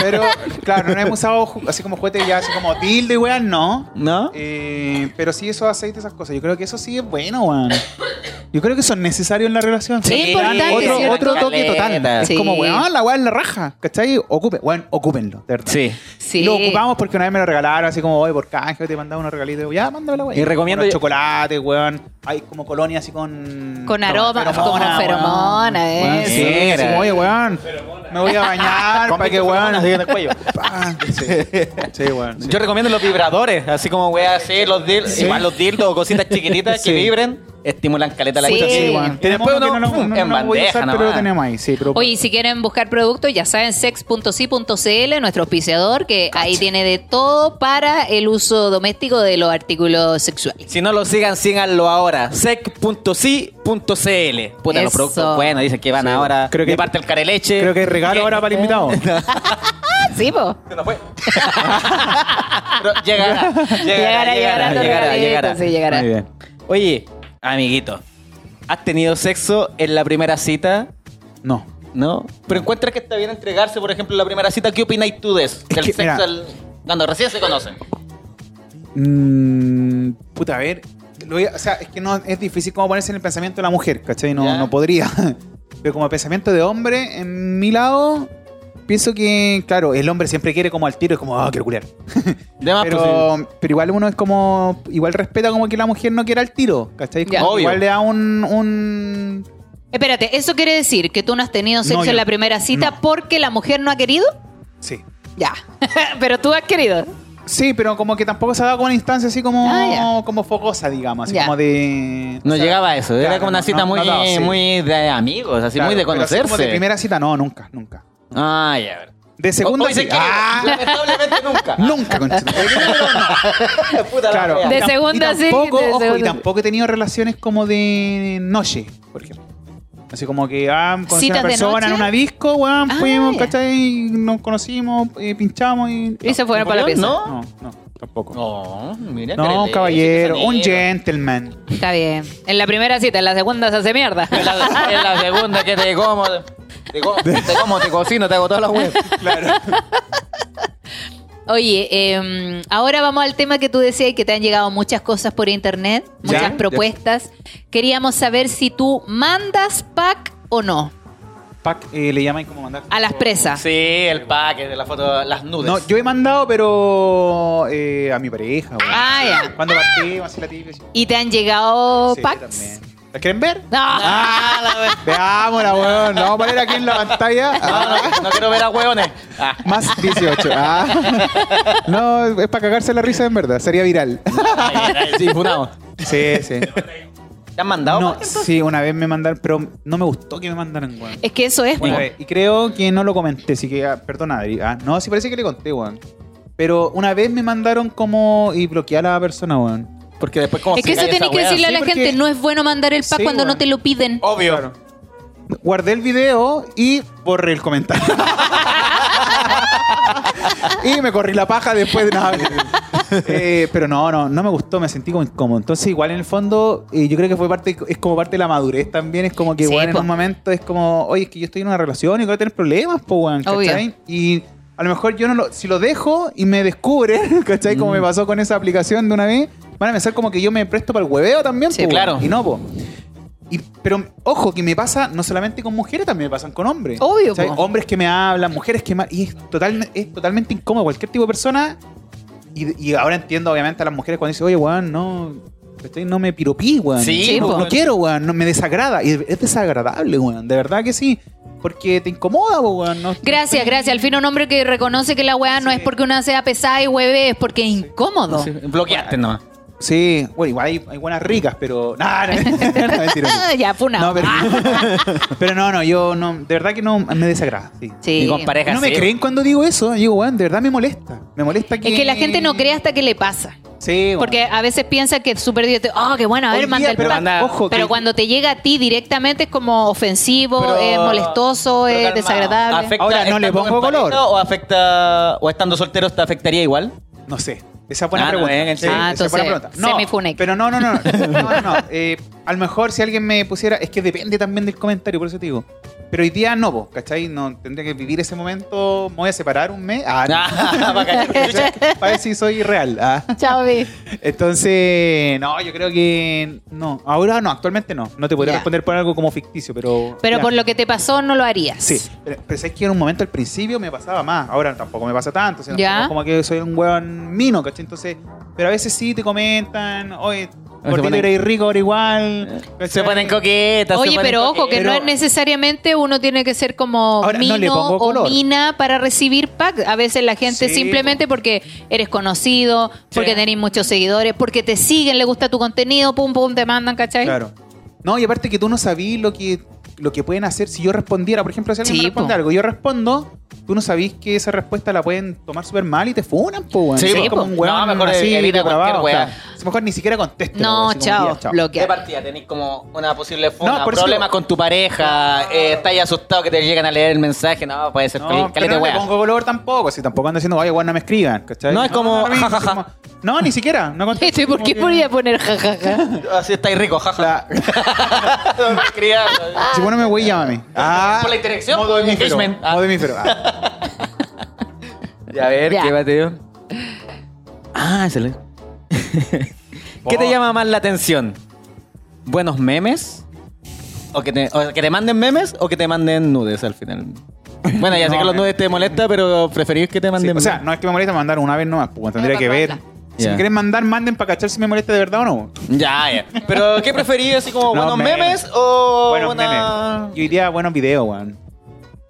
[SPEAKER 5] Pero, claro, no hemos usado ju- así como juguetes ya, así como tilde, weón, no.
[SPEAKER 1] ¿No?
[SPEAKER 5] Eh, pero sí, esos aceites, esas cosas. Yo creo que eso sí es bueno, weón. Yo creo que son necesarios en la relación.
[SPEAKER 2] Sí,
[SPEAKER 5] Dan
[SPEAKER 2] importante,
[SPEAKER 5] Otro,
[SPEAKER 2] sí,
[SPEAKER 5] otro
[SPEAKER 2] una
[SPEAKER 5] toque total.
[SPEAKER 1] caleta.
[SPEAKER 5] Es
[SPEAKER 2] Sí.
[SPEAKER 5] como, weón, la weá en la raja. ¿Cachai? Ocupen, weón, ocúpenlo, de verdad.
[SPEAKER 1] Sí.
[SPEAKER 2] Sí.
[SPEAKER 5] Lo ocupamos porque una vez me lo regalaron, así como, oye, por canje, te mandaba unos regalitos. Ya, mándame la weá.
[SPEAKER 1] Y recomiendo-
[SPEAKER 5] Unos chocolates, weón. Hay como colonia así con.
[SPEAKER 2] Con aroma, como feromona,
[SPEAKER 5] weón.
[SPEAKER 2] eh.
[SPEAKER 5] Sí,
[SPEAKER 1] Eso.
[SPEAKER 5] así como, oye, weón. Me voy a bañar para que, weón. Así en el cuello. Sí, weón. sí.
[SPEAKER 1] Yo recomiendo los vibradores, así como voy a hacer los dildos, igual los dildos o cositas chiquititas
[SPEAKER 5] Sí.
[SPEAKER 1] que vibren, estimulan caleta la
[SPEAKER 2] Sí.
[SPEAKER 1] cosa.
[SPEAKER 2] Sí,
[SPEAKER 5] weón.
[SPEAKER 1] Y después uno, pum, en
[SPEAKER 5] lo voy a
[SPEAKER 1] bandeja
[SPEAKER 5] usar, pero lo
[SPEAKER 1] nomás.
[SPEAKER 5] tenemos ahí, sí. Pero
[SPEAKER 2] Oye, y si quieren buscar productos, ya saben, sex.si.cl, nuestro auspiciador, que ahí tiene de todo para el uso doméstico de los artículos sexuales.
[SPEAKER 1] Si no lo sigan, síganlo ahora. sec.si.cl. Puta, los
[SPEAKER 2] Eso.
[SPEAKER 1] productos buenos, dicen que van
[SPEAKER 5] Sí.
[SPEAKER 1] ahora.
[SPEAKER 5] Creo
[SPEAKER 1] Creo
[SPEAKER 5] que-
[SPEAKER 1] que parte el careleche.
[SPEAKER 5] creo que es regalo ahora para el invitado.
[SPEAKER 2] Ah, sí, po.
[SPEAKER 1] Se nos fue. Pero llegará,
[SPEAKER 2] Llegará,
[SPEAKER 1] llegará,
[SPEAKER 2] llegará,
[SPEAKER 1] llegará, llegará, llegará.
[SPEAKER 2] Sí, llegará.
[SPEAKER 5] Muy bien.
[SPEAKER 1] Oye, amiguito, ¿has tenido sexo en la primera cita?
[SPEAKER 5] No.
[SPEAKER 1] ¿No? Pero encuentras que está bien entregarse, por ejemplo, en la primera cita. ¿Qué opináis tú de eso? Del
[SPEAKER 5] que, mira.
[SPEAKER 1] sexo al- cuando recién se conocen.
[SPEAKER 5] Mm, puta, a ver. lo voy a- o sea, es que no es difícil como ponerse en el pensamiento de la mujer, ¿cachai? No,
[SPEAKER 1] Ya.
[SPEAKER 5] no podría. Pero como pensamiento de hombre, en mi lado, pienso que, claro, el hombre siempre quiere como al tiro, es como, ah, quiero culiar.
[SPEAKER 1] De más, pues,
[SPEAKER 5] Pero, pero igual uno es como, igual respeta como que la mujer no quiera al tiro, ¿cachai? Como
[SPEAKER 2] Ya.
[SPEAKER 5] que Igual
[SPEAKER 1] Obvio.
[SPEAKER 5] le da un, un
[SPEAKER 2] Espérate, ¿eso quiere decir que tú no has tenido sexo
[SPEAKER 5] No, yo-
[SPEAKER 2] en la primera cita
[SPEAKER 5] no.
[SPEAKER 2] porque la mujer no ha querido?
[SPEAKER 5] Sí.
[SPEAKER 2] Ya. pero tú has querido.
[SPEAKER 5] Sí, pero como que tampoco se ha dado como una instancia así como,
[SPEAKER 2] Ah,
[SPEAKER 5] como focosa, digamos, así
[SPEAKER 2] Ya.
[SPEAKER 5] como de...
[SPEAKER 1] No
[SPEAKER 5] o sea,
[SPEAKER 1] llegaba a eso, era
[SPEAKER 5] claro,
[SPEAKER 1] como una
[SPEAKER 5] no-
[SPEAKER 1] cita
[SPEAKER 5] no-
[SPEAKER 1] muy,
[SPEAKER 5] no daba, sí.
[SPEAKER 1] muy de amigos, así
[SPEAKER 5] Claro,
[SPEAKER 1] muy de
[SPEAKER 5] pero así
[SPEAKER 1] conocerse.
[SPEAKER 5] como de primera cita, no, nunca, nunca.
[SPEAKER 1] Ah, ya. ver.
[SPEAKER 5] De segunda
[SPEAKER 1] Hoy se
[SPEAKER 5] sí.
[SPEAKER 1] quiere,
[SPEAKER 5] ¡Ah!
[SPEAKER 1] Lamentablemente nunca.
[SPEAKER 5] Nunca, conchito.
[SPEAKER 1] Puta la
[SPEAKER 5] claro.
[SPEAKER 1] wea.
[SPEAKER 2] De
[SPEAKER 5] Y tam-
[SPEAKER 2] segunda
[SPEAKER 5] y
[SPEAKER 2] sí,
[SPEAKER 5] tampoco,
[SPEAKER 2] de
[SPEAKER 5] ojo, y
[SPEAKER 2] segunda
[SPEAKER 5] tampoco he tenido relaciones como de noche, por ejemplo. Así como que ah, conocí a
[SPEAKER 2] ¿Citas
[SPEAKER 5] una
[SPEAKER 2] de
[SPEAKER 5] persona en
[SPEAKER 2] noche?
[SPEAKER 5] una disco, weón,
[SPEAKER 2] Ah,
[SPEAKER 5] fuimos,
[SPEAKER 2] ya.
[SPEAKER 5] ¿cachai? Nos conocimos, eh, pinchamos y.
[SPEAKER 2] Y se fueron para la pieza.
[SPEAKER 1] ¿No?
[SPEAKER 5] No, no, tampoco. No,
[SPEAKER 1] No, mira.
[SPEAKER 5] un caballero, un gentleman.
[SPEAKER 2] Está bien. En la primera cita, en la segunda se hace mierda.
[SPEAKER 1] Es la, es la segunda que te como, te como, te, como, te cocino, te hago todas las weas.
[SPEAKER 2] Oye, eh, ahora vamos al tema que tú decías y que te han llegado muchas cosas por internet,
[SPEAKER 5] Ya,
[SPEAKER 2] muchas
[SPEAKER 5] ya.
[SPEAKER 2] propuestas. Queríamos saber si tú mandas pack o no
[SPEAKER 5] Pac, eh, le llaman como mandar.
[SPEAKER 2] a las presas.
[SPEAKER 1] Sí, el pack de la foto, las nudes.
[SPEAKER 5] No, yo he mandado, pero eh, a mi pareja, weón.
[SPEAKER 2] Ah, ya.
[SPEAKER 5] Cuando partimos, así la típica. sí.
[SPEAKER 2] ¿Y te han llegado
[SPEAKER 5] Sí,
[SPEAKER 2] packs?
[SPEAKER 5] también. ¿La quieren ver?
[SPEAKER 2] No.
[SPEAKER 5] Ah, Veámosla, weón. La vamos a poner aquí en la pantalla. Ah,
[SPEAKER 1] No, no, no quiero ver a hueones. Ah,
[SPEAKER 5] Más 18. Ah. No, es para cagarse la risa en verdad. Sería viral.
[SPEAKER 1] sí, funado.
[SPEAKER 5] Sí, sí.
[SPEAKER 1] ¿Te han mandado?
[SPEAKER 5] No,
[SPEAKER 1] pack, entonces?
[SPEAKER 5] sí, una vez me mandaron, pero no me gustó que me mandaran, weón.
[SPEAKER 2] Es que eso es,
[SPEAKER 5] Una
[SPEAKER 2] po.
[SPEAKER 5] vez, eh, y creo que no lo comenté, así que, ah, perdona, Adri. Ah, no, sí parece que le conté, weón. Pero una vez me mandaron como y bloqueé a la persona, weón.
[SPEAKER 1] Porque después como
[SPEAKER 2] es que eso tenés que decirle a
[SPEAKER 5] sí,
[SPEAKER 2] la
[SPEAKER 5] porque-
[SPEAKER 2] gente, no es bueno mandar el pack
[SPEAKER 5] Sí,
[SPEAKER 2] cuando no
[SPEAKER 5] bueno. Oh.
[SPEAKER 2] te lo piden.
[SPEAKER 1] Obvio.
[SPEAKER 5] Claro. Guardé el video y borré el comentario. y me corrí la paja después de nada. Eh, pero no, no, no me gustó, me sentí como incómodo. Entonces, igual en el fondo, eh, yo creo que fue parte, es como parte de la madurez también. Es como que
[SPEAKER 2] Sí,
[SPEAKER 5] igual en
[SPEAKER 2] po.
[SPEAKER 5] un momento es como, oye, es que yo estoy en una relación y voy a tener problemas, po, weón,
[SPEAKER 2] Obvio.
[SPEAKER 5] ¿cachai? Y a lo mejor yo no lo, si lo dejo y me descubre, ¿cachai? Como
[SPEAKER 2] Mm.
[SPEAKER 5] me pasó con esa aplicación de una vez, van a pensar como que yo me presto para el hueveo también,
[SPEAKER 2] Sí,
[SPEAKER 5] po, weón.
[SPEAKER 1] claro.
[SPEAKER 5] Y no, po. Y- pero ojo, que me pasa no solamente con mujeres, también me pasan con hombres.
[SPEAKER 2] Obvio,
[SPEAKER 5] ¿Sabes?
[SPEAKER 2] po.
[SPEAKER 5] Hombres que me hablan, mujeres que me Y es, total, es totalmente incómodo. Cualquier tipo de persona. Y, y ahora entiendo, obviamente, a las mujeres cuando dicen, oye, weón, no. ¿cachai? No me piropí, weón.
[SPEAKER 1] Sí,
[SPEAKER 2] Sí, po.
[SPEAKER 5] no, no quiero, weón. No, me desagrada. Y es desagradable, weón. De verdad que sí. Porque te incomoda, po, weón. no-
[SPEAKER 2] Gracias, gracias. Al fin un hombre que reconoce que la weá no es porque una sea pesada y hueve, es porque es incómodo.
[SPEAKER 1] Sí, Bloqueaste nomás.
[SPEAKER 5] Sí, bueno, igual hay, hay buenas ricas, pero. Nah, no, no, mentira.
[SPEAKER 2] Ah, ya, fue una.
[SPEAKER 5] No, pero, pero no, no, yo no. De verdad que no me desagrada. Sí.
[SPEAKER 2] Sí.
[SPEAKER 1] Y con pareja
[SPEAKER 5] No me
[SPEAKER 1] sí.
[SPEAKER 5] creen cuando digo eso. Digo, weón, de verdad me molesta. Me molesta que.
[SPEAKER 2] Es que la gente no cree hasta que le pasa.
[SPEAKER 5] Sí, weón.
[SPEAKER 2] Porque a veces piensa que es súper divertido. Oh, qué bueno, a
[SPEAKER 5] Hoy
[SPEAKER 2] ver,
[SPEAKER 5] día,
[SPEAKER 2] manda el
[SPEAKER 5] pero,
[SPEAKER 2] pack.
[SPEAKER 5] anda, ojo,
[SPEAKER 2] pero
[SPEAKER 5] que-
[SPEAKER 2] cuando te llega a ti directamente es como ofensivo,
[SPEAKER 1] Pero-
[SPEAKER 2] es molestoso,
[SPEAKER 1] pero
[SPEAKER 2] es
[SPEAKER 1] calma,
[SPEAKER 2] desagradable.
[SPEAKER 1] ¿afecta
[SPEAKER 5] Ahora, no
[SPEAKER 1] estando
[SPEAKER 5] le pongo
[SPEAKER 1] en pareja
[SPEAKER 5] color.
[SPEAKER 1] ¿O afecta o estando soltero te afectaría igual?
[SPEAKER 5] No sé. Esa es buena
[SPEAKER 1] Ah, no,
[SPEAKER 5] pregunta.
[SPEAKER 1] eh, en serio.
[SPEAKER 2] Ah,
[SPEAKER 5] esa es
[SPEAKER 2] entonces, semifune.
[SPEAKER 5] Pero no, no, no. no, no, no. Eh, a lo mejor si alguien me pusiera. Es que depende también del comentario, por eso te digo. Pero hoy día no, vos, ¿cachai? No, tendría que vivir ese momento. Me voy a separar un mes. Ah, no.
[SPEAKER 1] Ah, bacán.
[SPEAKER 5] Para ver si soy real. Ah.
[SPEAKER 2] Chao, Vi.
[SPEAKER 5] Entonces, no, yo creo que no. Ahora no, actualmente no. No te podría
[SPEAKER 2] Ya.
[SPEAKER 5] responder por algo como ficticio, pero.
[SPEAKER 2] Pero
[SPEAKER 5] ya.
[SPEAKER 2] por lo que te pasó no lo harías.
[SPEAKER 5] Sí, pero, pero sabes que en un momento al principio me pasaba más, ahora tampoco me pasa tanto, sino
[SPEAKER 2] Ya.
[SPEAKER 5] como que soy un hueón mino, ¿cachai? Entonces, pero a veces sí te comentan, oye, por ti
[SPEAKER 1] ponen-
[SPEAKER 5] eres rico ahora igual. ¿cachai?
[SPEAKER 1] Se ponen coquetas.
[SPEAKER 2] Oye,
[SPEAKER 1] se ponen
[SPEAKER 2] pero ojo, que no
[SPEAKER 1] coquetas.
[SPEAKER 2] es necesariamente uno tiene que ser como
[SPEAKER 5] Ahora, no
[SPEAKER 2] mino
[SPEAKER 5] le pongo
[SPEAKER 2] o
[SPEAKER 5] color.
[SPEAKER 2] mina para recibir pack. A veces la gente
[SPEAKER 5] Sí,
[SPEAKER 2] simplemente porque eres conocido, porque tenés muchos seguidores, porque te siguen, le gusta tu contenido, pum, pum, te mandan, ¿cachai?
[SPEAKER 5] Claro. No, y aparte que tú no sabís lo que, lo que pueden hacer si yo respondiera, por ejemplo, si alguien
[SPEAKER 2] Sí,
[SPEAKER 5] me responde
[SPEAKER 2] po.
[SPEAKER 5] algo, yo respondo, tú no sabís que esa respuesta la pueden tomar súper mal y te funan, po, weón.
[SPEAKER 1] Sí,
[SPEAKER 5] Es
[SPEAKER 1] po.
[SPEAKER 5] como un hueón
[SPEAKER 1] No, mejor
[SPEAKER 5] así,
[SPEAKER 1] evita
[SPEAKER 5] depravado,
[SPEAKER 1] cualquier
[SPEAKER 5] o sea,
[SPEAKER 1] weá.
[SPEAKER 5] a lo mejor ni siquiera contesto.
[SPEAKER 2] No, chao,
[SPEAKER 1] ¿Qué
[SPEAKER 2] bloquear.
[SPEAKER 1] partida? ¿Tenéis como una posible funa?
[SPEAKER 5] No, por eso
[SPEAKER 1] ¿Problemas
[SPEAKER 5] digo-
[SPEAKER 1] con tu pareja? Eh, ¿Estáis asustado que te llegan a leer el mensaje? No, puede ser
[SPEAKER 5] No,
[SPEAKER 1] caleta
[SPEAKER 5] pero
[SPEAKER 1] de
[SPEAKER 5] no le
[SPEAKER 1] wea.
[SPEAKER 5] pongo color tampoco, si tampoco ando diciendo, vaya, weón, no me escriban, ¿cachai?
[SPEAKER 1] No, es como,
[SPEAKER 5] no, no,
[SPEAKER 1] jajaja.
[SPEAKER 5] es como- no, ni siquiera, no contesto.
[SPEAKER 2] ¿Y Este, por qué
[SPEAKER 5] Como que-
[SPEAKER 2] podría poner jajaja?
[SPEAKER 1] Así estáis rico, jaja.
[SPEAKER 5] La-
[SPEAKER 1] No me escribas.
[SPEAKER 5] si vos no me güey, llámame. Ah,
[SPEAKER 1] Por la interacción,
[SPEAKER 5] Modo hemífero.
[SPEAKER 1] engagement. Ah.
[SPEAKER 5] Modo hemífero. Ah.
[SPEAKER 1] Y a ver,
[SPEAKER 2] Ya.
[SPEAKER 1] ¿qué bateo? Ah, excelente. ¿Qué te llama más la atención? ¿Buenos memes? ¿O que, te, o que te manden memes o que te manden nudes al final? Bueno, ya sé
[SPEAKER 5] No,
[SPEAKER 1] que los
[SPEAKER 5] meme.
[SPEAKER 1] nudes te molesta, pero preferís que te
[SPEAKER 5] Sí,
[SPEAKER 1] manden
[SPEAKER 5] o sea,
[SPEAKER 1] memes.
[SPEAKER 5] no es que me molesta mandar una vez nomás, pues tendría que ver. Si
[SPEAKER 1] Ya.
[SPEAKER 5] me quieren mandar, manden para cachar si me molesta de verdad o no.
[SPEAKER 1] Ya, ya. ¿Pero qué preferís? ¿Así como
[SPEAKER 5] No,
[SPEAKER 1] buenos
[SPEAKER 5] memes.
[SPEAKER 1] memes, o
[SPEAKER 5] Buenos
[SPEAKER 1] buena-
[SPEAKER 5] memes. Yo diría buenos videos, weón.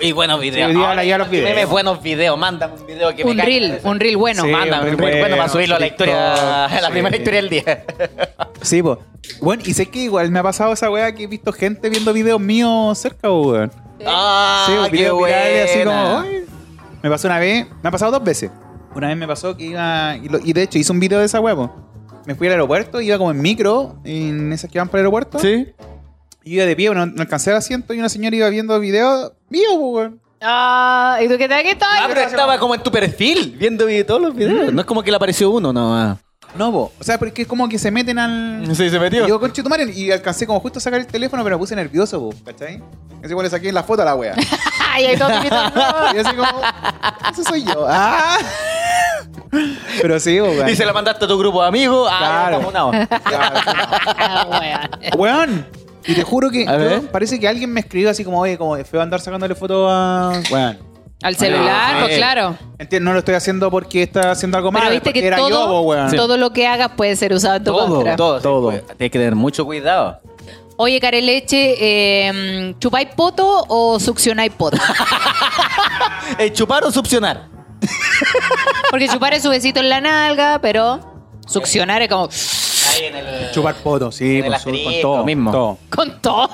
[SPEAKER 1] Y buenos videos.
[SPEAKER 5] Sí, hoy día
[SPEAKER 1] Ay,
[SPEAKER 5] la- ya los videos.
[SPEAKER 1] Memes, buenos videos. Mándame un video que me
[SPEAKER 2] Un
[SPEAKER 1] caiga.
[SPEAKER 2] reel, un reel bueno.
[SPEAKER 5] Sí,
[SPEAKER 1] Mándame un reel
[SPEAKER 5] un reel
[SPEAKER 1] bueno para
[SPEAKER 5] bueno,
[SPEAKER 1] subirlo a la historia, a
[SPEAKER 5] TikTok,
[SPEAKER 1] la
[SPEAKER 5] sí.
[SPEAKER 1] primera historia del día.
[SPEAKER 5] Sí, pues. Bueno, y sé que igual me ha pasado esa weá que he visto gente viendo videos míos cerca, weón.
[SPEAKER 1] Ah,
[SPEAKER 5] Sí,
[SPEAKER 1] qué
[SPEAKER 5] videos virales, así
[SPEAKER 1] buena.
[SPEAKER 5] como. "Ay". Me pasó una vez, me ha pasado dos veces. Una vez me pasó que iba. Y, lo- y de hecho hice un video de esa huevo. Me fui al aeropuerto, iba como en micro, en esas que van para el aeropuerto.
[SPEAKER 1] Sí.
[SPEAKER 5] Y iba de pie, no, no alcancé el asiento y una señora iba viendo videos míos, pues, weón.
[SPEAKER 2] Ah, ¿y tú qué tal que
[SPEAKER 1] Ah,
[SPEAKER 2] tal?
[SPEAKER 1] pero estaba como en tu perfil, viendo vi- todos los videos. No es como que le apareció uno, no. ah.
[SPEAKER 5] No, po. O sea, porque es como que se meten al.
[SPEAKER 1] Sí, se
[SPEAKER 5] Y yo, conche tu madre, y alcancé como justo a sacar el teléfono, pero me puse nervioso, po, ¿cachai? Así como le saqué la foto a la wea.
[SPEAKER 2] Ay, ahí todo gritando.
[SPEAKER 5] y así como, eso soy yo. ¡Ah! Pero sí, po, weón.
[SPEAKER 1] Y se la mandaste a tu grupo de amigos. Ah,
[SPEAKER 5] Claro.
[SPEAKER 1] ya, vamos, no.
[SPEAKER 2] Ah, weón.
[SPEAKER 5] Weón. Y te juro que
[SPEAKER 1] A
[SPEAKER 5] yo-
[SPEAKER 1] ver.
[SPEAKER 5] parece que alguien me escribió así como, oye, como es feo andar sacándole fotos a. Weón.
[SPEAKER 2] Al celular,
[SPEAKER 1] sí.
[SPEAKER 2] pues claro.
[SPEAKER 5] Entiendo, no lo estoy haciendo porque está haciendo algo malo.
[SPEAKER 2] Pero viste
[SPEAKER 5] porque
[SPEAKER 2] que
[SPEAKER 5] era
[SPEAKER 2] todo,
[SPEAKER 5] yo, po, weón.
[SPEAKER 2] todo lo que hagas puede ser usado en tu
[SPEAKER 1] Todo,
[SPEAKER 2] contra.
[SPEAKER 1] todo,
[SPEAKER 5] Todo.
[SPEAKER 1] todo. Tienes que tener mucho cuidado.
[SPEAKER 2] Oye, Careleche, eh, ¿chupáis poto o succionáis poto?
[SPEAKER 1] Eh, ¿Chupar o succionar?
[SPEAKER 2] Porque chupar es su besito en la nalga, pero succionar es como...
[SPEAKER 3] Ahí en el.
[SPEAKER 5] Chupar poto, sí,
[SPEAKER 3] En el
[SPEAKER 5] por su- con
[SPEAKER 3] asterisco,
[SPEAKER 5] todo.
[SPEAKER 1] mismo.
[SPEAKER 5] todo.
[SPEAKER 2] Con todo.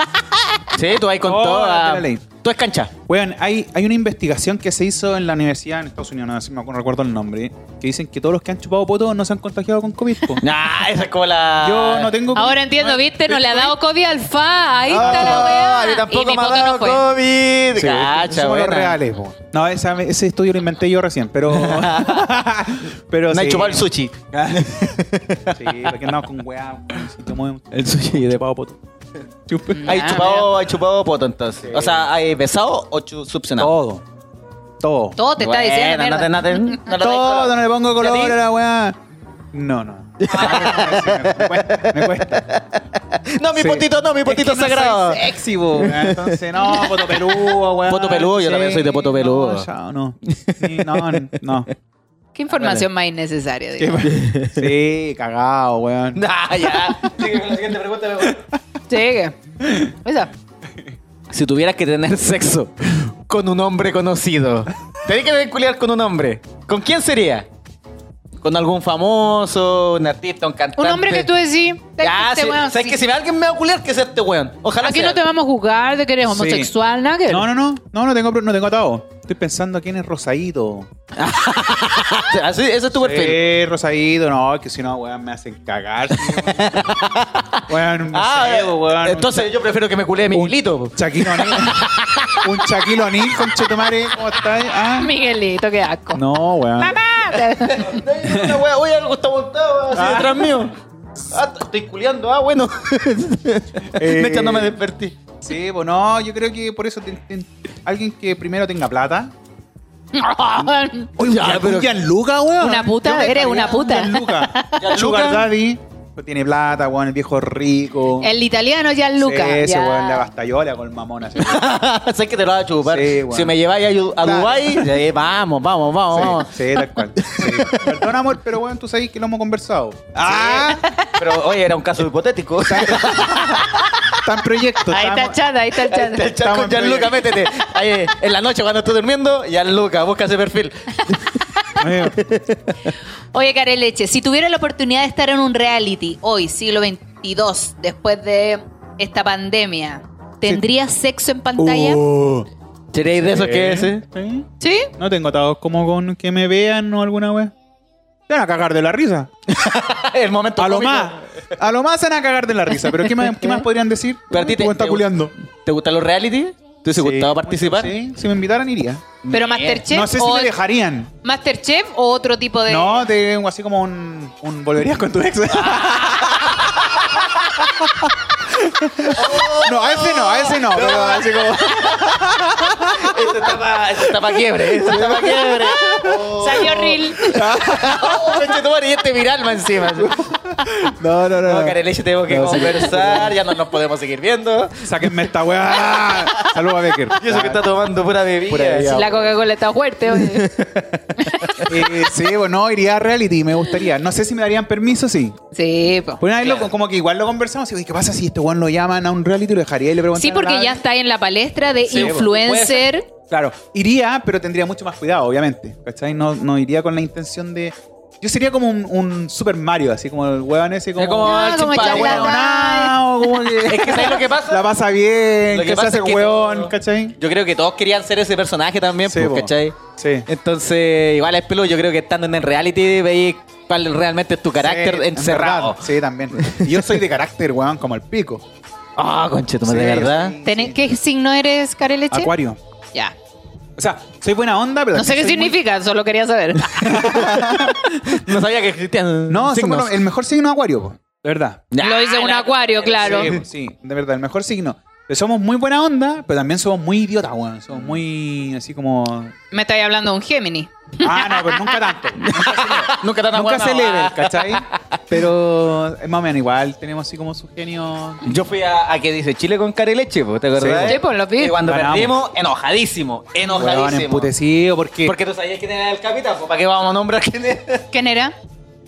[SPEAKER 1] Sí, tú ahí con
[SPEAKER 5] Oh, la
[SPEAKER 1] toda.
[SPEAKER 5] tela ley.
[SPEAKER 1] Tú es cancha.
[SPEAKER 5] Weón, hay, hay una investigación que se hizo en la universidad en Estados Unidos, no, sé, no recuerdo el nombre, que dicen que todos los que han chupado poto no se han contagiado con COVID. po.
[SPEAKER 1] Nah, Ah, esa es como la.
[SPEAKER 5] Yo no tengo.
[SPEAKER 2] Ahora entiendo, ¿viste? No le ha dado COVID al FA. Ahí
[SPEAKER 1] Ah,
[SPEAKER 2] está la weá.
[SPEAKER 1] a mí
[SPEAKER 2] Y
[SPEAKER 1] tampoco
[SPEAKER 2] mi
[SPEAKER 1] me ha
[SPEAKER 2] foto
[SPEAKER 1] dado
[SPEAKER 2] no fue.
[SPEAKER 1] COVID.
[SPEAKER 5] Sí, esos
[SPEAKER 1] Cacha,
[SPEAKER 5] son los
[SPEAKER 1] buena.
[SPEAKER 5] reales, po. No, esa- ese estudio lo inventé yo recién, pero. pero
[SPEAKER 1] No hay
[SPEAKER 5] sí.
[SPEAKER 1] chupado el sushi.
[SPEAKER 5] Sí, porque andamos con weá. si te mueven El sushi de pavo poto. Chupe.
[SPEAKER 1] Hay
[SPEAKER 2] Ah,
[SPEAKER 1] chupado, hay chupado poto entonces.
[SPEAKER 5] Sí.
[SPEAKER 1] O sea, hay besado o chu- succionado.
[SPEAKER 5] Todo. Todo.
[SPEAKER 2] Todo te está
[SPEAKER 1] Buena,
[SPEAKER 2] diciendo.
[SPEAKER 1] no
[SPEAKER 2] mierda.
[SPEAKER 1] te- no te- no te- no te-
[SPEAKER 5] Todo, no le pongo
[SPEAKER 1] ¿Y a ti?
[SPEAKER 5] color a la weá. No, no. me cuesta. Me cuesta.
[SPEAKER 1] No, mi
[SPEAKER 5] Sí.
[SPEAKER 1] potito no, mi
[SPEAKER 5] Es
[SPEAKER 1] potito
[SPEAKER 5] que no
[SPEAKER 1] sagrado.
[SPEAKER 5] soy sexy, po, weá. Entonces, no, poto peludo, weá.
[SPEAKER 1] Poto peludo, yo también soy de poto peludo.
[SPEAKER 5] No, chao, no. Sí, no, no.
[SPEAKER 2] ¿Qué información más innecesaria? digo?
[SPEAKER 5] Sí, cagado, weón.
[SPEAKER 1] Nah, ya.
[SPEAKER 2] Llegue. Esa.
[SPEAKER 1] si tuvieras que tener sexo con un hombre conocido, tenés que vincular con un hombre. ¿Con quién sería? ¿Con algún famoso, un artista, un cantante?
[SPEAKER 2] Un hombre que tú decís.
[SPEAKER 1] Ya,
[SPEAKER 2] este
[SPEAKER 1] si-
[SPEAKER 2] weón,
[SPEAKER 1] ¿sabes
[SPEAKER 2] sí.
[SPEAKER 1] que si alguien me va a culiar, que sea este weón? Ojalá
[SPEAKER 2] Aquí
[SPEAKER 1] sea.
[SPEAKER 2] no te vamos a juzgar de que eres
[SPEAKER 5] Sí.
[SPEAKER 2] homosexual, nada que-
[SPEAKER 5] No, no, no. No, no tengo, no tengo atado. Estoy pensando quién es Rosaído.
[SPEAKER 1] Así, ese es tu perfil.
[SPEAKER 5] Sí, Rosaído, Eh, no, que si no, weón, me hacen cagar. sí, weón, Weón, no
[SPEAKER 1] Ah,
[SPEAKER 5] sé, weón.
[SPEAKER 1] entonces yo prefiero que me culé a mi
[SPEAKER 5] Un-
[SPEAKER 1] Miguelito.
[SPEAKER 5] un Shaquille O'Neal. un Shaquille O'Neal, conchetumare, ¿cómo estás? Ah,
[SPEAKER 2] Miguelito, qué asco.
[SPEAKER 5] no, weón.
[SPEAKER 2] ¡Mamá!
[SPEAKER 1] Una wea, Oye, algo está montado así detrás mío. Ah, t- estoy culiando, ah, bueno.
[SPEAKER 5] Eh.
[SPEAKER 1] De hecho, no me desperté.
[SPEAKER 5] Sí, pues no, yo creo que por eso ten- ten- alguien que primero tenga plata.
[SPEAKER 1] Ya,
[SPEAKER 5] Gian-
[SPEAKER 1] pero-
[SPEAKER 5] un Gianluca, weón.
[SPEAKER 2] Una puta,
[SPEAKER 5] Yo me
[SPEAKER 2] eres una
[SPEAKER 5] pagaría un
[SPEAKER 2] puta.
[SPEAKER 5] Gianluca.
[SPEAKER 1] Gianluca.
[SPEAKER 5] Sugar Daddy, pues tiene plata, weón, el viejo rico.
[SPEAKER 2] El italiano Gianluca.
[SPEAKER 5] Sí, ese
[SPEAKER 2] ya.
[SPEAKER 5] weón, la bastayola con el mamón. Así.
[SPEAKER 1] sé que te lo vas a chupar.
[SPEAKER 5] Sí, bueno.
[SPEAKER 1] Si me lleváis a, Yu- a
[SPEAKER 5] Claro.
[SPEAKER 1] Dubái, eh, vamos, vamos, vamos. vamos.
[SPEAKER 5] Sí, sí, tal cual. Sí. Perdón, amor, pero bueno, tú sabes que lo hemos conversado. ¡Ah!
[SPEAKER 1] Pero oye, era un caso hipotético.
[SPEAKER 5] Está en proyecto.
[SPEAKER 2] Ahí está el
[SPEAKER 5] estamos-
[SPEAKER 2] chat, ahí está el
[SPEAKER 1] El
[SPEAKER 2] chat.
[SPEAKER 1] chat
[SPEAKER 5] Estamos
[SPEAKER 1] con
[SPEAKER 5] en
[SPEAKER 1] Gianluca,
[SPEAKER 5] proyecto.
[SPEAKER 1] métete. Ahí, eh, en la noche cuando estoy durmiendo, Gianluca, busca ese perfil.
[SPEAKER 5] Amigo,
[SPEAKER 2] Oye, Care Leche, si tuviera la oportunidad de estar en un reality hoy, siglo XXII, después de esta pandemia, ¿tendrías sexo en pantalla?
[SPEAKER 5] Uh.
[SPEAKER 1] ¿Seríais de esos que es? eh?
[SPEAKER 5] ¿Sí?
[SPEAKER 2] ¿Sí?
[SPEAKER 5] No tengo atados como con que me vean o alguna wea. Se van a cagar de la risa.
[SPEAKER 1] El momento
[SPEAKER 5] A lo
[SPEAKER 1] cómico.
[SPEAKER 5] más. A lo más se van a cagar de la risa. Pero ¿qué más, qué más podrían decir?
[SPEAKER 1] Pero a ti te-
[SPEAKER 5] Tú está
[SPEAKER 1] te-
[SPEAKER 5] culeando.
[SPEAKER 1] ¿Te gustan los reality? ¿Te hubiese gustado participar?
[SPEAKER 5] Sí, si me invitaran iría.
[SPEAKER 2] ¿Pero Masterchef?
[SPEAKER 5] No sé si
[SPEAKER 2] o
[SPEAKER 5] me dejarían.
[SPEAKER 2] ¿Masterchef o otro tipo de.?
[SPEAKER 5] No, te, así como un, un volverías con tu ex. no, a ese no, a ese no. Pero así como.
[SPEAKER 1] Esta está para quiebre. ¿eh? Esta está para quiebre.
[SPEAKER 2] Salió Reel.
[SPEAKER 1] Conche tu madre, y este viral más encima.
[SPEAKER 5] No, no, no.
[SPEAKER 1] No, Careleche, tenemos que
[SPEAKER 5] No, sí.
[SPEAKER 1] conversar. Ya no nos podemos seguir viendo.
[SPEAKER 5] Sáquenme esta weá. Saludos a Becker.
[SPEAKER 1] Y eso que está tomando pura bebida.
[SPEAKER 5] Pura bebida.
[SPEAKER 2] La Coca-Cola está fuerte. oye.
[SPEAKER 5] Eh, sí, bueno, iría a reality, me gustaría. No sé si me darían permiso, sí.
[SPEAKER 2] Sí, po.
[SPEAKER 5] Por una vez lo- como que igual lo conversamos y digo, ¿qué pasa si este weón lo llaman a un reality y lo dejaría y le preguntaría?
[SPEAKER 2] Sí, porque ya está en la palestra de
[SPEAKER 1] Sí, po.
[SPEAKER 2] influencer.
[SPEAKER 5] Claro, iría, pero tendría mucho más cuidado, obviamente. ¿Cachai? No, no iría con la intención de. Yo sería como un, un Super Mario, así como el weón ese, como.
[SPEAKER 1] Es como
[SPEAKER 2] No,
[SPEAKER 1] el
[SPEAKER 2] Ah, como
[SPEAKER 1] chimpán,
[SPEAKER 2] charlatán.
[SPEAKER 1] weón.
[SPEAKER 5] "Hueonao", como que-
[SPEAKER 1] Es que ¿sabes lo que pasa?
[SPEAKER 5] La pasa bien,
[SPEAKER 1] Lo que
[SPEAKER 5] que se
[SPEAKER 1] pasa
[SPEAKER 5] hace
[SPEAKER 1] es que
[SPEAKER 5] weón,
[SPEAKER 1] todo-
[SPEAKER 5] ¿cachai?
[SPEAKER 1] Yo creo que todos querían ser ese personaje también,
[SPEAKER 5] Sí,
[SPEAKER 1] pues,
[SPEAKER 5] po.
[SPEAKER 1] ¿cachai?
[SPEAKER 5] Sí.
[SPEAKER 1] Entonces, igual es pelo, yo creo que estando en el reality veis cuál realmente es tu carácter
[SPEAKER 5] Sí, en
[SPEAKER 1] encerrado.
[SPEAKER 5] verdad, Sí, también. Y yo soy de carácter, weón, como el pico.
[SPEAKER 1] Ah, conche, tu madre,
[SPEAKER 5] Sí,
[SPEAKER 1] de verdad.
[SPEAKER 5] sí,
[SPEAKER 2] Tenés-
[SPEAKER 5] sí.
[SPEAKER 2] ¿Qué signo eres, Careleche?
[SPEAKER 5] Acuario.
[SPEAKER 2] Ya.
[SPEAKER 5] O sea, soy buena onda, pero.
[SPEAKER 2] No sé
[SPEAKER 5] también
[SPEAKER 2] qué
[SPEAKER 5] soy muy-
[SPEAKER 2] significa, solo quería saber.
[SPEAKER 1] No sabía que existían.
[SPEAKER 5] No, somos
[SPEAKER 1] signos.
[SPEAKER 5] lo- el mejor signo es Acuario, po. de verdad.
[SPEAKER 1] Ya,
[SPEAKER 2] Lo hice un
[SPEAKER 1] la-
[SPEAKER 2] acuario, claro.
[SPEAKER 5] Sí, po, sí, de verdad, el mejor signo. Pero somos muy buena onda, pero también somos muy idiotas, weón. Somos muy así como.
[SPEAKER 2] Me estáis hablando de un Géminis.
[SPEAKER 5] Ah, no, pero nunca tanto.
[SPEAKER 1] Nunca tan
[SPEAKER 5] nunca
[SPEAKER 1] acuerdo,
[SPEAKER 5] se
[SPEAKER 1] no.
[SPEAKER 5] level, ¿cachai? Pero es más o menos igual, tenemos así como su genio.
[SPEAKER 1] Yo fui a, a que dice Chile con cara y leche, po, ¿te acordás?
[SPEAKER 2] Sí, po, lo vi.
[SPEAKER 1] Y cuando
[SPEAKER 5] Ganamos.
[SPEAKER 1] perdimos, enojadísimo,
[SPEAKER 5] Weón,
[SPEAKER 1] enojadísimo.
[SPEAKER 5] emputecido, porque.
[SPEAKER 1] Porque tú sabías quién era el capitán, po, ¿para qué vamos a nombrar quién era?
[SPEAKER 2] ¿Quién era?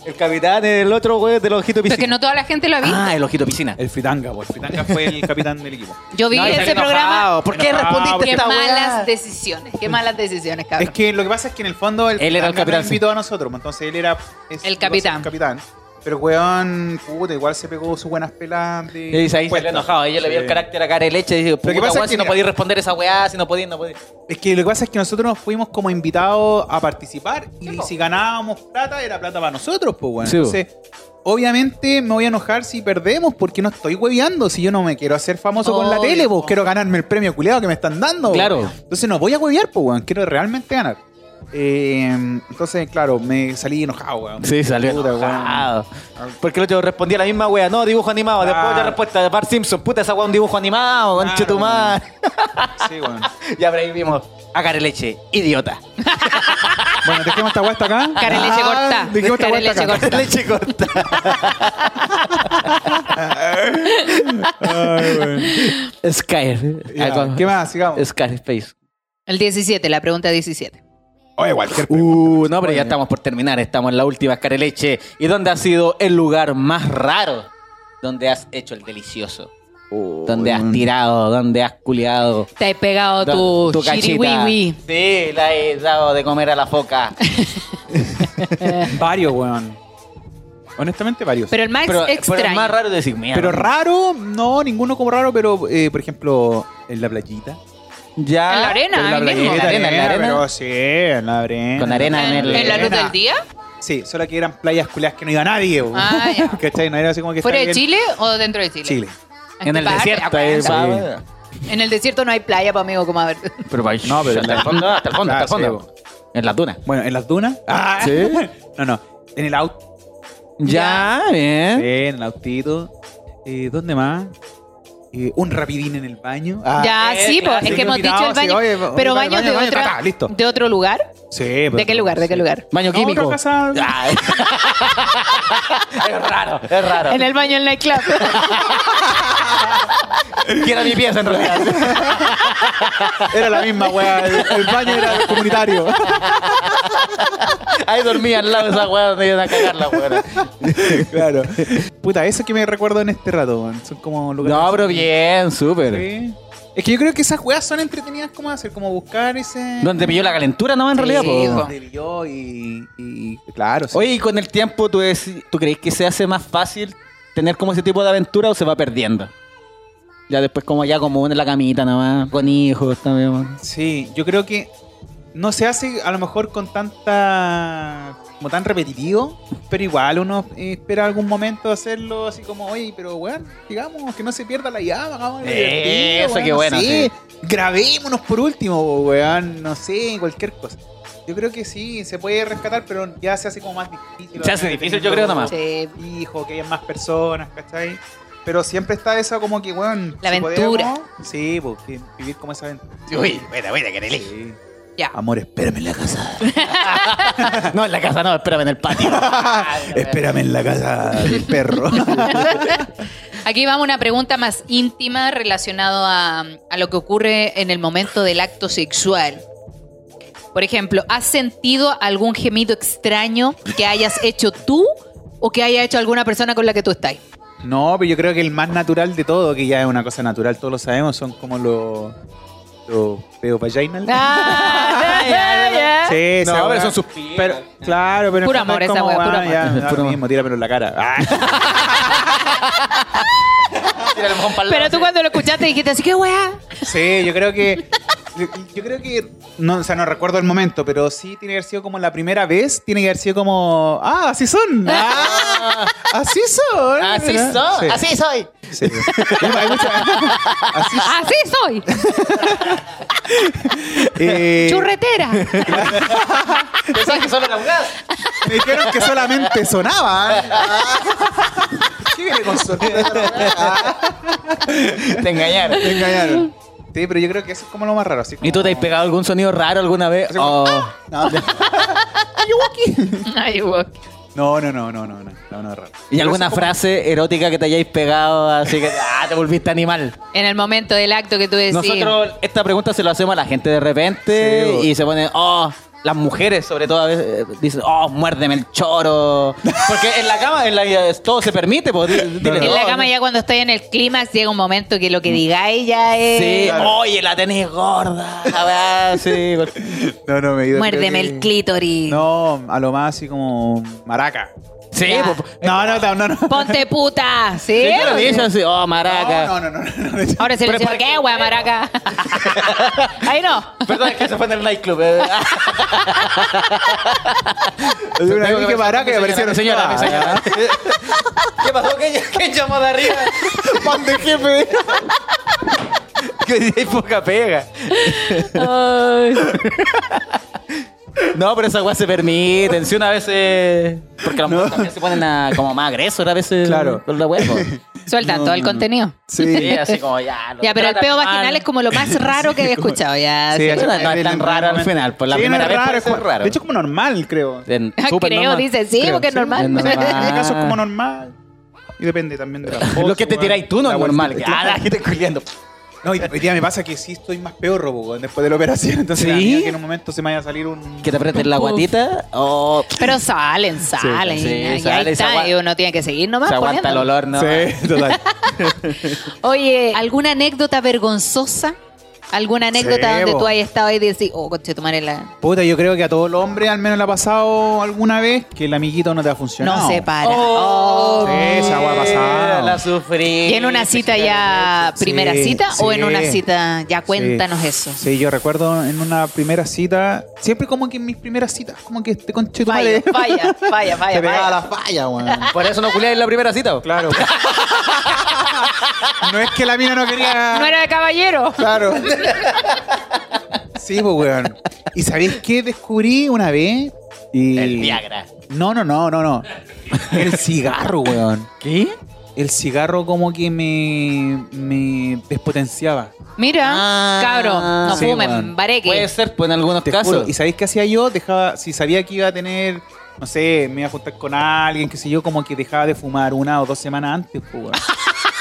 [SPEAKER 1] El capitán es el otro güey del ojito
[SPEAKER 2] Pero es que
[SPEAKER 1] piscina.
[SPEAKER 2] no toda la gente lo ha visto.
[SPEAKER 1] Ah, el ojito piscina.
[SPEAKER 5] El Fritanga, po. El Fritanga fue el capitán del equipo.
[SPEAKER 2] Yo vi
[SPEAKER 1] No,
[SPEAKER 2] ese
[SPEAKER 1] enojado.
[SPEAKER 2] programa.
[SPEAKER 1] ¿Por qué
[SPEAKER 5] Enojado,
[SPEAKER 1] respondiste
[SPEAKER 5] porque-
[SPEAKER 2] Qué
[SPEAKER 1] esta
[SPEAKER 2] malas
[SPEAKER 1] weá?
[SPEAKER 2] decisiones. Qué malas decisiones, cabrón.
[SPEAKER 5] Es que lo que pasa es que en el fondo
[SPEAKER 1] Él era el
[SPEAKER 5] nos
[SPEAKER 1] capitán, sí.
[SPEAKER 5] invitó a nosotros, entonces él pues, era es-
[SPEAKER 2] El capitán.
[SPEAKER 5] capitán. Pero weón, puta, igual se pegó sus buenas pelas de.
[SPEAKER 1] Y ahí se le
[SPEAKER 5] puesta.
[SPEAKER 1] enojaba. Ella le vio el
[SPEAKER 5] Sí.
[SPEAKER 1] carácter a cara de leche y dijo, puta,
[SPEAKER 5] que pasa
[SPEAKER 1] weá,
[SPEAKER 5] es
[SPEAKER 1] si
[SPEAKER 5] que-
[SPEAKER 1] no podía responder esa weá, si no podía, no podía.
[SPEAKER 5] Es que lo que pasa es que nosotros nos fuimos como invitados a participar y si ganábamos plata, era plata para nosotros, pues bueno.
[SPEAKER 1] Sí, po.
[SPEAKER 5] Entonces, obviamente me voy a enojar si perdemos porque no estoy hueveando. Si yo no me quiero hacer famoso con la
[SPEAKER 1] Obvio,
[SPEAKER 5] tele, pues
[SPEAKER 1] po.
[SPEAKER 5] quiero ganarme el premio culeado que me están dando. po.
[SPEAKER 1] Claro.
[SPEAKER 5] Entonces no voy a huevear, pues weón, quiero realmente ganar. Eh, entonces, claro, me salí enojado, weón. Puta, weón.
[SPEAKER 1] enojado. Porque el otro respondía la misma wea, no, dibujo animado. Después
[SPEAKER 5] Claro.
[SPEAKER 1] otra respuesta de Bart Simpson, puta, esa wea un dibujo animado,
[SPEAKER 5] Claro,
[SPEAKER 1] conche tu madre.
[SPEAKER 5] Sí, weón.
[SPEAKER 1] Y ahora ahí vimos a cara de leche, idiota.
[SPEAKER 5] Bueno, dejemos esta weá hasta acá. Ah,
[SPEAKER 2] Cara de leche corta.
[SPEAKER 5] Dejemos esta
[SPEAKER 2] Cara de
[SPEAKER 5] weá hasta
[SPEAKER 2] leche
[SPEAKER 5] acá.
[SPEAKER 1] Cara de leche corta.
[SPEAKER 5] Ay, weón.
[SPEAKER 1] Sky.
[SPEAKER 5] Ya,
[SPEAKER 1] Algo-
[SPEAKER 5] ¿Qué más? Sigamos.
[SPEAKER 1] Sky Space.
[SPEAKER 2] El 17, la pregunta 17.
[SPEAKER 5] Oye, cualquier
[SPEAKER 1] Uh, no, pero ya estamos por terminar. Estamos en la última Careleche. ¿Y dónde ha sido el lugar más raro donde has hecho el delicioso?
[SPEAKER 5] Oh,
[SPEAKER 1] donde has tirado, donde has culiado.
[SPEAKER 2] Te has pegado
[SPEAKER 1] Da-
[SPEAKER 2] tu,
[SPEAKER 1] tu cachita.
[SPEAKER 2] chiriwiwi.
[SPEAKER 1] Sí, la he dado de comer a la foca.
[SPEAKER 5] Varios, weón. Honestamente, varios.
[SPEAKER 2] Pero el más
[SPEAKER 1] pero,
[SPEAKER 2] extraño.
[SPEAKER 1] pero es más raro decir mierda.
[SPEAKER 5] Pero raro, no, ninguno como raro, pero eh, por ejemplo, en la playita.
[SPEAKER 1] ya.
[SPEAKER 2] En la arena,
[SPEAKER 1] Pero
[SPEAKER 2] ahí mismo.
[SPEAKER 1] En la arena, en la arena.
[SPEAKER 5] Pero sí, en la arena.
[SPEAKER 1] Con arena en
[SPEAKER 2] ¿En,
[SPEAKER 1] el.
[SPEAKER 2] en la luz del día?
[SPEAKER 5] Sí, solo que eran playas culiadas que no iba nadie. weón.
[SPEAKER 2] Ah, ya.
[SPEAKER 5] ¿Cachai? No era así como que
[SPEAKER 2] ¿Fuera
[SPEAKER 5] está
[SPEAKER 2] de
[SPEAKER 5] bien.
[SPEAKER 2] Chile o dentro de Chile?
[SPEAKER 5] Chile.
[SPEAKER 2] Ay,
[SPEAKER 1] En
[SPEAKER 2] qué
[SPEAKER 1] el
[SPEAKER 2] padre,
[SPEAKER 1] desierto. eh, ahí
[SPEAKER 2] aguanta.
[SPEAKER 1] va.
[SPEAKER 2] En el desierto no hay playa, para amigo, como a ver.
[SPEAKER 1] Pero va- No, pero hasta el fondo, hasta el fondo, hasta el fondo. En la duna.
[SPEAKER 5] Bueno, en las dunas. Ah,
[SPEAKER 1] Sí.
[SPEAKER 5] No, no. En el auto.
[SPEAKER 1] Ya, bien.
[SPEAKER 5] Sí, en el autito. Eh, ¿Dónde más? Eh, un rapidín en el baño. Ah,
[SPEAKER 2] ya,
[SPEAKER 5] eh,
[SPEAKER 2] sí,
[SPEAKER 5] claro,
[SPEAKER 2] pues, es que hemos
[SPEAKER 5] mirado,
[SPEAKER 2] dicho el
[SPEAKER 5] sí,
[SPEAKER 2] baño.
[SPEAKER 5] oye,
[SPEAKER 2] pero
[SPEAKER 5] oye,
[SPEAKER 2] baño, de,
[SPEAKER 5] baño,
[SPEAKER 2] otra-
[SPEAKER 5] ta, listo.
[SPEAKER 2] de otro lugar.
[SPEAKER 5] Sí, pero-
[SPEAKER 2] ¿De qué lugar? ¿De qué lugar?
[SPEAKER 1] Baño
[SPEAKER 5] No,
[SPEAKER 1] químico.
[SPEAKER 5] otra casa-
[SPEAKER 1] Ah, es raro, es raro.
[SPEAKER 2] En el baño del nightclub.
[SPEAKER 1] Que era mi pieza en realidad.
[SPEAKER 5] Era la misma, weá. El, el baño era comunitario.
[SPEAKER 1] Ahí dormía al lado de esa weá donde iban a cagar la weá.
[SPEAKER 5] claro. Puta, eso que me recuerdo en este rato, weón. Son como lugares.
[SPEAKER 1] No, pero bien, súper.
[SPEAKER 5] Sí. Es que yo creo que esas weas son entretenidas como hacer, como buscar ese.
[SPEAKER 1] Donde pilló la calentura nomás en
[SPEAKER 2] Sí,
[SPEAKER 1] realidad, po.
[SPEAKER 2] hijo.
[SPEAKER 5] Donde yo y, y- Claro, sí.
[SPEAKER 1] Oye, ¿y con el tiempo tú, es, tú crees que se hace más fácil tener como ese tipo de aventura o se va perdiendo? Ya después como ya como en la camita nomás, con hijos también. man.
[SPEAKER 5] Sí, yo creo que no se hace a lo mejor con tanta. como tan repetitivo, pero igual uno eh, espera algún momento hacerlo así como, oye, pero weón, digamos, que no se pierda la llama, hagamos algo
[SPEAKER 1] Eh,
[SPEAKER 5] divertido,
[SPEAKER 1] eso
[SPEAKER 5] weón,
[SPEAKER 1] qué
[SPEAKER 5] no
[SPEAKER 1] bueno,
[SPEAKER 5] sé. Grabémonos por último, weón, no sé, cualquier cosa. Yo creo que sí, se puede rescatar, pero ya se hace como más difícil.
[SPEAKER 1] Se hace difícil, yo creo, nomás.
[SPEAKER 2] Sí.
[SPEAKER 5] Hijo, que hayan más personas, ¿cachai? Pero siempre está eso como que, weón.
[SPEAKER 2] La
[SPEAKER 5] si
[SPEAKER 2] aventura.
[SPEAKER 5] podemos, sí, pues, que vivir como esa aventura.
[SPEAKER 1] Uy, buena, buena, Carelé.
[SPEAKER 5] Sí.
[SPEAKER 2] Ya.
[SPEAKER 5] Amor, espérame en la casa.
[SPEAKER 1] No, en la casa no, espérame en el patio.
[SPEAKER 5] Ah, espérame en la casa del perro.
[SPEAKER 2] Aquí vamos a una pregunta más íntima relacionado a, a lo que ocurre en el momento del acto sexual. Por ejemplo, ¿has sentido algún gemido extraño que hayas hecho tú o que haya hecho alguna persona con la que tú estás?
[SPEAKER 5] no, pero yo creo que el más natural de todo, que ya es una cosa natural, todos lo sabemos, son como los. los peopaginal.
[SPEAKER 2] Ah.
[SPEAKER 1] No,
[SPEAKER 5] Sí, esa
[SPEAKER 1] pero
[SPEAKER 5] weá.
[SPEAKER 1] son suspiros.
[SPEAKER 5] Pero, claro, pero. en
[SPEAKER 2] Puro
[SPEAKER 5] fondo
[SPEAKER 2] amor
[SPEAKER 5] es
[SPEAKER 2] esa
[SPEAKER 5] como,
[SPEAKER 2] weá, puro
[SPEAKER 5] ah, ya,
[SPEAKER 1] amor.
[SPEAKER 5] da
[SPEAKER 1] Puro
[SPEAKER 5] lo
[SPEAKER 1] amor.
[SPEAKER 5] mismo, tíramelo en la cara. Ah,
[SPEAKER 1] Tira el mojón pa'l lado,
[SPEAKER 2] Pero tú
[SPEAKER 1] sí.
[SPEAKER 2] cuando lo escuchaste dijiste así, ¿qué weá?
[SPEAKER 5] sí, yo creo que. Yo, yo creo que. No, o sea, no recuerdo el momento, pero sí tiene que haber sido como la primera vez, tiene que haber sido como. ¡Ah, así son! Ah, ¡Así son!
[SPEAKER 1] Así
[SPEAKER 5] ¿verdad?
[SPEAKER 1] soy,
[SPEAKER 5] Sí.
[SPEAKER 1] así soy.
[SPEAKER 5] Sí. Hay mucha- Así-
[SPEAKER 2] Así soy,
[SPEAKER 5] eh,
[SPEAKER 2] churretera.
[SPEAKER 1] Pensaba que solo era un gas.
[SPEAKER 5] me dijeron que solamente sonaba. Ah. ¿Qué viene con sonido?
[SPEAKER 1] Te engañaron.
[SPEAKER 5] Me engañaron. Sí, pero yo creo que eso es como lo más raro. Así como-
[SPEAKER 1] ¿Y tú te has pegado algún sonido raro alguna vez?
[SPEAKER 5] Así como,
[SPEAKER 1] Oh.
[SPEAKER 5] ¡ah! No, no,
[SPEAKER 2] Ay, weón.
[SPEAKER 5] no, no, no, no, no, no, no, no es raro.
[SPEAKER 1] ¿Y alguna frase erótica que te hayáis pegado así que ah, te volviste animal?
[SPEAKER 2] En el momento del acto que tú decís.
[SPEAKER 1] Nosotros esta pregunta se la hacemos a la gente de repente
[SPEAKER 5] Sí, pues. bo.
[SPEAKER 1] y se ponen, oh, las mujeres sobre todo a veces eh, dicen, oh, muérdeme el choro. Porque en la cama en la, eh, todo se permite. Pues, di- dile
[SPEAKER 2] En
[SPEAKER 1] todo,
[SPEAKER 2] la
[SPEAKER 1] ¿no?
[SPEAKER 2] cama ya cuando estoy en el clímax llega un momento que lo que digáis ya es...
[SPEAKER 1] Sí,
[SPEAKER 5] Claro.
[SPEAKER 1] oye, la tenés gorda. la verdad, sí, pues". porque-
[SPEAKER 5] No, no, me he ido.
[SPEAKER 2] Muérdeme el
[SPEAKER 5] clip
[SPEAKER 2] clítoris.
[SPEAKER 5] No, a lo más así como maraca.
[SPEAKER 1] Sí, pues,
[SPEAKER 2] Ya.
[SPEAKER 1] po-
[SPEAKER 5] No, no, no, no. no.
[SPEAKER 2] Ponte puta, ¿sí?
[SPEAKER 1] Sí, yo lo dije así, oh, maraca.
[SPEAKER 5] No, no, no, no, no, no.
[SPEAKER 2] Ahora se le
[SPEAKER 5] Pero
[SPEAKER 2] dice,
[SPEAKER 5] para-
[SPEAKER 2] ¿qué, wea, maraca? Ahí no.
[SPEAKER 1] Perdón, es que se fue en el nightclub. eh.
[SPEAKER 5] Yo una vez dije maraca y aparecieron.
[SPEAKER 1] Señora, mi señora, mi señora. ¿Qué pasó? ¿Qué, qué llamó de arriba? ¡Pan de jefe! que hoy día hay poca pega. No, pero esa weá se permiten. Si una vez. eh, porque las mujeres también se ponen a- como más agresoras a veces.
[SPEAKER 5] Claro.
[SPEAKER 1] Con la huevo.
[SPEAKER 2] Sueltan todo el contenido.
[SPEAKER 1] Sí,
[SPEAKER 5] Sí.
[SPEAKER 1] así como ya. lo
[SPEAKER 2] Ya, pero el
[SPEAKER 1] tratan
[SPEAKER 2] peo
[SPEAKER 1] mal.
[SPEAKER 2] vaginal es como lo más raro que había escuchado. Ya,
[SPEAKER 5] Sí,
[SPEAKER 2] sí.
[SPEAKER 1] No, no es tan raro al final. Por la
[SPEAKER 5] Sí, no
[SPEAKER 1] primera
[SPEAKER 5] es
[SPEAKER 1] vez
[SPEAKER 5] raro,
[SPEAKER 1] puede
[SPEAKER 5] es
[SPEAKER 1] ser
[SPEAKER 5] como-
[SPEAKER 1] raro.
[SPEAKER 5] De hecho, como normal, creo.
[SPEAKER 1] En-
[SPEAKER 2] Ah,
[SPEAKER 1] súper
[SPEAKER 2] creo,
[SPEAKER 1] normal.
[SPEAKER 2] dice, sí,
[SPEAKER 5] Creo,
[SPEAKER 2] porque es
[SPEAKER 5] sí,
[SPEAKER 2] normal.
[SPEAKER 1] es
[SPEAKER 5] En
[SPEAKER 1] normal.
[SPEAKER 5] este caso es como normal. Y depende también de la
[SPEAKER 1] Lo que te
[SPEAKER 5] pose,
[SPEAKER 1] tiráis tú no
[SPEAKER 5] la
[SPEAKER 1] es
[SPEAKER 5] bolsita.
[SPEAKER 1] normal. que- Ah, la gente culiando.
[SPEAKER 5] No, y hoy día me pasa que sí estoy más peor, Robo, después de la operación. Entonces,
[SPEAKER 1] ¿Sí?
[SPEAKER 5] la mía que en un momento se me vaya a salir un.
[SPEAKER 1] Que te aprieten la
[SPEAKER 2] Puf.
[SPEAKER 1] guatita o
[SPEAKER 2] Pero salen, salen.
[SPEAKER 1] sí,
[SPEAKER 2] y ahí
[SPEAKER 1] sale, se
[SPEAKER 2] está.
[SPEAKER 1] agua-
[SPEAKER 2] Y uno tiene que seguir nomás
[SPEAKER 1] se aguanta el
[SPEAKER 2] poniéndolo.
[SPEAKER 1] olor, ¿no?
[SPEAKER 5] Sí, total.
[SPEAKER 2] Oye, ¿alguna anécdota vergonzosa? ¿Alguna anécdota
[SPEAKER 5] Sí,
[SPEAKER 2] donde
[SPEAKER 5] bo.
[SPEAKER 2] tú hayas estado ahí y decís, oh, conche, tu madre la...
[SPEAKER 5] Puta, yo creo que a todo el hombre al menos le ha pasado alguna vez que el amiguito no te ha funcionado.
[SPEAKER 2] No se para.
[SPEAKER 1] Oh,
[SPEAKER 5] Sí, esa hueá pasada.
[SPEAKER 1] La sufrí.
[SPEAKER 2] ¿Y en una cita ya
[SPEAKER 5] Sí,
[SPEAKER 2] primera cita o en
[SPEAKER 5] sí.
[SPEAKER 2] una cita ya
[SPEAKER 5] Sí.
[SPEAKER 2] cuéntanos eso?
[SPEAKER 5] Sí, yo recuerdo en una primera cita, siempre como que en mis primeras citas, como que este conche tu
[SPEAKER 2] Vaya,
[SPEAKER 5] madre.
[SPEAKER 2] vaya, vaya,
[SPEAKER 5] Te
[SPEAKER 2] vaya, vaya.
[SPEAKER 5] pegaba la falla, weón. Pues,
[SPEAKER 1] Por eso no culiáis en la primera cita. po.
[SPEAKER 5] Claro. no es que la mina no quería.
[SPEAKER 2] No era de caballero.
[SPEAKER 5] Claro. Sí, pues, weón. ¿Y sabéis qué descubrí una vez? Y...
[SPEAKER 1] El Viagra.
[SPEAKER 5] No, no, no, no, no. El cigarro, weón.
[SPEAKER 1] ¿Qué?
[SPEAKER 5] El cigarro como que me, me despotenciaba.
[SPEAKER 2] Mira,
[SPEAKER 1] Ah,
[SPEAKER 2] cabro, no
[SPEAKER 5] sí,
[SPEAKER 2] fumen,
[SPEAKER 5] weón.
[SPEAKER 2] bareque.
[SPEAKER 1] Puede ser, pues en algunos
[SPEAKER 5] Te
[SPEAKER 1] casos.
[SPEAKER 5] juro. ¿Y sabéis qué hacía yo? Dejaba, si sabía que iba a tener, no sé, me iba a juntar con alguien, qué sé yo, como que dejaba de fumar una o dos semanas antes, pues, weón.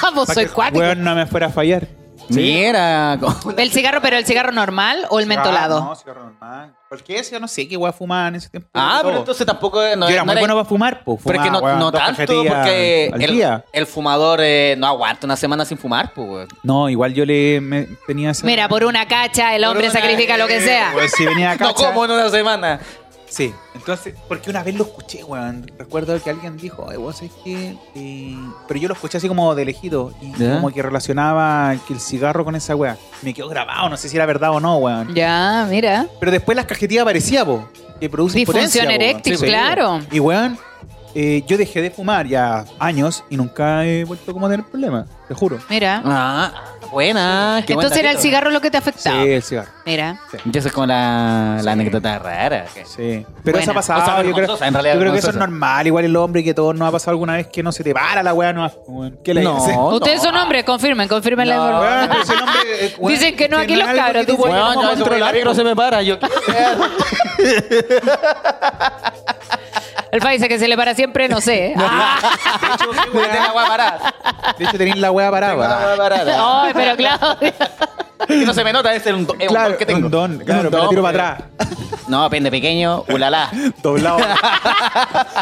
[SPEAKER 2] Ah, vos
[SPEAKER 5] Para
[SPEAKER 2] sois
[SPEAKER 5] que,
[SPEAKER 2] cuático.
[SPEAKER 5] weón, no me fuera a fallar.
[SPEAKER 1] Mira. co-
[SPEAKER 2] El cigarro, pero el cigarro normal o el mentolado.
[SPEAKER 5] Cigarro, ah, No, cigarro normal. Porque ese, no sé qué weón fumaba en ese tiempo.
[SPEAKER 1] Ah,
[SPEAKER 5] Todo.
[SPEAKER 1] pero entonces tampoco. eh, No,
[SPEAKER 5] yo era
[SPEAKER 1] no
[SPEAKER 5] muy bueno para fumar, pues.
[SPEAKER 1] Pero es que no, no tanto, porque
[SPEAKER 5] Al
[SPEAKER 1] el,
[SPEAKER 5] día.
[SPEAKER 1] el fumador eh, no aguanta una semana sin fumar, pues, weón.
[SPEAKER 5] No, igual yo le me- tenía esa...
[SPEAKER 2] Mira, por una cacha el
[SPEAKER 1] Por
[SPEAKER 2] hombre
[SPEAKER 1] una-
[SPEAKER 2] sacrifica lo que sea.
[SPEAKER 5] Pues si venía acá.
[SPEAKER 1] No como en una semana.
[SPEAKER 5] Sí, entonces, porque una vez lo escuché, weón. Recuerdo que alguien dijo, ay, vos sabés que. eh, Pero yo lo escuché así como de lejito y
[SPEAKER 1] ¿Ya?
[SPEAKER 5] como que relacionaba que el cigarro con esa weá. Me quedó grabado, no sé si era verdad o no, weón.
[SPEAKER 2] Ya, mira.
[SPEAKER 5] Pero después las cajetillas aparecían, po, que producen
[SPEAKER 2] Disfunción
[SPEAKER 5] potencia, po, weón.
[SPEAKER 2] eréctil, claro.
[SPEAKER 5] Y weón, eh, yo dejé de fumar ya años y nunca he vuelto como a tener problemas, te juro.
[SPEAKER 2] Mira.
[SPEAKER 1] Ah, buena. qué buen
[SPEAKER 2] Entonces era el
[SPEAKER 1] datito.
[SPEAKER 2] cigarro lo que te
[SPEAKER 5] Sí,
[SPEAKER 2] afectaba.
[SPEAKER 5] el cigarro.
[SPEAKER 2] Mira.
[SPEAKER 1] Y esa es como la, la anécdota rara. que-
[SPEAKER 5] Sí. Pero
[SPEAKER 2] Buena.
[SPEAKER 5] eso ha pasado.
[SPEAKER 1] O sea,
[SPEAKER 5] yo creo,
[SPEAKER 1] vergonzosa, en realidad
[SPEAKER 5] yo creo que eso es
[SPEAKER 1] vergonzosa.
[SPEAKER 5] normal. Igual el hombre que todos nos ha pasado alguna vez que no se te para la weá. No, weón, ¿Qué le
[SPEAKER 1] No.
[SPEAKER 5] dices?
[SPEAKER 2] Ustedes son hombres, confirmen, confirmen la
[SPEAKER 1] No.
[SPEAKER 2] información.
[SPEAKER 5] Weón, pero si el hombre, eh, weón,
[SPEAKER 2] Dicen que no, aquí
[SPEAKER 5] es
[SPEAKER 2] los
[SPEAKER 5] algo
[SPEAKER 2] cabros,
[SPEAKER 5] que tú
[SPEAKER 2] dicen.
[SPEAKER 5] puedas
[SPEAKER 1] Weón,
[SPEAKER 5] como
[SPEAKER 1] yo eso,
[SPEAKER 5] controlar,
[SPEAKER 1] el micro se me para. Yo,
[SPEAKER 2] El país dice que se le para siempre, no sé. Ah.
[SPEAKER 1] Tengo la agua parada.
[SPEAKER 5] De hecho, tenés la weá parada.
[SPEAKER 1] Tengo la agua parada.
[SPEAKER 2] Ay, Ah, pero claro.
[SPEAKER 1] Es Ah, oh, que no se me nota, es un, do- es un
[SPEAKER 5] Claro,
[SPEAKER 1] don que tengo.
[SPEAKER 5] un don, claro,
[SPEAKER 1] Un
[SPEAKER 5] me la
[SPEAKER 1] don,
[SPEAKER 5] tiro
[SPEAKER 1] porque-
[SPEAKER 5] para atrás.
[SPEAKER 1] No, pende pequeño, ulala.
[SPEAKER 5] Doblado.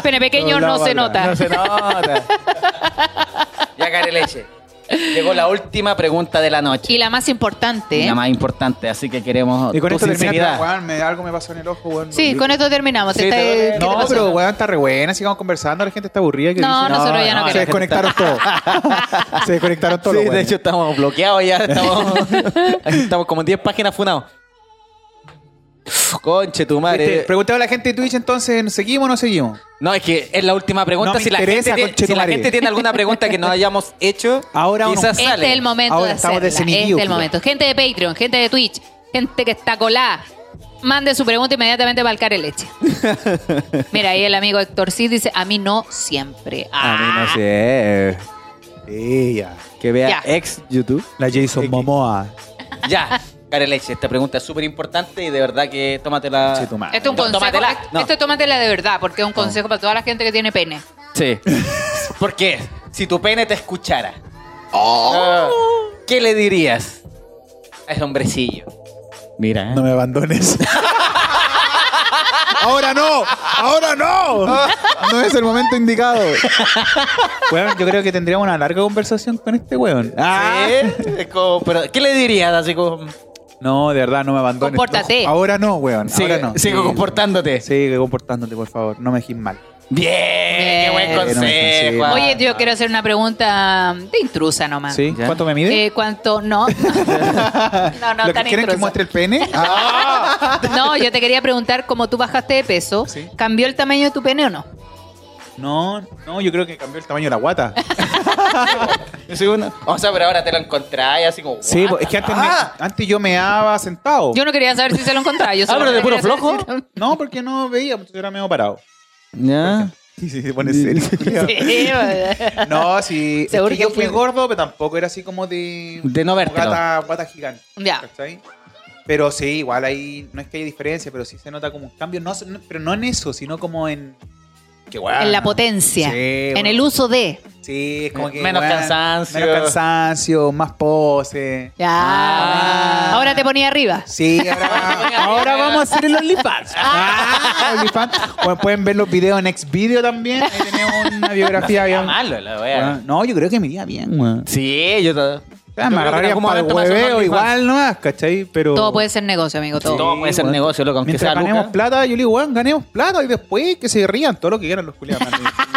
[SPEAKER 2] Pene pequeño no,
[SPEAKER 5] No, la
[SPEAKER 2] se
[SPEAKER 5] bala.
[SPEAKER 2] nota.
[SPEAKER 1] No se nota. ya caré leche. Llegó la última pregunta de la noche.
[SPEAKER 2] Y la más importante. ¿eh?
[SPEAKER 1] La más importante, así que queremos
[SPEAKER 5] y con
[SPEAKER 1] tu
[SPEAKER 5] esto termina. este
[SPEAKER 1] sinceridad.
[SPEAKER 5] Weón, me- algo me pasó en el ojo, weón.
[SPEAKER 2] Sí, con esto terminamos. Este
[SPEAKER 1] Sí,
[SPEAKER 2] Está-
[SPEAKER 1] te duele.
[SPEAKER 2] ¿qué te
[SPEAKER 5] No,
[SPEAKER 2] pasó?
[SPEAKER 5] pero weón, está re buena. Sigamos conversando. La gente está aburrida. que
[SPEAKER 2] No, nosotros ya no
[SPEAKER 5] Se
[SPEAKER 2] queremos.
[SPEAKER 5] desconectaron todos. se desconectaron todos. los
[SPEAKER 1] Sí, de
[SPEAKER 5] weones.
[SPEAKER 1] hecho estamos bloqueados ya. Estamos, estamos como en 10 páginas funados. Conche tu
[SPEAKER 5] Este,
[SPEAKER 1] madre.
[SPEAKER 5] preguntaba a la gente de Twitch entonces, ¿nos ¿seguimos o no seguimos?
[SPEAKER 1] No, es que es la última pregunta.
[SPEAKER 5] No me
[SPEAKER 1] si la,
[SPEAKER 5] interesa,
[SPEAKER 1] gente, tiene,
[SPEAKER 5] conche tu
[SPEAKER 1] si la
[SPEAKER 5] madre.
[SPEAKER 1] gente tiene alguna pregunta que no hayamos hecho,
[SPEAKER 5] Ahora o no.
[SPEAKER 1] quizás
[SPEAKER 2] Este
[SPEAKER 1] sale.
[SPEAKER 2] es el momento
[SPEAKER 5] Ahora
[SPEAKER 2] de
[SPEAKER 5] estamos
[SPEAKER 2] hacerla. Este
[SPEAKER 5] desinhibidos,
[SPEAKER 2] es el
[SPEAKER 5] culiao.
[SPEAKER 2] momento. Gente de Patreon, gente de Twitch, gente que está colada. Mande su pregunta inmediatamente para el care leche. Mira, ahí el amigo Héctor Cid dice, a mí no siempre.
[SPEAKER 1] A mí no
[SPEAKER 2] Ah.
[SPEAKER 1] sé.
[SPEAKER 5] Ella.
[SPEAKER 1] Que vea
[SPEAKER 2] Ya.
[SPEAKER 1] ex YouTube.
[SPEAKER 5] La Jason Momoa.
[SPEAKER 1] Ya, Care Leche, esta pregunta es súper importante y de verdad que tómatela.
[SPEAKER 5] Sí, tu madre.
[SPEAKER 2] Esto Este es un consejo. este
[SPEAKER 1] Tómatela. No.
[SPEAKER 2] Esto tómatela de verdad, porque es un consejo para toda la gente que tiene pene.
[SPEAKER 1] Sí. Porque si tu pene te escuchara, Oh. Ah, ¿qué le dirías a ese hombrecillo? ¿Eh? Mira,
[SPEAKER 5] No me abandones. ¡Ahora no! ¡Ahora no! No es el momento indicado. Weón, yo creo que tendríamos una larga conversación con este weón. Ah.
[SPEAKER 1] pero, ¿Qué le dirías? Así como,
[SPEAKER 5] No, de verdad, no me abandones.
[SPEAKER 2] Compórtate.
[SPEAKER 5] No, ahora no, weón.
[SPEAKER 1] sigue,
[SPEAKER 5] ahora no.
[SPEAKER 1] sigue
[SPEAKER 5] Sí,
[SPEAKER 1] comportándote.
[SPEAKER 5] Sigue comportándote, por favor. No me dejes mal.
[SPEAKER 1] Bien, qué buen
[SPEAKER 2] Bien.
[SPEAKER 1] consejo.
[SPEAKER 5] Ah,
[SPEAKER 2] Oye, yo quiero hacer una pregunta de intrusa nomás.
[SPEAKER 5] ¿Sí?
[SPEAKER 6] Ya.
[SPEAKER 5] ¿Cuánto me mide?
[SPEAKER 2] Eh, ¿Cuánto? No. no, no,
[SPEAKER 5] ¿Lo que
[SPEAKER 2] tan
[SPEAKER 5] quieren que
[SPEAKER 2] intrusa.
[SPEAKER 5] muestre el pene? Ah.
[SPEAKER 2] No, yo te quería preguntar, como tú bajaste de peso,
[SPEAKER 5] Sí.
[SPEAKER 2] ¿cambió el tamaño de tu pene o no?
[SPEAKER 5] No, no, yo creo que cambió el tamaño de la guata.
[SPEAKER 1] Yo soy uno. O sea, pero ahora te lo encontráis así como.
[SPEAKER 5] Sí,
[SPEAKER 1] what
[SPEAKER 5] pues, es que
[SPEAKER 1] the-
[SPEAKER 5] antes, me-
[SPEAKER 1] Ah,
[SPEAKER 5] antes yo me daba sentado.
[SPEAKER 2] Yo no quería saber si se lo encontraba. Yo
[SPEAKER 1] Ah, pero de puro flojo.
[SPEAKER 5] No, porque no veía, porque era medio parado.
[SPEAKER 1] Ah.
[SPEAKER 6] ¿Ya?
[SPEAKER 5] Sí, sí, se pone serio. No, sí.
[SPEAKER 2] Se
[SPEAKER 5] es que
[SPEAKER 2] urge
[SPEAKER 5] yo fui
[SPEAKER 2] que-
[SPEAKER 5] gordo, pero tampoco era así como de.
[SPEAKER 1] De no
[SPEAKER 5] como
[SPEAKER 1] vértelo.
[SPEAKER 5] Gata, guata gigante.
[SPEAKER 2] Ya.
[SPEAKER 5] ¿cachai? Pero sí, igual ahí. No es que haya diferencia, pero sí se nota como un cambio. No, no- pero no en eso, sino como en. Que guau.
[SPEAKER 2] en la potencia,
[SPEAKER 5] Sí,
[SPEAKER 2] en
[SPEAKER 5] bueno.
[SPEAKER 2] el uso de.
[SPEAKER 5] Sí, es como que.
[SPEAKER 1] Eh, Menos
[SPEAKER 5] guau,
[SPEAKER 1] cansancio.
[SPEAKER 5] Menos cansancio, más pose.
[SPEAKER 2] Ya.
[SPEAKER 1] Ah.
[SPEAKER 2] Ahora te ponía arriba.
[SPEAKER 5] Sí, ahora, ahora vamos a hacer el OnlyFans. Ah, OnlyFans. Bueno, pueden ver los videos en Xvideo también. Ahí tenemos una
[SPEAKER 1] Está
[SPEAKER 5] biografía bien.
[SPEAKER 1] malo, la
[SPEAKER 5] Bueno,
[SPEAKER 1] wea.
[SPEAKER 5] no, yo creo que me iría bien, weón.
[SPEAKER 1] Sí, yo. ta-
[SPEAKER 5] O
[SPEAKER 1] yo
[SPEAKER 5] sea,
[SPEAKER 1] creo
[SPEAKER 5] me
[SPEAKER 1] que en
[SPEAKER 5] agarraría
[SPEAKER 1] algún
[SPEAKER 5] para el
[SPEAKER 1] momento me hace un
[SPEAKER 5] hueveo
[SPEAKER 1] OnlyFans.
[SPEAKER 5] igual, ¿no? ¿Cachai? Pero...
[SPEAKER 2] Todo puede ser negocio, amigo, todo.
[SPEAKER 1] Todo puede ser
[SPEAKER 5] bueno,
[SPEAKER 1] negocio, loco, aunque
[SPEAKER 5] Mientras
[SPEAKER 1] sea
[SPEAKER 5] ganemos
[SPEAKER 1] Luca.
[SPEAKER 5] plata, yo le digo, weón, ganemos plata y después que se rían todo lo que quieran los culiados.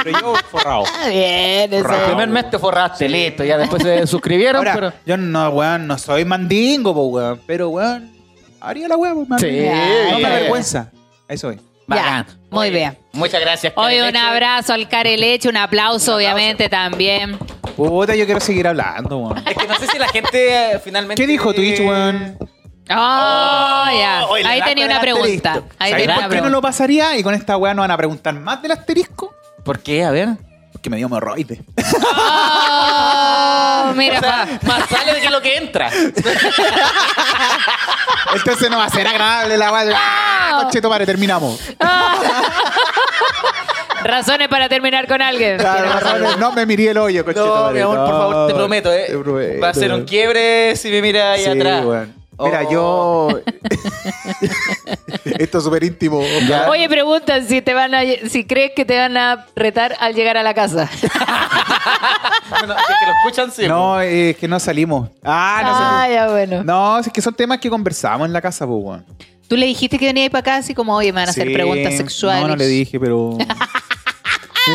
[SPEAKER 5] pero yo forrado.
[SPEAKER 2] Ah, bien, eso.
[SPEAKER 1] El primer mes te forraste, listo. Ya después se suscribieron,
[SPEAKER 5] Ahora,
[SPEAKER 1] pero.
[SPEAKER 5] yo no, weón, no soy mandingo, po, weón. Pero, weón, haría la weón, weón.
[SPEAKER 1] Sí,
[SPEAKER 5] No me
[SPEAKER 1] bien.
[SPEAKER 5] avergüenza. Eso es.
[SPEAKER 2] Ya,
[SPEAKER 1] Bacán.
[SPEAKER 2] muy
[SPEAKER 1] Oye,
[SPEAKER 2] bien.
[SPEAKER 1] Muchas gracias.
[SPEAKER 2] Hoy
[SPEAKER 1] Karen
[SPEAKER 2] un
[SPEAKER 1] Leche.
[SPEAKER 2] abrazo al Careleche, un aplauso, obviamente, también.
[SPEAKER 5] Puta, yo quiero seguir hablando, weón.
[SPEAKER 1] Es que no sé si la gente eh, finalmente.
[SPEAKER 5] ¿Qué dijo Twitch, weón?
[SPEAKER 2] Oh, ya.
[SPEAKER 1] hoy le
[SPEAKER 2] Ahí
[SPEAKER 1] da
[SPEAKER 2] tenía
[SPEAKER 1] con
[SPEAKER 2] una
[SPEAKER 1] el
[SPEAKER 2] pregunta.
[SPEAKER 1] asterisco.
[SPEAKER 2] Ahí
[SPEAKER 5] ¿Sabéis
[SPEAKER 2] tenía una
[SPEAKER 5] por qué no
[SPEAKER 2] pregunta.
[SPEAKER 5] lo pasaría? Y con esta weá no van a preguntar más del asterisco.
[SPEAKER 1] ¿Por qué? A ver.
[SPEAKER 5] Porque me dio hemorroides.
[SPEAKER 2] Oh, mira, pa.
[SPEAKER 1] Más sale de que lo que entra.
[SPEAKER 5] Entonces no va a ser agradable la weá. ¡Ah! Concheto, madre, terminamos.
[SPEAKER 2] Razones para terminar con alguien. Tiene razón.
[SPEAKER 5] No me miré el hoyo, concheto.
[SPEAKER 1] No, mi
[SPEAKER 5] madre,
[SPEAKER 1] amor, por
[SPEAKER 5] no,
[SPEAKER 1] favor, te prometo, eh.
[SPEAKER 5] te prometo.
[SPEAKER 1] Va a ser un quiebre si me mira ahí
[SPEAKER 5] Sí,
[SPEAKER 1] atrás.
[SPEAKER 5] weón. Mira,
[SPEAKER 1] Oh.
[SPEAKER 5] yo. Esto es súper íntimo. ojalá.
[SPEAKER 2] Oye, preguntan si te van a, si crees que te van a retar al llegar a la casa.
[SPEAKER 1] Bueno, es que lo escuchan siempre.
[SPEAKER 5] No, eh, es que no salimos. Ah, no salimos.
[SPEAKER 2] Ah, ya bueno.
[SPEAKER 5] No, es que son temas que conversamos en la casa, pues, weón.
[SPEAKER 2] Tú le dijiste que venía ahí para acá así como, oye, me van a hacer
[SPEAKER 5] Sí.
[SPEAKER 2] preguntas sexuales.
[SPEAKER 5] No, no le dije, pero.
[SPEAKER 1] me,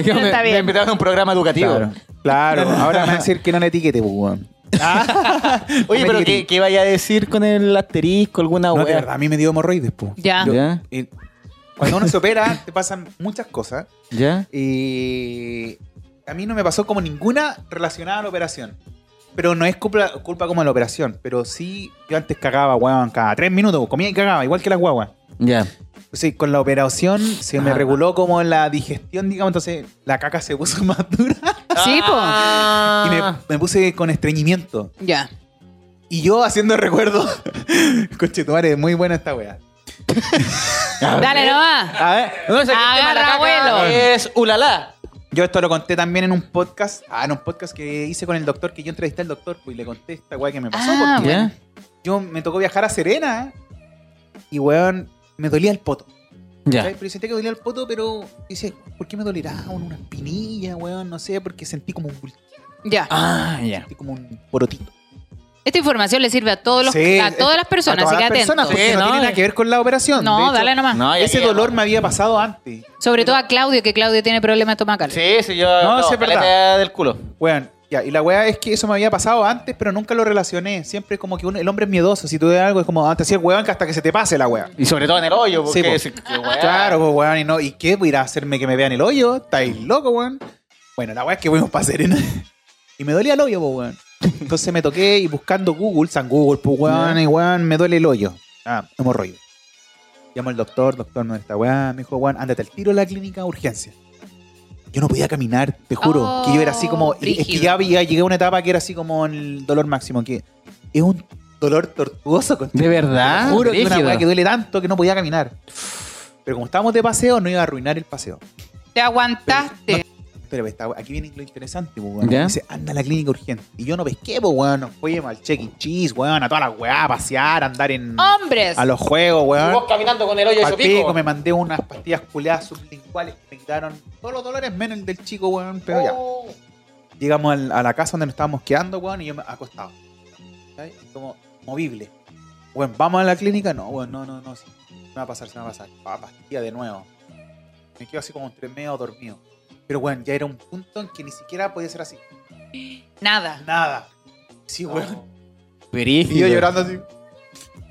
[SPEAKER 2] está
[SPEAKER 1] pues. me
[SPEAKER 2] bien.
[SPEAKER 1] invitaron a un programa educativo.
[SPEAKER 5] Claro, claro. ahora me van a decir que no le etiquete, pues, weón.
[SPEAKER 1] Oye,
[SPEAKER 5] Me
[SPEAKER 1] pero
[SPEAKER 5] etiqueté.
[SPEAKER 1] ¿qué, qué vaya a decir con el asterisco, alguna
[SPEAKER 5] No,
[SPEAKER 1] hueá?
[SPEAKER 5] de verdad, a mí me dio hemorroides, pues.
[SPEAKER 2] Ya. Ah.
[SPEAKER 5] Yo-
[SPEAKER 1] ¿Ya?
[SPEAKER 5] eh, cuando uno se opera, te pasan muchas cosas.
[SPEAKER 1] ¿Ya?
[SPEAKER 5] Y a mí no me pasó como ninguna relacionada a la operación. Pero no es culpa, culpa como de la operación. Pero sí, yo antes cagaba, weón, cada tres minutos. Comía y cagaba, igual que las guaguas.
[SPEAKER 1] Ya.
[SPEAKER 5] Entonces, con la operación se me
[SPEAKER 1] Ah.
[SPEAKER 5] reguló como la digestión, digamos. Entonces, la caca se puso más dura.
[SPEAKER 2] Sí, po.
[SPEAKER 5] Ah. Y me,
[SPEAKER 1] Ah.
[SPEAKER 5] me puse con estreñimiento.
[SPEAKER 2] Ya.
[SPEAKER 5] Y yo haciendo recuerdo. Conchetumare, muy buena esta weá.
[SPEAKER 2] Dale nomás.
[SPEAKER 5] Ah.
[SPEAKER 1] A ver. No, sé qué
[SPEAKER 2] Agarra,
[SPEAKER 1] tema de la caca
[SPEAKER 2] abuelo.
[SPEAKER 1] Es ulala.
[SPEAKER 5] Yo esto lo conté también en un podcast. Ah, en un podcast que hice con el doctor, que yo entrevisté al doctor, pues, y le conté esta weá que me pasó.
[SPEAKER 2] Ah,
[SPEAKER 5] porque
[SPEAKER 2] bueno.
[SPEAKER 5] yo me tocó viajar a Serena y weón, me dolía el poto. ¿sabes?
[SPEAKER 1] Ya.
[SPEAKER 5] Pero sentía que dolía el poto, pero dice, ¿por qué me dolerá? Bueno, una espinilla, weón, no sé, porque sentí como un bultito,
[SPEAKER 2] Ya.
[SPEAKER 1] Ah, ya.
[SPEAKER 5] sentí como un porotito.
[SPEAKER 2] Esta información le sirve a todos los,
[SPEAKER 5] Sí,
[SPEAKER 2] a todas
[SPEAKER 5] es-
[SPEAKER 2] las personas,
[SPEAKER 5] a todas
[SPEAKER 2] así que
[SPEAKER 5] las
[SPEAKER 2] atentos.
[SPEAKER 5] personas, porque
[SPEAKER 1] Sí,
[SPEAKER 5] no,
[SPEAKER 1] no,
[SPEAKER 5] tiene nada
[SPEAKER 1] es-
[SPEAKER 5] que ver con la operación.
[SPEAKER 2] No,
[SPEAKER 5] De hecho,
[SPEAKER 2] dale nomás.
[SPEAKER 1] No, ya
[SPEAKER 5] Ese
[SPEAKER 1] que-
[SPEAKER 5] dolor me había pasado antes.
[SPEAKER 2] Sobre todo a Claudio, que Claudio tiene problemas estomacales.
[SPEAKER 1] Sí, sí, yo.
[SPEAKER 5] No, sí, es
[SPEAKER 1] caleta
[SPEAKER 5] verdad.
[SPEAKER 1] del culo.
[SPEAKER 5] Weón, ya, y la weá es que eso me había pasado antes, pero nunca lo relacioné. Siempre como que uno- el hombre es miedoso. Si tú ves algo, es como, antes sí el weón que hasta que se te pase la weá.
[SPEAKER 1] Y sobre todo en el hoyo,
[SPEAKER 5] Sí,
[SPEAKER 1] porque.
[SPEAKER 5] po.
[SPEAKER 1] si- qué hueá.
[SPEAKER 5] Claro, pues, weón, y no, ¿y qué? ¿Voy a ir a hacerme que me vean el hoyo? ¿Estáis loco, weón? Bueno, la weá es que fuimos para Serena. Y me dolía el hoyo, pues, weón. Entonces me toqué y buscando Google, San Google, pues, weón, y weón, me duele el hoyo. Ah, hemorroide. Llamo al doctor, doctor, no está weá. Me dijo, weón, ándate al tiro a la clínica de urgencia. Yo no podía caminar, te juro.
[SPEAKER 2] Oh,
[SPEAKER 5] que yo era así como. y- Es que
[SPEAKER 2] brígido.
[SPEAKER 5] ya, ya llegué a una etapa que era así como el dolor máximo, que es un dolor tortuoso. con-
[SPEAKER 1] ¿De verdad?
[SPEAKER 5] te lo Juro que una
[SPEAKER 1] Brígido.
[SPEAKER 5] weá que duele tanto que no podía caminar. Pero como estábamos de paseo, no iba a arruinar el paseo.
[SPEAKER 2] Te aguantaste.
[SPEAKER 5] Pero esta weá- aquí viene lo interesante, po, weón.
[SPEAKER 1] ¿Ya?
[SPEAKER 5] Dice, anda a la clínica urgente. Y yo no pesqué, pues, weón. Nos fuimos al check and cheese, weón, a todas las weá, a pasear, a andar en.
[SPEAKER 2] ¡Hombres!
[SPEAKER 5] A los juegos,
[SPEAKER 1] Y
[SPEAKER 5] weón.
[SPEAKER 1] Vos caminando con el hoyo de
[SPEAKER 5] Pal
[SPEAKER 1] su pico.
[SPEAKER 5] pico, me mandé unas pastillas culeadas sublinguales que me quitaron todos los dolores menos el del chico, weón. Pero ya. Llegamos al- a la casa donde nos estábamos quedando, weón, y yo me acostado. ¿Cachai? Como movible. Weón, ¿vamos a la clínica? No, weón, no, no, no. sí. Me va a pasar, se me va a pasar. Ah, pastilla de nuevo. Me quedo así como entre medio dormido. Pero bueno, ya era un punto en que ni siquiera podía ser así.
[SPEAKER 2] Nada.
[SPEAKER 5] Nada. Sí, weón.
[SPEAKER 1] Brígido.
[SPEAKER 5] Y yo llorando así.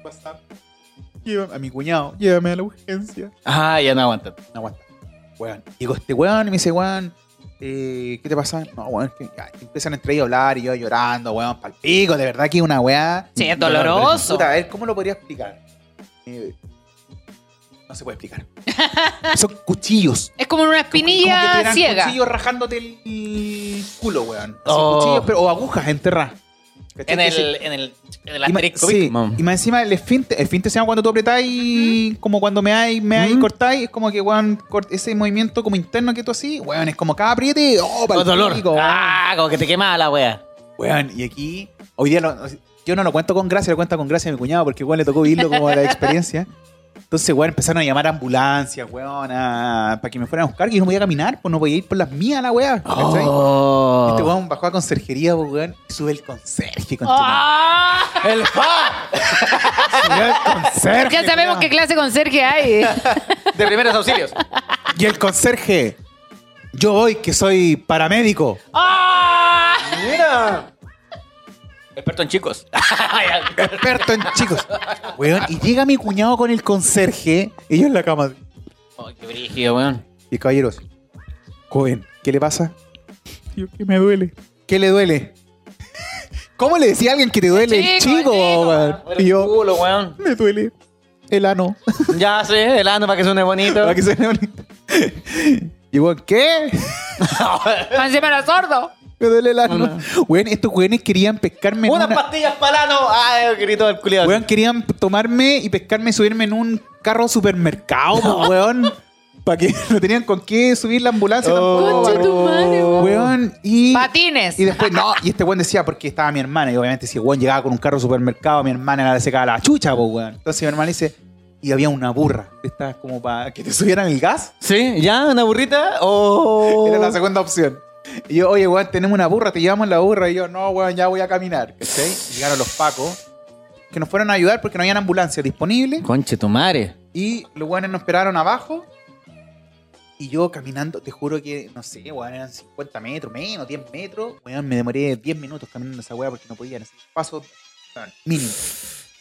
[SPEAKER 5] Bastante. Llévame- a mi cuñado, llévame a la urgencia.
[SPEAKER 1] Ah, ya no aguantan.
[SPEAKER 5] No aguanta. Weón. Llegó este weón y me dice, weón, eh, ¿qué te pasa? No, weón, es que ya, y empiezan entre ellos a hablar y yo llorando, weón, pal pico, de verdad que es una weá.
[SPEAKER 2] Sí, es
[SPEAKER 5] Dolor, pero,
[SPEAKER 2] doloroso.
[SPEAKER 5] puta, a ver, ¿cómo lo podría explicar? Eh, no se puede explicar. Son cuchillos.
[SPEAKER 2] Es como una
[SPEAKER 5] Como- como que
[SPEAKER 2] espinilla
[SPEAKER 5] tuvieran
[SPEAKER 2] ciega.
[SPEAKER 5] cuchillos rajándote el culo, weón. Así,
[SPEAKER 1] Oh.
[SPEAKER 5] cuchillos, pero, o agujas enterradas. ¿Cachai?
[SPEAKER 1] En
[SPEAKER 5] Que
[SPEAKER 1] el,
[SPEAKER 5] se-
[SPEAKER 1] en el, en el
[SPEAKER 5] y ma-
[SPEAKER 1] asterisco.
[SPEAKER 5] sí,
[SPEAKER 1] ¿viste?
[SPEAKER 5] y más encima el esfínter, el esfínter se llama cuando tú apretáis, como cuando me hay, me hay,
[SPEAKER 1] Mm.
[SPEAKER 5] cortáis, es como que weón, cort- ese movimiento como interno que tú así, weón, es como cada apriete, oh, pal
[SPEAKER 1] Con dolor.
[SPEAKER 5] pico, weón.
[SPEAKER 1] Ah, como que te quemaba la wea.
[SPEAKER 5] Weón, y aquí, hoy día lo- yo no lo cuento con gracia, lo cuento con gracia a mi cuñado, porque igual le tocó vivirlo como la experiencia. Entonces, weón, empezaron a llamar a ambulancias, weón, a- para que me fueran a buscar, y yo no podía caminar, pues no podía ir por las mías, la weá. ¿cachai? Este
[SPEAKER 1] Oh.
[SPEAKER 5] weón bajó a conserjería, pues, weón, y sube el conserje, con
[SPEAKER 2] ¡Ah!
[SPEAKER 1] El fa
[SPEAKER 2] Ya sabemos qué clase con Sergio hay.
[SPEAKER 1] de primeros auxilios.
[SPEAKER 5] Y el conserje, yo voy que soy paramédico.
[SPEAKER 2] ¡Ah!
[SPEAKER 1] Mira. Experto en chicos.
[SPEAKER 5] Experto en chicos. Weón, y llega mi cuñado con el conserje y yo en la cama.
[SPEAKER 1] Ay, Oh, qué brígido, weón.
[SPEAKER 5] Y caballeros, joven, ¿qué le pasa? Yo que me duele. ¿Qué le duele? ¿Cómo le decía a alguien que te duele el
[SPEAKER 2] Chico,
[SPEAKER 5] chico?
[SPEAKER 2] chico.
[SPEAKER 5] weón?
[SPEAKER 1] Era
[SPEAKER 5] Y
[SPEAKER 1] el
[SPEAKER 5] yo,
[SPEAKER 1] culo, weón.
[SPEAKER 5] me duele el ano.
[SPEAKER 1] Ya sé, el ano para que suene bonito.
[SPEAKER 5] Para que suene bonito. Y weón, ¿qué?
[SPEAKER 2] Encima era sordo.
[SPEAKER 5] Me duele el ano. Weón, estos weones querían pescarme en
[SPEAKER 1] Unas
[SPEAKER 5] una-
[SPEAKER 1] pastillas para el ano. Ah, gritó el culiado.
[SPEAKER 5] Weón, querían tomarme y pescarme y subirme en un carro supermercado, po, weón. Para que no tenían con qué subir la ambulancia
[SPEAKER 1] Oh.
[SPEAKER 5] tampoco. Weón, y.
[SPEAKER 2] Patines.
[SPEAKER 5] Y después, no, y este weón decía, porque estaba mi hermana, y obviamente si el weón llegaba con un carro supermercado, mi hermana se secaba la chucha, po, weón. Entonces mi hermana dice, y había una burra, estas como para que te subieran el gas.
[SPEAKER 1] Sí, ya, una burrita. Oh.
[SPEAKER 5] Era la segunda opción. Y yo, oye, weón, tenemos una burra, te llevamos la burra. Y yo, no, weón, ya voy a caminar. ¿Cachai? Y Llegaron los pacos, que nos fueron a ayudar porque no había ambulancia disponible.
[SPEAKER 1] Conche tu madre.
[SPEAKER 5] Y los weones nos esperaron abajo. Y yo caminando, te juro que, no sé, weón, eran 50 metros, menos, 10 metros. Weón, me demoré 10 minutos caminando esa weá porque no podía en ese paso weón, mínimo.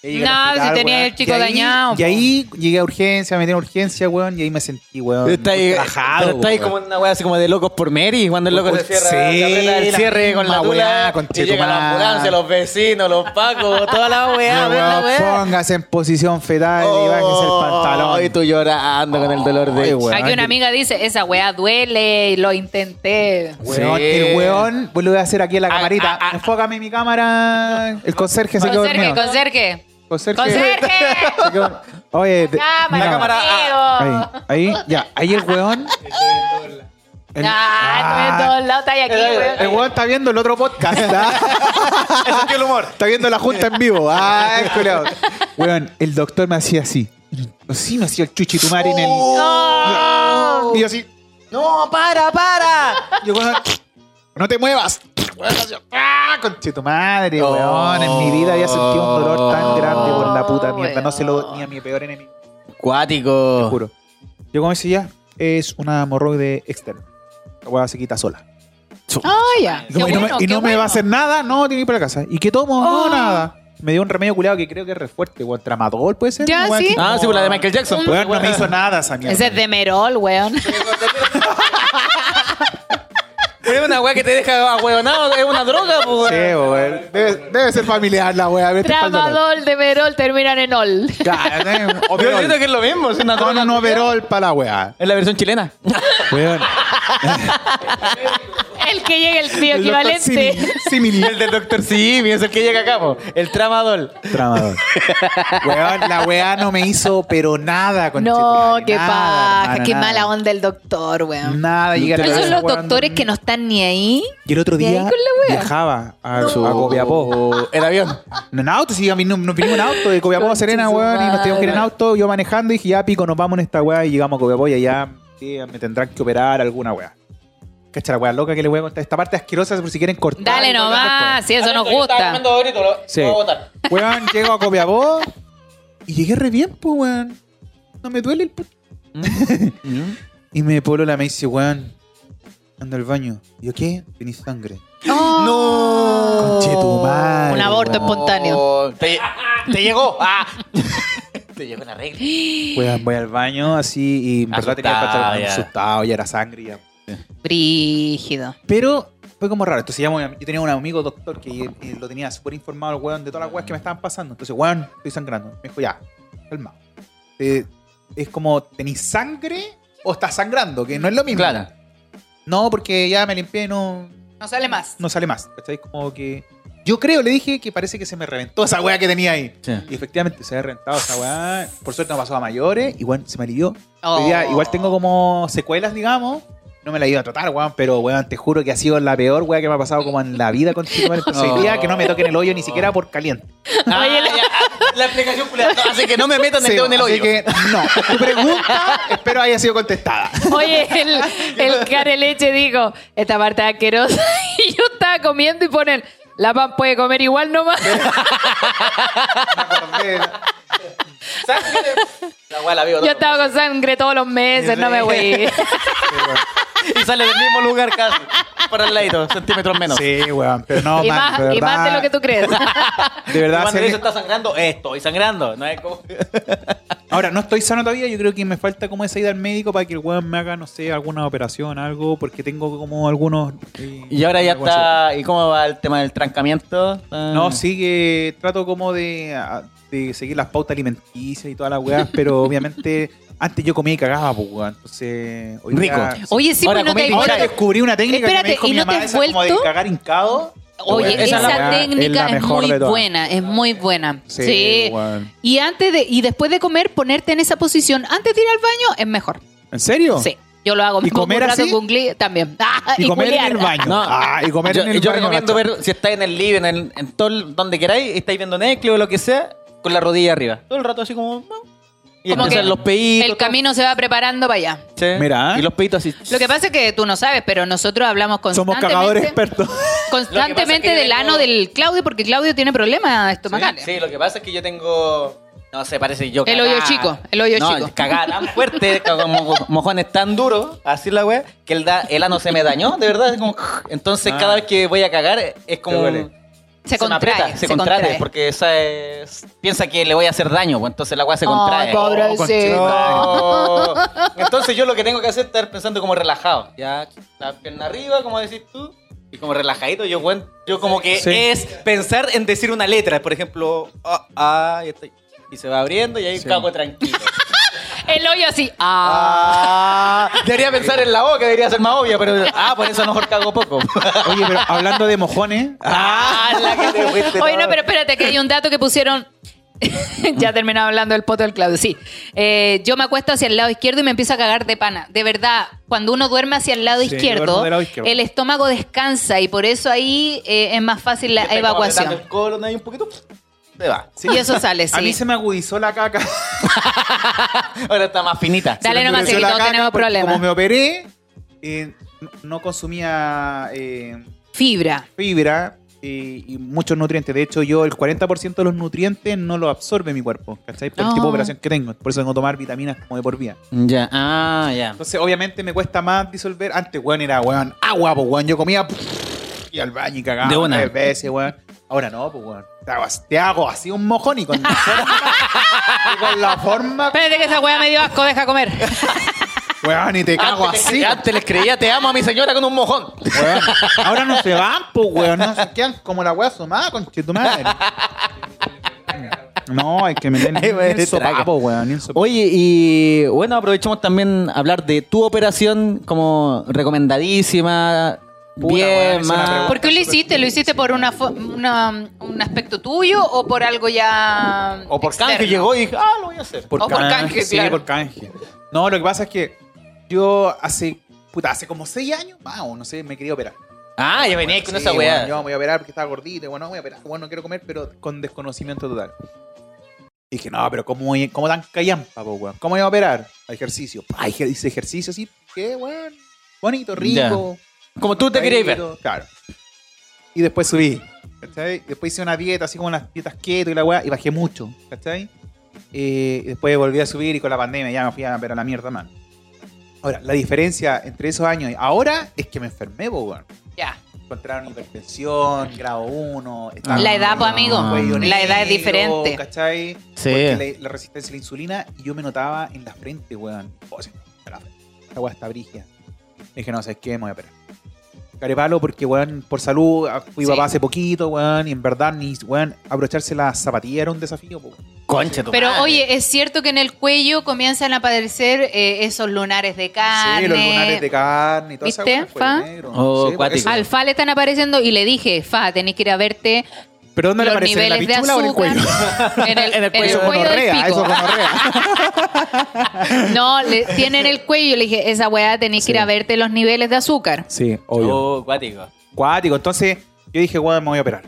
[SPEAKER 5] Ya llegué al
[SPEAKER 2] No, si tenía
[SPEAKER 5] weón,
[SPEAKER 2] el chico
[SPEAKER 5] y ahí-
[SPEAKER 2] dañado,
[SPEAKER 5] Y
[SPEAKER 2] po.
[SPEAKER 5] ahí llegué a urgencia, me dieron urgencia, weón, y ahí me sentí, weón.
[SPEAKER 1] Está ahí,
[SPEAKER 5] ultrajado,
[SPEAKER 1] pero está ahí
[SPEAKER 5] weón.
[SPEAKER 1] como una wea así como de locos por Mary, cuando el loco
[SPEAKER 5] Uy,
[SPEAKER 1] se cierra
[SPEAKER 5] sí,
[SPEAKER 1] la regla del
[SPEAKER 5] la
[SPEAKER 1] cierre con la
[SPEAKER 5] misma
[SPEAKER 1] weá,
[SPEAKER 5] weá, con
[SPEAKER 1] y llega la
[SPEAKER 5] chetumá.
[SPEAKER 1] ambulancia, los vecinos, los pacos, toda la
[SPEAKER 5] Ya,
[SPEAKER 1] weá, ven la
[SPEAKER 5] weón,
[SPEAKER 1] weá.
[SPEAKER 5] póngase en posición fetal y bájese el pantalón.
[SPEAKER 1] Oh, Y tú llorando con el dolor
[SPEAKER 5] Ay,
[SPEAKER 1] de
[SPEAKER 5] weón.
[SPEAKER 2] Aquí una amiga dice, esa weá duele, lo intenté.
[SPEAKER 5] Weón,
[SPEAKER 1] Sí.
[SPEAKER 5] El weón, pues lo voy a hacer aquí en la
[SPEAKER 1] Ah,
[SPEAKER 5] camarita.
[SPEAKER 1] ah, ah,
[SPEAKER 5] Enfócame mi cámara. El conserje se quedó
[SPEAKER 2] Conserje,
[SPEAKER 5] dormido.
[SPEAKER 2] conserje.
[SPEAKER 5] Conserje.
[SPEAKER 2] Conserje.
[SPEAKER 5] Se quedó- Oye, te- mi
[SPEAKER 2] Cámara,
[SPEAKER 5] cámara.
[SPEAKER 2] cámara.
[SPEAKER 5] Ahí, ahí, ya. Ahí el weón. El,
[SPEAKER 2] Ah, estoy en todos lados, está ahí aquí,
[SPEAKER 5] el
[SPEAKER 2] weón.
[SPEAKER 5] weón está viendo el otro podcast. Eso Ah, el humor. Está viendo la junta en vivo. Ah, culiao. Weón, el doctor me hacía así. Sí, me hacía el chuchitumar en el. Y yo así.
[SPEAKER 1] No, para, para.
[SPEAKER 5] Yo, weón, no te muevas. Weón, así, ¡Ah! Conche tu madre,
[SPEAKER 1] Oh.
[SPEAKER 5] weón. En mi vida había sentido un dolor tan grande por la puta
[SPEAKER 2] Oh,
[SPEAKER 5] mierda. No se lo
[SPEAKER 2] weón.
[SPEAKER 5] ni a mi peor enemigo, te
[SPEAKER 1] Cuático.
[SPEAKER 5] juro. Yo como decía, es una hemorroide externa. La weá se quita sola.
[SPEAKER 2] Ah, ya.
[SPEAKER 5] Y, como,
[SPEAKER 2] Qué
[SPEAKER 5] y no,
[SPEAKER 2] bueno,
[SPEAKER 5] me, y
[SPEAKER 2] qué
[SPEAKER 5] no me
[SPEAKER 2] bueno.
[SPEAKER 5] va a hacer nada, no, tiene que ir para la casa. ¿Y qué tomo?
[SPEAKER 2] Oh.
[SPEAKER 5] No, nada. Me dio un remedio culiado que creo que es re fuerte, weón. Tramadol puede ser.
[SPEAKER 2] Ya,
[SPEAKER 5] Una weá
[SPEAKER 2] sí.
[SPEAKER 5] que-
[SPEAKER 1] Ah, sí, por la de Michael Jackson.
[SPEAKER 5] Weón, no me hizo nada esa mierda.
[SPEAKER 2] Ese es de Merol, weón.
[SPEAKER 1] Es una weá que te deja ahueonado, es una droga, pues.
[SPEAKER 5] Sí, weón. Debe, debe ser familiar la weá. vete pa'l dolor.
[SPEAKER 2] Tramadol de Merol terminan en ol.
[SPEAKER 5] Ya, eh,
[SPEAKER 1] Yo
[SPEAKER 5] overall.
[SPEAKER 1] siento que es lo mismo, es una
[SPEAKER 5] Con
[SPEAKER 1] droga.
[SPEAKER 5] un overall para la weá.
[SPEAKER 1] Es la versión chilena.
[SPEAKER 5] Weón.
[SPEAKER 2] El que llegue el frío
[SPEAKER 5] El doctor
[SPEAKER 2] equivalente.
[SPEAKER 5] Simi- Simili.
[SPEAKER 1] El del Dr. Simi es el que llega acá, po. El tramadol.
[SPEAKER 5] Tramador. Weón, la weá no me hizo, pero nada con
[SPEAKER 2] No,
[SPEAKER 5] Chetumare,
[SPEAKER 2] qué
[SPEAKER 5] nada,
[SPEAKER 2] paja,
[SPEAKER 5] hermana,
[SPEAKER 2] qué
[SPEAKER 5] nada.
[SPEAKER 2] mala onda el doctor, weón.
[SPEAKER 5] Nada, llegué a la
[SPEAKER 2] Esos
[SPEAKER 5] casa,
[SPEAKER 2] son los
[SPEAKER 5] weón,
[SPEAKER 2] doctores
[SPEAKER 5] dormí.
[SPEAKER 2] que no están ni ahí.
[SPEAKER 5] Y el otro
[SPEAKER 2] ¿Y ahí
[SPEAKER 5] día
[SPEAKER 2] con la wea?
[SPEAKER 5] viajaba a,
[SPEAKER 1] Su-
[SPEAKER 5] a Copiapó.
[SPEAKER 1] El avión.
[SPEAKER 5] No, en auto, sí, a mí no- nos vinimos en auto de Copiapó a
[SPEAKER 2] Concha
[SPEAKER 5] Serena,
[SPEAKER 2] su
[SPEAKER 5] weón, y nos teníamos que ir en
[SPEAKER 2] madre.
[SPEAKER 5] auto, yo manejando, y dije, ya pico, nos vamos en esta weá, y llegamos a Copiapó y allá sí, me tendrán que operar alguna weá. Cacha la weá loca que le voy a contar. Esta parte asquerosa, por si quieren cortar.
[SPEAKER 2] Dale
[SPEAKER 5] y volver después.
[SPEAKER 2] nomás, si eso nos gusta.
[SPEAKER 5] Sí. Weón, llego a Copiapó y llegué re bien, pues, weón. No me duele el puto. Y me polola me dice, weón, anda al baño. Y yo, ¿qué? Tenís sangre.
[SPEAKER 1] ¡No!
[SPEAKER 5] Conchetumare,
[SPEAKER 2] Un aborto
[SPEAKER 5] weón.
[SPEAKER 2] espontáneo.
[SPEAKER 1] Oh, Te, te llegó. Ah. te llegó una regla.
[SPEAKER 5] Weón, voy al baño así y en verdad tenía el
[SPEAKER 1] Asustado,
[SPEAKER 5] pantalón
[SPEAKER 1] ya.
[SPEAKER 5] asustado, ya era sangre. Ya.
[SPEAKER 2] Brígido.
[SPEAKER 5] Pero fue como raro. Entonces llamó a mi- yo tenía un amigo doctor que eh, lo tenía súper informado el weón de todas las weas que me estaban pasando. Entonces, weón, estoy sangrando. Me dijo, ya, calma. Eh, es como, ¿tenís sangre o estás sangrando? Que no es lo mismo.
[SPEAKER 1] Claro.
[SPEAKER 5] No, porque ya me limpié, no,
[SPEAKER 2] No sale más.
[SPEAKER 5] no sale más. ¿Cachai? Como que. Yo creo, le dije que parece que se me reventó esa weá que tenía ahí.
[SPEAKER 1] Sí.
[SPEAKER 5] Y efectivamente se había reventado esa weá. Por suerte no pasó a mayores. Igual se me alivió.
[SPEAKER 2] Oh.
[SPEAKER 5] Hoy día igual tengo como secuelas, digamos. No me la he ido a tratar, weón, pero weón, te juro que ha sido la peor weá que me ha pasado como en la vida con Chitumare. Entonces, hoy día que no me toquen el hoyo ni siquiera por caliente.
[SPEAKER 1] Ah, ya, ah, la explicación culiada. No, Así que no me metan el
[SPEAKER 5] Sí,
[SPEAKER 1] dedo en el
[SPEAKER 5] así
[SPEAKER 1] hoyo.
[SPEAKER 5] que, no. Tu pregunta, espero haya sido contestada.
[SPEAKER 2] Oye, el, el care leche dijo, esta parte es asquerosa. Y yo estaba comiendo y ponen, la pan puede comer igual nomás.
[SPEAKER 1] La weá la veo.
[SPEAKER 2] Yo estaba con sangre todos los meses, no me voy.
[SPEAKER 1] Y sale del mismo lugar casi. Para el ladito, centímetros menos.
[SPEAKER 5] Sí, weón, pero no,
[SPEAKER 2] y,
[SPEAKER 5] man,
[SPEAKER 2] más,
[SPEAKER 5] de
[SPEAKER 2] y más de
[SPEAKER 5] verdad,
[SPEAKER 2] lo que tú crees.
[SPEAKER 5] De
[SPEAKER 1] Y
[SPEAKER 5] verdad,
[SPEAKER 1] cuando
[SPEAKER 5] se-
[SPEAKER 1] dice está sangrando, esto, y sangrando. No es como...
[SPEAKER 5] Ahora, no estoy sano todavía. Yo creo que me falta como esa ida al médico para que el weón me haga, no sé, alguna operación, algo, porque tengo como algunos. eh,
[SPEAKER 1] Y ahora ya
[SPEAKER 5] algunos-
[SPEAKER 1] está. ¿Y cómo va el tema del trancamiento? Ah.
[SPEAKER 5] No, sí que trato como de, a- de seguir las pautas alimenticias y todas las weas, pero obviamente antes yo comía y cagaba, pues, weón. Entonces. hoy
[SPEAKER 1] Rico.
[SPEAKER 5] día-
[SPEAKER 2] Oye, sí,
[SPEAKER 1] Ahora
[SPEAKER 2] pero no te
[SPEAKER 1] comí
[SPEAKER 2] has
[SPEAKER 5] Ahora
[SPEAKER 1] Oye,
[SPEAKER 2] vuelto.
[SPEAKER 5] descubrí una técnica que
[SPEAKER 2] espérate,
[SPEAKER 5] me dijo
[SPEAKER 2] ¿y
[SPEAKER 5] mi
[SPEAKER 2] no te
[SPEAKER 5] mamá,
[SPEAKER 2] has
[SPEAKER 5] esa como de
[SPEAKER 2] vuelto?
[SPEAKER 5] cagar hincado.
[SPEAKER 2] Oye,
[SPEAKER 1] Esa es
[SPEAKER 2] esa,
[SPEAKER 1] la weá,
[SPEAKER 2] técnica es,
[SPEAKER 5] mejor
[SPEAKER 2] muy
[SPEAKER 5] de todas.
[SPEAKER 2] buena, es muy buena. Sí.
[SPEAKER 5] Sí, weón.
[SPEAKER 2] Y antes de, y después de comer, ponerte en esa posición antes de ir al baño es mejor.
[SPEAKER 5] ¿En serio?
[SPEAKER 2] Sí. Yo lo hago.
[SPEAKER 5] ¿Y comer
[SPEAKER 2] Un rato
[SPEAKER 5] así?
[SPEAKER 2] con gli- también. Ah,
[SPEAKER 5] Y, comer
[SPEAKER 2] culiar.
[SPEAKER 5] en el baño.
[SPEAKER 1] No.
[SPEAKER 5] Ah, y comer
[SPEAKER 1] yo,
[SPEAKER 5] en el
[SPEAKER 1] yo
[SPEAKER 5] baño.
[SPEAKER 1] recomiendo
[SPEAKER 5] macho.
[SPEAKER 1] ver si estáis en el living, en, el- en todo el- donde queráis, y estáis viendo Netflix o lo que sea, con la rodilla arriba. Todo el rato así como. ¿no? Y
[SPEAKER 2] Como
[SPEAKER 1] empiezan
[SPEAKER 2] que
[SPEAKER 1] los peitos.
[SPEAKER 2] El
[SPEAKER 1] todo.
[SPEAKER 2] camino se va preparando para allá.
[SPEAKER 1] Sí.
[SPEAKER 5] Mira. ¿eh?
[SPEAKER 1] Y los peitos así.
[SPEAKER 2] Lo que pasa es que tú no sabes, pero nosotros hablamos
[SPEAKER 5] Somos
[SPEAKER 2] constantemente.
[SPEAKER 5] cagadores expertos.
[SPEAKER 2] Constantemente
[SPEAKER 1] Lo que pasa es que
[SPEAKER 2] del
[SPEAKER 1] yo
[SPEAKER 2] ano
[SPEAKER 1] tengo-
[SPEAKER 2] del Claudio, porque Claudio tiene problemas estomacales.
[SPEAKER 1] Sí, lo que pasa es que yo tengo. No sé, parece yo.
[SPEAKER 2] El
[SPEAKER 1] cagada-
[SPEAKER 2] hoyo chico, el hoyo
[SPEAKER 1] no,
[SPEAKER 2] chico.
[SPEAKER 1] Cagada tan fuerte, con mo- mojones tan duros, así la wea, que el, da- el ano se me dañó, de verdad. es como- entonces,
[SPEAKER 5] Ah.
[SPEAKER 1] cada vez que voy a cagar, es como.
[SPEAKER 5] duele.
[SPEAKER 2] Se,
[SPEAKER 1] me
[SPEAKER 2] contrae,
[SPEAKER 1] aprieta, se, contrae, porque esa es- piensa que le voy a hacer daño, pues, entonces la agua se contrae.
[SPEAKER 2] Ay, pobrecito.
[SPEAKER 1] No. Entonces yo lo que tengo que hacer es estar pensando como relajado. Ya, la pierna arriba, como decís tú, y como relajadito. Yo, buen- yo como que
[SPEAKER 5] Sí.
[SPEAKER 1] es pensar en decir una letra. Por ejemplo, ah, ah, y, está- y se va abriendo y ahí
[SPEAKER 5] Sí.
[SPEAKER 1] cago tranquilo.
[SPEAKER 2] El hoyo así. Ah.
[SPEAKER 1] Ah, debería pensar en la boca, debería ser más obvia, pero ah, por eso mejor cago poco.
[SPEAKER 5] Oye, pero hablando de mojones.
[SPEAKER 1] ah, la que te fuiste,
[SPEAKER 2] Oye, no, pero espérate, que hay un dato que pusieron. ya terminaba hablando del poto del Claudio. Sí. Eh, yo me acuesto hacia el lado izquierdo y me empiezo a cagar de pana. De verdad, cuando uno duerme hacia el lado,
[SPEAKER 5] Sí, yo
[SPEAKER 2] izquierdo,
[SPEAKER 5] duermo del lado izquierdo.
[SPEAKER 2] el estómago descansa y por eso ahí eh, es más fácil la
[SPEAKER 1] Está como apretando
[SPEAKER 2] evacuación.
[SPEAKER 1] El colon ahí un poquito, se va.
[SPEAKER 5] Sí.
[SPEAKER 2] Y eso sale, sí.
[SPEAKER 5] A mí se me agudizó la caca.
[SPEAKER 1] Ahora está más finita.
[SPEAKER 2] Dale
[SPEAKER 5] Se me
[SPEAKER 2] nomás,
[SPEAKER 5] endureció
[SPEAKER 2] que
[SPEAKER 5] la
[SPEAKER 2] todos
[SPEAKER 5] caca
[SPEAKER 2] tenemos
[SPEAKER 5] porque
[SPEAKER 2] problemas.
[SPEAKER 5] Como me operé, eh, no- no consumía eh,
[SPEAKER 2] Fibra.
[SPEAKER 5] fibra eh, y muchos nutrientes. De hecho, yo el 40% de los nutrientes no los absorbe mi cuerpo, ¿cachai? Por
[SPEAKER 2] No.
[SPEAKER 5] el tipo de operación que tengo. Por eso tengo que tomar vitaminas como de por vía.
[SPEAKER 1] Ya, ah, ya.
[SPEAKER 5] Entonces, obviamente, me cuesta más disolver. Antes, weón, era, weón, agua, pues, weón. Yo comía pff, y al baño y cagaba
[SPEAKER 1] De una.
[SPEAKER 5] tres veces, weón. Ahora no, pues, weón. Te hago, te hago así un mojón y con, y con la forma,
[SPEAKER 2] Espérate que esa weá me dio asco, deja comer.
[SPEAKER 1] Ah,
[SPEAKER 5] weón, y te cago
[SPEAKER 1] Antes,
[SPEAKER 5] así.
[SPEAKER 1] les, antes les creía, te amo a mi señora con un mojón.
[SPEAKER 5] Weón, ahora no se van, pues, weón. No se quedan como la weá sumada con tu madre. No, hay que meter
[SPEAKER 1] Ay, weón,
[SPEAKER 5] ni un sopapo, weón. ni un sopapo.
[SPEAKER 1] Oye, y bueno, aprovechamos también hablar de tu operación como recomendadísima.
[SPEAKER 5] Puta, weón,
[SPEAKER 1] bien,
[SPEAKER 5] es una
[SPEAKER 1] más.
[SPEAKER 5] pregunta.
[SPEAKER 2] ¿Por qué lo hiciste? ¿Lo hiciste por una, fo- una- un aspecto tuyo o por algo ya.
[SPEAKER 1] O por
[SPEAKER 2] externo?
[SPEAKER 1] canje llegó y dije, ah, lo voy a hacer.
[SPEAKER 2] O por canje,
[SPEAKER 5] sí,
[SPEAKER 2] claro.
[SPEAKER 5] por canje. No, lo que pasa es que yo hace, puta, hace como seis años, más o no sé, me quería operar.
[SPEAKER 1] Ah, ya venía con
[SPEAKER 5] Sí,
[SPEAKER 1] esa
[SPEAKER 5] weón,
[SPEAKER 1] weá.
[SPEAKER 5] Yo me voy a operar porque estaba gordito, y bueno, voy a operar, bueno, no quiero comer, pero con desconocimiento total. Y dije, no, pero ¿cómo, voy- cómo tan callampa, po, weón? ¿Cómo voy a operar? A ejercicio. Pa, ejer- hice ejercicio así, qué weón. Bonito, rico.
[SPEAKER 1] Como tú te querías ver.
[SPEAKER 5] Claro. Y después subí. ¿Cachai? Después hice una dieta, así como las dietas keto y la weá, y bajé mucho. ¿Cachai? Eh, y después volví a subir y con la pandemia ya me fui a ver a la mierda, man. Ahora, la diferencia entre esos años y ahora es que me enfermé, po, weón.
[SPEAKER 2] Ya.
[SPEAKER 5] Encontraron hipertensión, grado 1.
[SPEAKER 2] La edad, po, amigo. La edad es diferente.
[SPEAKER 5] ¿Cachai?
[SPEAKER 1] Sí.
[SPEAKER 5] Porque la, la resistencia a la insulina, y yo me notaba en la frente, weón. Oh, sí, en la frente. Esta weá está brigia. Dije, no, ¿sabes qué? Me voy a operar. Carepalo porque, weón, por salud, ah, fui
[SPEAKER 2] Sí.
[SPEAKER 5] papá hace poquito, weón, y en verdad, ni, weón, abrocharse la zapatilla era un desafío, po, weón.
[SPEAKER 1] Concha tu
[SPEAKER 2] Pero
[SPEAKER 1] madre.
[SPEAKER 2] oye, es cierto que en el cuello comienzan a aparecer eh, esos lunares de carne.
[SPEAKER 5] Sí, los lunares de carne y todo eso.
[SPEAKER 2] ¿Viste, Fa?
[SPEAKER 1] Oh, cuático.
[SPEAKER 2] Al Fa le están apareciendo y le dije, Fa, tenés que ir a verte
[SPEAKER 5] ¿Pero dónde le
[SPEAKER 2] los
[SPEAKER 5] aparece? ¿En la
[SPEAKER 2] niveles de
[SPEAKER 5] pichula o en el
[SPEAKER 2] azúcar.
[SPEAKER 5] cuello?
[SPEAKER 2] En el, en el cuello,
[SPEAKER 5] Eso
[SPEAKER 2] del
[SPEAKER 5] gonorrea,
[SPEAKER 2] pico.
[SPEAKER 5] eso gonorrea.
[SPEAKER 2] No, le, tiene en el cuello. Le dije, esa weá tenés que ir a verte los niveles de azúcar.
[SPEAKER 5] Sí,
[SPEAKER 1] Oh, cuático.
[SPEAKER 5] Cuático. Entonces, yo dije, weón, me voy a operar.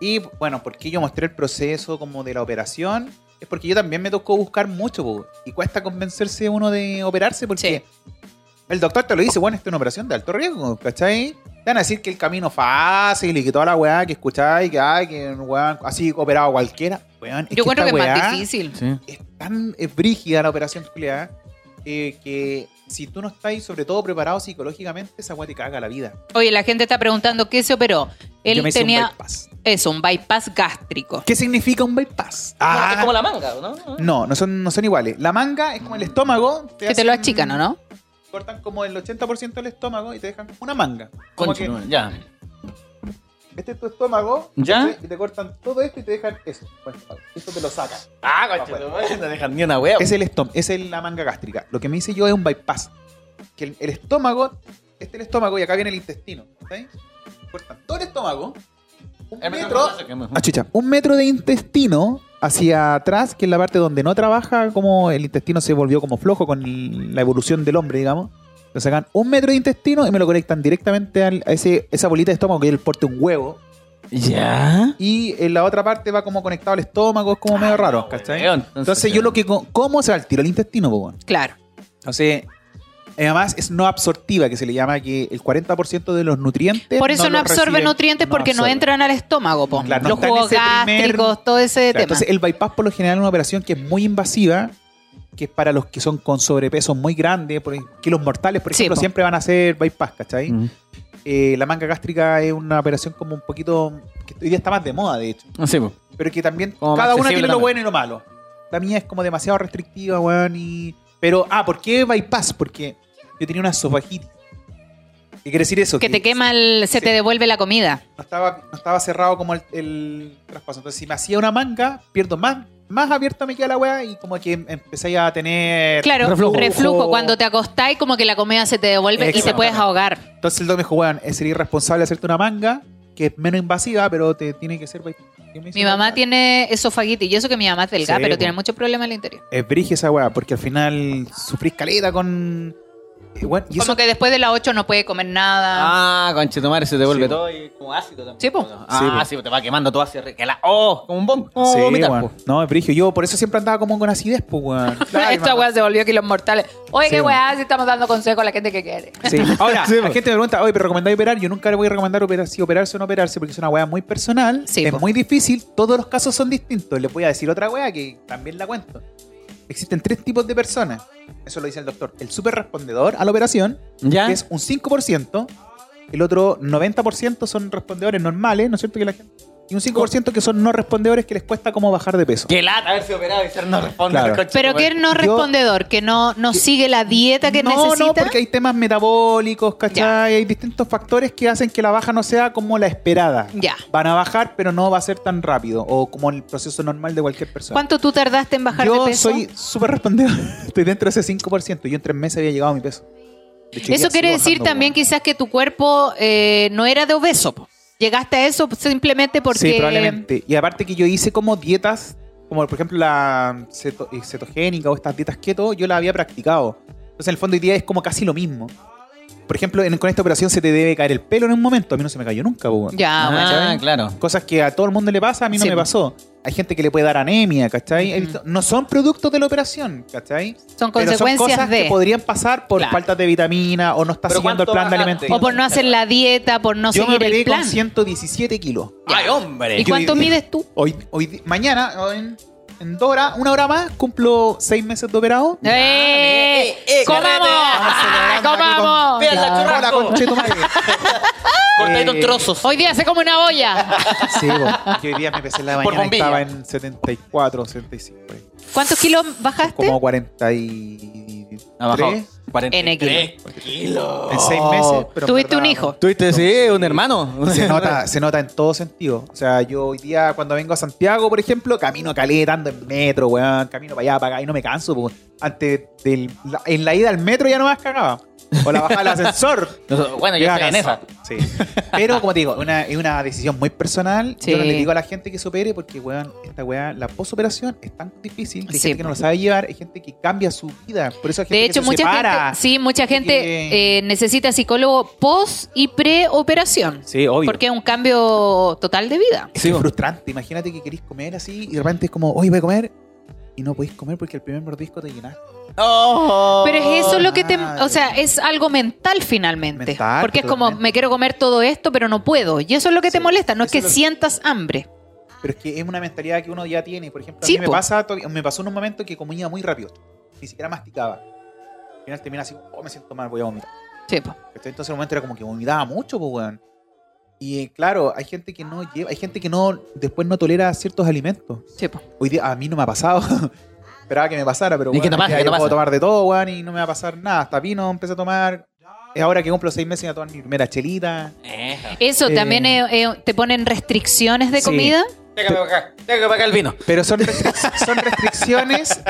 [SPEAKER 5] Y bueno, porque yo mostré el proceso como de la operación, es porque yo también me tocó buscar mucho, po. y cuesta convencerse uno de operarse porque el doctor te lo dice, bueno, esta es una operación de alto riesgo, ¿cachai? Te van a decir que el camino fácil y que toda la weá que escucháis, que ay, que weón, así operado cualquiera. Weón, es
[SPEAKER 2] Yo encuentro que
[SPEAKER 5] esta
[SPEAKER 2] es
[SPEAKER 5] weá-
[SPEAKER 2] más difícil.
[SPEAKER 5] es tan eh, brígida la operación culiada eh, que si tú no estás sobre todo preparado psicológicamente, esa weá te caga la vida.
[SPEAKER 2] Oye, la gente está preguntando qué se operó. Él
[SPEAKER 5] Yo me hice un
[SPEAKER 2] tenía
[SPEAKER 5] bypass.
[SPEAKER 2] eso, un bypass gástrico.
[SPEAKER 5] ¿Qué significa un bypass?
[SPEAKER 1] Es como la manga, ¿no?
[SPEAKER 5] Ah. No, no son, no son iguales. La manga es como el estómago.
[SPEAKER 2] Que te lo achican, ¿o no?
[SPEAKER 5] Cortan como el 80% del estómago y te dejan una manga. Como
[SPEAKER 1] Concha,
[SPEAKER 5] que
[SPEAKER 1] no, ya.
[SPEAKER 5] este es tu estómago
[SPEAKER 1] ¿Ya?
[SPEAKER 5] ¿cachai? y te cortan todo esto y te dejan eso. Bueno, Esto te lo sacan.
[SPEAKER 1] Ah,
[SPEAKER 5] concha, no,
[SPEAKER 1] no dejan ni una wea.
[SPEAKER 5] Es el estom es el- la manga gástrica. Lo que me hice yo es un bypass. Que el, el estómago, este es el estómago y acá viene el intestino. ¿sí? Cortan todo el estómago, un metro, ah, chucha, un metro de intestino hacia atrás, que es la parte donde no trabaja, como el intestino se volvió como flojo con el- la evolución del hombre, digamos. Lo sacan un metro de intestino y me lo conectan directamente al- a ese, esa bolita de estómago que es el porte de un huevo.
[SPEAKER 1] Ya.
[SPEAKER 5] Y en la otra parte va como conectado al estómago, es como medio raro, ¿cachai?
[SPEAKER 1] weón,
[SPEAKER 5] entonces,
[SPEAKER 1] entonces,
[SPEAKER 5] yo lo que co- como se va al tiro al intestino, po, weón.
[SPEAKER 2] Claro.
[SPEAKER 5] Entonces, eh, además es no absortiva, que se le llama que el 40% de los nutrientes.
[SPEAKER 2] Por eso no,
[SPEAKER 5] los
[SPEAKER 2] absorbe
[SPEAKER 5] reciben,
[SPEAKER 2] nutrientes
[SPEAKER 5] no
[SPEAKER 2] porque no
[SPEAKER 5] absorbe.
[SPEAKER 2] entran al estómago, po.
[SPEAKER 5] Claro, no
[SPEAKER 2] los
[SPEAKER 5] está en
[SPEAKER 2] jugos
[SPEAKER 5] ese primer-
[SPEAKER 2] gástricos, todo ese
[SPEAKER 5] Claro,
[SPEAKER 2] tema.
[SPEAKER 5] entonces, el bypass por lo general es una operación que es muy invasiva, que es para los que son con sobrepeso muy grande, por ej- que los mortales, por
[SPEAKER 2] Sí,
[SPEAKER 5] ejemplo,
[SPEAKER 2] po.
[SPEAKER 5] siempre van a hacer bypass, ¿cachai?
[SPEAKER 1] Mm.
[SPEAKER 5] Eh, la manga gástrica es una operación como un poquito. que hoy día está más de moda, de hecho.
[SPEAKER 1] No sé, po.
[SPEAKER 5] pero que también
[SPEAKER 1] Como más
[SPEAKER 5] cada una
[SPEAKER 1] accesible
[SPEAKER 5] tiene lo
[SPEAKER 1] también.
[SPEAKER 5] bueno y lo malo. La mía es como demasiado restrictiva, weón, y... Pero, ah, ¿por qué bypass? Porque yo tenía una sofagitis. ¿Qué quiere decir eso?
[SPEAKER 2] que te quema, el, se
[SPEAKER 5] sí.
[SPEAKER 2] te devuelve la comida.
[SPEAKER 5] No estaba, no estaba cerrado como el, el traspaso. Entonces, si me hacía una manga, pierdo más, más abierta me queda la weá y como que em, empecé a tener...
[SPEAKER 2] Claro, reflujo.
[SPEAKER 1] Reflujo.
[SPEAKER 2] Cuando te acostáis, como que la comida se te devuelve y te
[SPEAKER 5] Exactamente.
[SPEAKER 2] puedes ahogar.
[SPEAKER 5] Entonces el doctor me dijo, weón, es ser irresponsable hacerte una manga que es menos invasiva, pero te tiene que ser bypass. Y me hizo
[SPEAKER 2] Mi
[SPEAKER 5] una
[SPEAKER 2] mamá
[SPEAKER 5] manga.
[SPEAKER 2] tiene esofagitis. Y eso que mi mamá es delgada,
[SPEAKER 5] Sí,
[SPEAKER 2] pero
[SPEAKER 5] po.
[SPEAKER 2] tiene muchos problemas al interior.
[SPEAKER 5] Es brige esa weá, porque al final sufrís caleta con... eh, weón, y eso
[SPEAKER 2] Como que después de las 8 no puede comer nada.
[SPEAKER 1] Ah, concha, tu madre se devuelve
[SPEAKER 5] Sí, po.
[SPEAKER 1] todo y como ácido también.
[SPEAKER 2] Sí, po.
[SPEAKER 1] Ah,
[SPEAKER 5] Sí,
[SPEAKER 1] sí, po, te va quemando todo hacia arriba. que la- Oh, como un bombo.
[SPEAKER 5] Sí,
[SPEAKER 1] Oh, vomitar,
[SPEAKER 5] weón.
[SPEAKER 1] po.
[SPEAKER 5] No, es brigio. Yo por eso siempre andaba como con acidez, pues, weón.
[SPEAKER 2] Esta weá se volvió kilos mortales. Oye,
[SPEAKER 5] Sí,
[SPEAKER 2] qué
[SPEAKER 5] po.
[SPEAKER 2] weá, si estamos dando consejos a la gente que quiere.
[SPEAKER 5] Sí. Ahora, la gente me pregunta, oye, pero recomendáis operar. Yo nunca le voy a recomendar operar, si operarse o no operarse, porque es una weá muy personal.
[SPEAKER 2] Sí,
[SPEAKER 5] es
[SPEAKER 2] po.
[SPEAKER 5] muy difícil. Todos los casos son distintos. Les voy a decir otra weá que también la cuento. Existen tres tipos de personas. Eso lo dice el doctor. El super respondedor a la operación,
[SPEAKER 1] ¿Ya?
[SPEAKER 5] que es un 5%. El otro 90% son respondedores normales, ¿no es cierto? Que la gente... Y un 5% que son no respondedores que les cuesta como bajar de peso.
[SPEAKER 1] Qué lata haberse operado y ser no responde.
[SPEAKER 5] Claro.
[SPEAKER 1] concha,
[SPEAKER 2] Pero
[SPEAKER 1] tu
[SPEAKER 2] que
[SPEAKER 1] madre.
[SPEAKER 2] no
[SPEAKER 5] Yo-
[SPEAKER 2] respondedor, que no, no sigue la dieta que
[SPEAKER 5] no,
[SPEAKER 2] necesita.
[SPEAKER 5] No, porque hay temas metabólicos, ¿cachai?
[SPEAKER 2] Ya.
[SPEAKER 5] Hay distintos factores que hacen que la baja no sea como la esperada.
[SPEAKER 2] Ya.
[SPEAKER 5] Van a bajar, pero no va a ser tan rápido o como el proceso normal de cualquier persona.
[SPEAKER 2] ¿Cuánto tú tardaste en bajar
[SPEAKER 5] Yo
[SPEAKER 2] de peso?
[SPEAKER 5] soy súper respondido. Estoy dentro de ese 5%. Yo en tres meses había llegado a mi peso. De hecho, hoy
[SPEAKER 2] Eso
[SPEAKER 5] día
[SPEAKER 2] quiere
[SPEAKER 5] sigo
[SPEAKER 2] decir
[SPEAKER 5] bajando,
[SPEAKER 2] también
[SPEAKER 5] weón.
[SPEAKER 2] quizás que tu cuerpo eh, no era de obeso. po. Llegaste a eso simplemente porque...
[SPEAKER 5] Sí, probablemente. Y aparte que yo hice como dietas, como por ejemplo la ceto- eh, cetogénica o estas dietas keto, yo las había practicado. Entonces en el fondo hoy día es como casi lo mismo. Por ejemplo, en- con esta operación se te debe caer el pelo en un momento. A mí no se me cayó nunca, po, weón.
[SPEAKER 2] Ya, bueno.
[SPEAKER 1] Ah,
[SPEAKER 5] ¿cachai?
[SPEAKER 1] claro.
[SPEAKER 5] Cosas que a todo el mundo le pasa, a mí no
[SPEAKER 2] Sí,
[SPEAKER 5] me
[SPEAKER 2] po.
[SPEAKER 5] pasó. Hay gente que le puede dar anemia, ¿cachai? He
[SPEAKER 2] Ujú.
[SPEAKER 5] visto- No son productos de la operación, ¿cachai?
[SPEAKER 2] Son
[SPEAKER 5] Pero son
[SPEAKER 2] consecuencias
[SPEAKER 5] cosas
[SPEAKER 2] de...
[SPEAKER 5] que podrían pasar por
[SPEAKER 2] Claro.
[SPEAKER 5] falta de vitamina o no está
[SPEAKER 1] Pero
[SPEAKER 5] siguiendo el
[SPEAKER 1] ¿cuánto
[SPEAKER 5] plan de
[SPEAKER 1] bajaste?
[SPEAKER 2] o
[SPEAKER 5] alimentación.
[SPEAKER 2] por no hacer la dieta, por no
[SPEAKER 5] Yo me
[SPEAKER 2] seguir el
[SPEAKER 5] operé con
[SPEAKER 2] plan.
[SPEAKER 5] 117 kilos.
[SPEAKER 1] Ay, hombre.
[SPEAKER 2] ¿Y cuánto
[SPEAKER 5] hoy día-
[SPEAKER 2] mides tú?
[SPEAKER 5] Hoy, hoy, di- mañana, hoy, en dos horas, una hora más, cumplo seis meses de operado.
[SPEAKER 2] Ah, ¡Eh!
[SPEAKER 1] eh, eh,
[SPEAKER 2] ¡Comamos!
[SPEAKER 5] carrete.
[SPEAKER 2] ¡Comamos!
[SPEAKER 1] Vean la
[SPEAKER 5] Ahora,
[SPEAKER 1] churrasco.
[SPEAKER 5] conchetumare.
[SPEAKER 1] Cortadito en
[SPEAKER 5] Eh,
[SPEAKER 1] trozos.
[SPEAKER 2] Hoy día se come una olla.
[SPEAKER 5] Sí, bo. Yo hoy día me pesé en la
[SPEAKER 1] Por
[SPEAKER 5] mañana y
[SPEAKER 1] bombilla.
[SPEAKER 5] estaba en 74, 75. por ahí.
[SPEAKER 2] ¿Cuántos kilos bajaste?
[SPEAKER 5] eh. Como 43
[SPEAKER 2] En equilibrio.
[SPEAKER 1] kilos.
[SPEAKER 5] en seis meses. pero en
[SPEAKER 2] Tuviste
[SPEAKER 5] verdad,
[SPEAKER 2] un hijo.
[SPEAKER 1] Tuviste, Oh. sí, un hermano.
[SPEAKER 5] Se nota, se nota en todo sentido. O sea, yo hoy día cuando vengo a Santiago, por ejemplo, camino caleta, ando en metro, weón, camino para allá, para acá, y no me canso, po. Antes del, la- en la ida al metro ya no más cagaba. O la bajada del ascensor.
[SPEAKER 1] No, Bueno, yo
[SPEAKER 5] Llegaba
[SPEAKER 1] estoy en esa.
[SPEAKER 5] cansado. Sí. Pero como te digo, una- es una decisión muy personal.
[SPEAKER 2] Sí.
[SPEAKER 5] Yo no le digo a la gente que se opere porque, weón, esta weá, la posoperación es tan difícil. que Hay
[SPEAKER 2] Sí,
[SPEAKER 5] gente que
[SPEAKER 2] po.
[SPEAKER 5] no lo sabe llevar, hay gente que cambia su vida. Por eso hay gente
[SPEAKER 2] De hecho,
[SPEAKER 5] que se
[SPEAKER 2] mucha
[SPEAKER 5] separa.
[SPEAKER 2] gente, sí, mucha gente
[SPEAKER 5] que-
[SPEAKER 2] eh, necesita psicólogo post y preoperación.
[SPEAKER 5] Sí, obvio.
[SPEAKER 2] Porque es un cambio total de vida.
[SPEAKER 5] Es
[SPEAKER 1] Sí,
[SPEAKER 5] que
[SPEAKER 1] po.
[SPEAKER 5] es frustrante. Imagínate que querís comer así y de repente es como, hoy voy a comer y no podéis comer porque el primer mordisco te llenaste.
[SPEAKER 2] Pero es eso lo que te...
[SPEAKER 5] madre.
[SPEAKER 2] O sea, es algo mental finalmente.
[SPEAKER 5] Mental,
[SPEAKER 2] porque es como,
[SPEAKER 5] totalmente.
[SPEAKER 2] me quiero comer todo esto, pero no puedo. Y eso es lo que te
[SPEAKER 5] Sí,
[SPEAKER 2] molesta, no es
[SPEAKER 5] eso
[SPEAKER 2] que
[SPEAKER 5] es lo que-
[SPEAKER 2] sientas hambre.
[SPEAKER 5] Pero es que es una mentalidad que uno ya tiene. Por ejemplo, a
[SPEAKER 2] Sí,
[SPEAKER 5] mí me,
[SPEAKER 2] po.
[SPEAKER 5] pasa, todavía- me pasó en un momento que comía muy rápido. Ni siquiera masticaba. Al final termina así, oh, me siento mal, voy a vomitar.
[SPEAKER 2] Sí, po.
[SPEAKER 5] ¿Cachai? Entonces en un momento era como que vomitaba mucho, pues, weón. Y eh, claro, hay gente que no lleva, hay gente que no después no tolera ciertos alimentos.
[SPEAKER 2] sí, po.
[SPEAKER 5] Hoy día a mí no me ha pasado. Esperaba que me pasara, pero
[SPEAKER 1] ¿Y qué
[SPEAKER 5] weón,
[SPEAKER 1] te pasa?
[SPEAKER 5] ya
[SPEAKER 1] ¿Qué te
[SPEAKER 5] yo puedo
[SPEAKER 1] pasa?
[SPEAKER 5] tomar de todo, weón, y no me va a pasar nada. Hasta vino empecé a tomar. Es ahora que cumplo seis meses y a tomar mi primera chelita.
[SPEAKER 2] Eso
[SPEAKER 5] Eh,
[SPEAKER 2] también eh, eh, te ponen restricciones de
[SPEAKER 5] sí.
[SPEAKER 2] comida.
[SPEAKER 1] Déjame para acá. Déjame para acá el vino.
[SPEAKER 5] Pero son, restric- son restricciones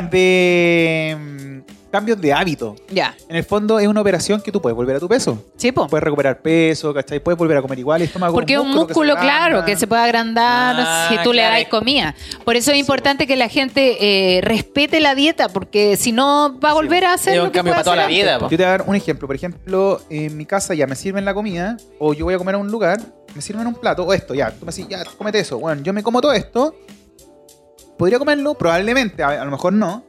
[SPEAKER 5] de mm, cambios de hábito.
[SPEAKER 2] Ya.
[SPEAKER 5] En el fondo es una operación que tú puedes volver a tu peso.
[SPEAKER 2] Sí, po.
[SPEAKER 5] Puedes recuperar peso, ¿cachai? Puedes volver a comer igual, estómago.
[SPEAKER 2] Porque es un músculo, claro, que se puede agrandar
[SPEAKER 1] Ah,
[SPEAKER 2] si tú le
[SPEAKER 1] claro,
[SPEAKER 2] das
[SPEAKER 1] es-
[SPEAKER 2] comida. Por eso es importante que la gente eh, respete la dieta, porque si no va a volver a hacer
[SPEAKER 1] Es
[SPEAKER 2] lo
[SPEAKER 1] un
[SPEAKER 2] que
[SPEAKER 1] cambio
[SPEAKER 2] fue
[SPEAKER 1] para toda la
[SPEAKER 2] hacer
[SPEAKER 1] vida.
[SPEAKER 2] antes.
[SPEAKER 1] po.
[SPEAKER 5] Yo te voy a dar un ejemplo. Por ejemplo, en mi casa ya me sirven la comida, o yo voy a comer a un lugar, me sirven un plato, o esto, ya. Tú me decís, ya, comete eso. Bueno, yo me como todo esto. ¿Podría comerlo? Probablemente, a, a lo mejor no.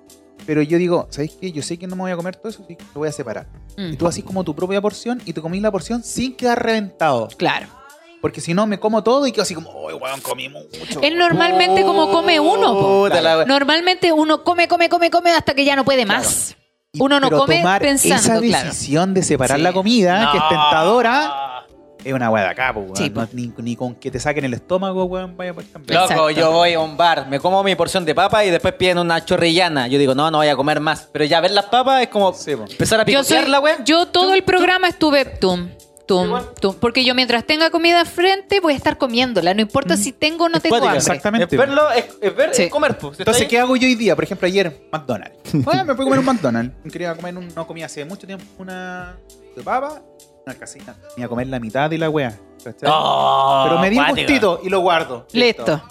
[SPEAKER 5] Pero yo digo, ¿sabéis qué? Yo sé que no me voy a comer todo eso, así que lo voy a separar.
[SPEAKER 2] Mm,
[SPEAKER 5] Y tú haces como tu propia porción y te comís la porción sin quedar reventado.
[SPEAKER 2] Claro.
[SPEAKER 5] Porque si no, me como todo y quedo así como, uy, weón, comí mucho.
[SPEAKER 2] Es normalmente como come uno. po.
[SPEAKER 1] Puta la-
[SPEAKER 2] Normalmente uno come, come, come, come hasta que ya no puede más.
[SPEAKER 5] Y-
[SPEAKER 2] Uno no
[SPEAKER 5] pero
[SPEAKER 2] come
[SPEAKER 5] tomar esa
[SPEAKER 2] pensando, claro.
[SPEAKER 5] decisión de separar la comida, que es tentadora, es una weá de acá, po, weón.
[SPEAKER 2] Sí, po.
[SPEAKER 5] No- ni, ni con que te saquen el estómago, weón, vaya por cambiar.
[SPEAKER 1] Loco,
[SPEAKER 2] Exacto.
[SPEAKER 1] yo voy a un bar, me como mi porción de papa y después piden una chorrillana. Yo digo, no, no voy a comer más. Pero ya ver las papas es como
[SPEAKER 5] Sí, po.
[SPEAKER 1] empezar a
[SPEAKER 2] Yo, soy-
[SPEAKER 1] picotearla, weón.
[SPEAKER 2] yo todo el programa estuve tum, tum, tum. Porque yo mientras tenga comida frente voy a estar comiéndola. No importa si tengo o no tengo
[SPEAKER 1] Cuática.
[SPEAKER 2] hambre.
[SPEAKER 5] Exactamente.
[SPEAKER 1] Es verlo, es, es ver,
[SPEAKER 2] Sí.
[SPEAKER 1] es comer, po. Si
[SPEAKER 5] Entonces,
[SPEAKER 1] está
[SPEAKER 5] ¿qué
[SPEAKER 1] ahí-
[SPEAKER 5] hago yo hoy día? Por ejemplo, ayer, McDonald's. Bueno, me fui a comer un McDonald's. Quería comer un- no comía hace mucho tiempo una de papa, una casita. Me iba a comer la mitad de la weá. ¿cachai?
[SPEAKER 1] Oh,
[SPEAKER 5] Pero me di un
[SPEAKER 1] cuática.
[SPEAKER 5] gustito y lo guardo.
[SPEAKER 2] Listo,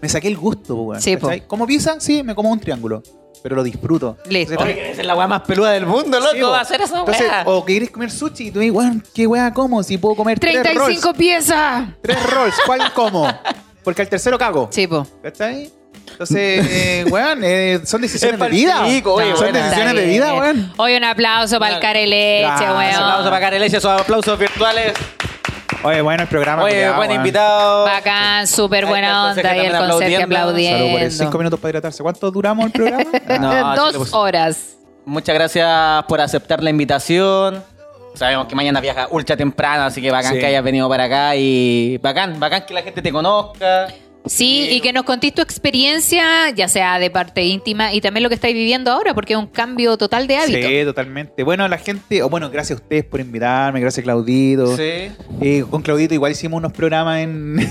[SPEAKER 5] Me saqué el gusto, po, weón.
[SPEAKER 2] Sí, po.
[SPEAKER 5] ¿cachai? Como pizza, sí, me como un triángulo. Pero lo disfruto.
[SPEAKER 2] listo.
[SPEAKER 1] Oye, que esa es la weá más peluda del mundo, loco.
[SPEAKER 5] Sí, po.
[SPEAKER 1] va a hacer esa
[SPEAKER 5] Entonces,
[SPEAKER 1] weá.
[SPEAKER 5] o que querés comer sushi y tú dices, weón, qué weá como si puedo comer tres rolls.
[SPEAKER 2] 35 piezas.
[SPEAKER 5] Tres rolls, ¿cuál como? Porque al tercero cago.
[SPEAKER 2] Sí, po.
[SPEAKER 5] ¿Cachai? Entonces, eh, weón, eh, son decisiones
[SPEAKER 1] Es
[SPEAKER 5] de vida.
[SPEAKER 1] palpico, oye,
[SPEAKER 5] son
[SPEAKER 1] buena.
[SPEAKER 5] decisiones
[SPEAKER 2] está
[SPEAKER 5] de vida,
[SPEAKER 2] bien.
[SPEAKER 5] weón.
[SPEAKER 2] Hoy un aplauso para el Careleche,
[SPEAKER 5] Claro,
[SPEAKER 1] Un aplauso
[SPEAKER 2] weón.
[SPEAKER 1] para Careleche, esos aplausos virtuales.
[SPEAKER 5] Oye, bueno, el programa.
[SPEAKER 1] Oye,
[SPEAKER 5] culiao,
[SPEAKER 1] buen
[SPEAKER 5] weón.
[SPEAKER 1] invitado.
[SPEAKER 2] Bacán, súper
[SPEAKER 1] Ahí está
[SPEAKER 2] buena
[SPEAKER 1] el conserje
[SPEAKER 2] onda. Y el
[SPEAKER 1] también aplaudiendo.
[SPEAKER 2] conserje
[SPEAKER 5] Salud por el
[SPEAKER 2] aplaudiendo.
[SPEAKER 5] cinco minutos para hidratarse. ¿Cuánto duramos el programa?
[SPEAKER 1] No, pues,
[SPEAKER 2] Eh,
[SPEAKER 1] sí le
[SPEAKER 2] Dos
[SPEAKER 1] puse.
[SPEAKER 2] horas.
[SPEAKER 1] Muchas gracias por aceptar la invitación. Sabemos que mañana viaja ultra temprano, así que bacán
[SPEAKER 5] Sí.
[SPEAKER 1] que hayas venido para acá y bacán, bacán que la gente te conozca.
[SPEAKER 2] Sí, y que nos contéis tu experiencia, ya sea de parte íntima y también lo que estáis viviendo ahora, porque es un cambio total de hábito.
[SPEAKER 5] Sí, totalmente. Bueno, la gente, o bueno, gracias a ustedes por invitarme, gracias Claudito.
[SPEAKER 1] Sí.
[SPEAKER 5] Eh, con Claudito igual hicimos unos programas en,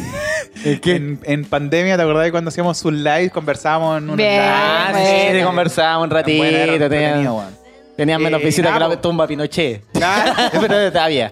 [SPEAKER 5] en, en pandemia, ¿te acordás de cuando hacíamos sus lives? Conversábamos en un
[SPEAKER 2] Bien,
[SPEAKER 1] Ah,
[SPEAKER 2] bueno.
[SPEAKER 1] sí, te conversaba un ratito. Tenías tenías menos
[SPEAKER 5] Eh,
[SPEAKER 1] visita que
[SPEAKER 5] nada,
[SPEAKER 1] la
[SPEAKER 5] po.
[SPEAKER 1] tumba Pinochet. Pero todavía.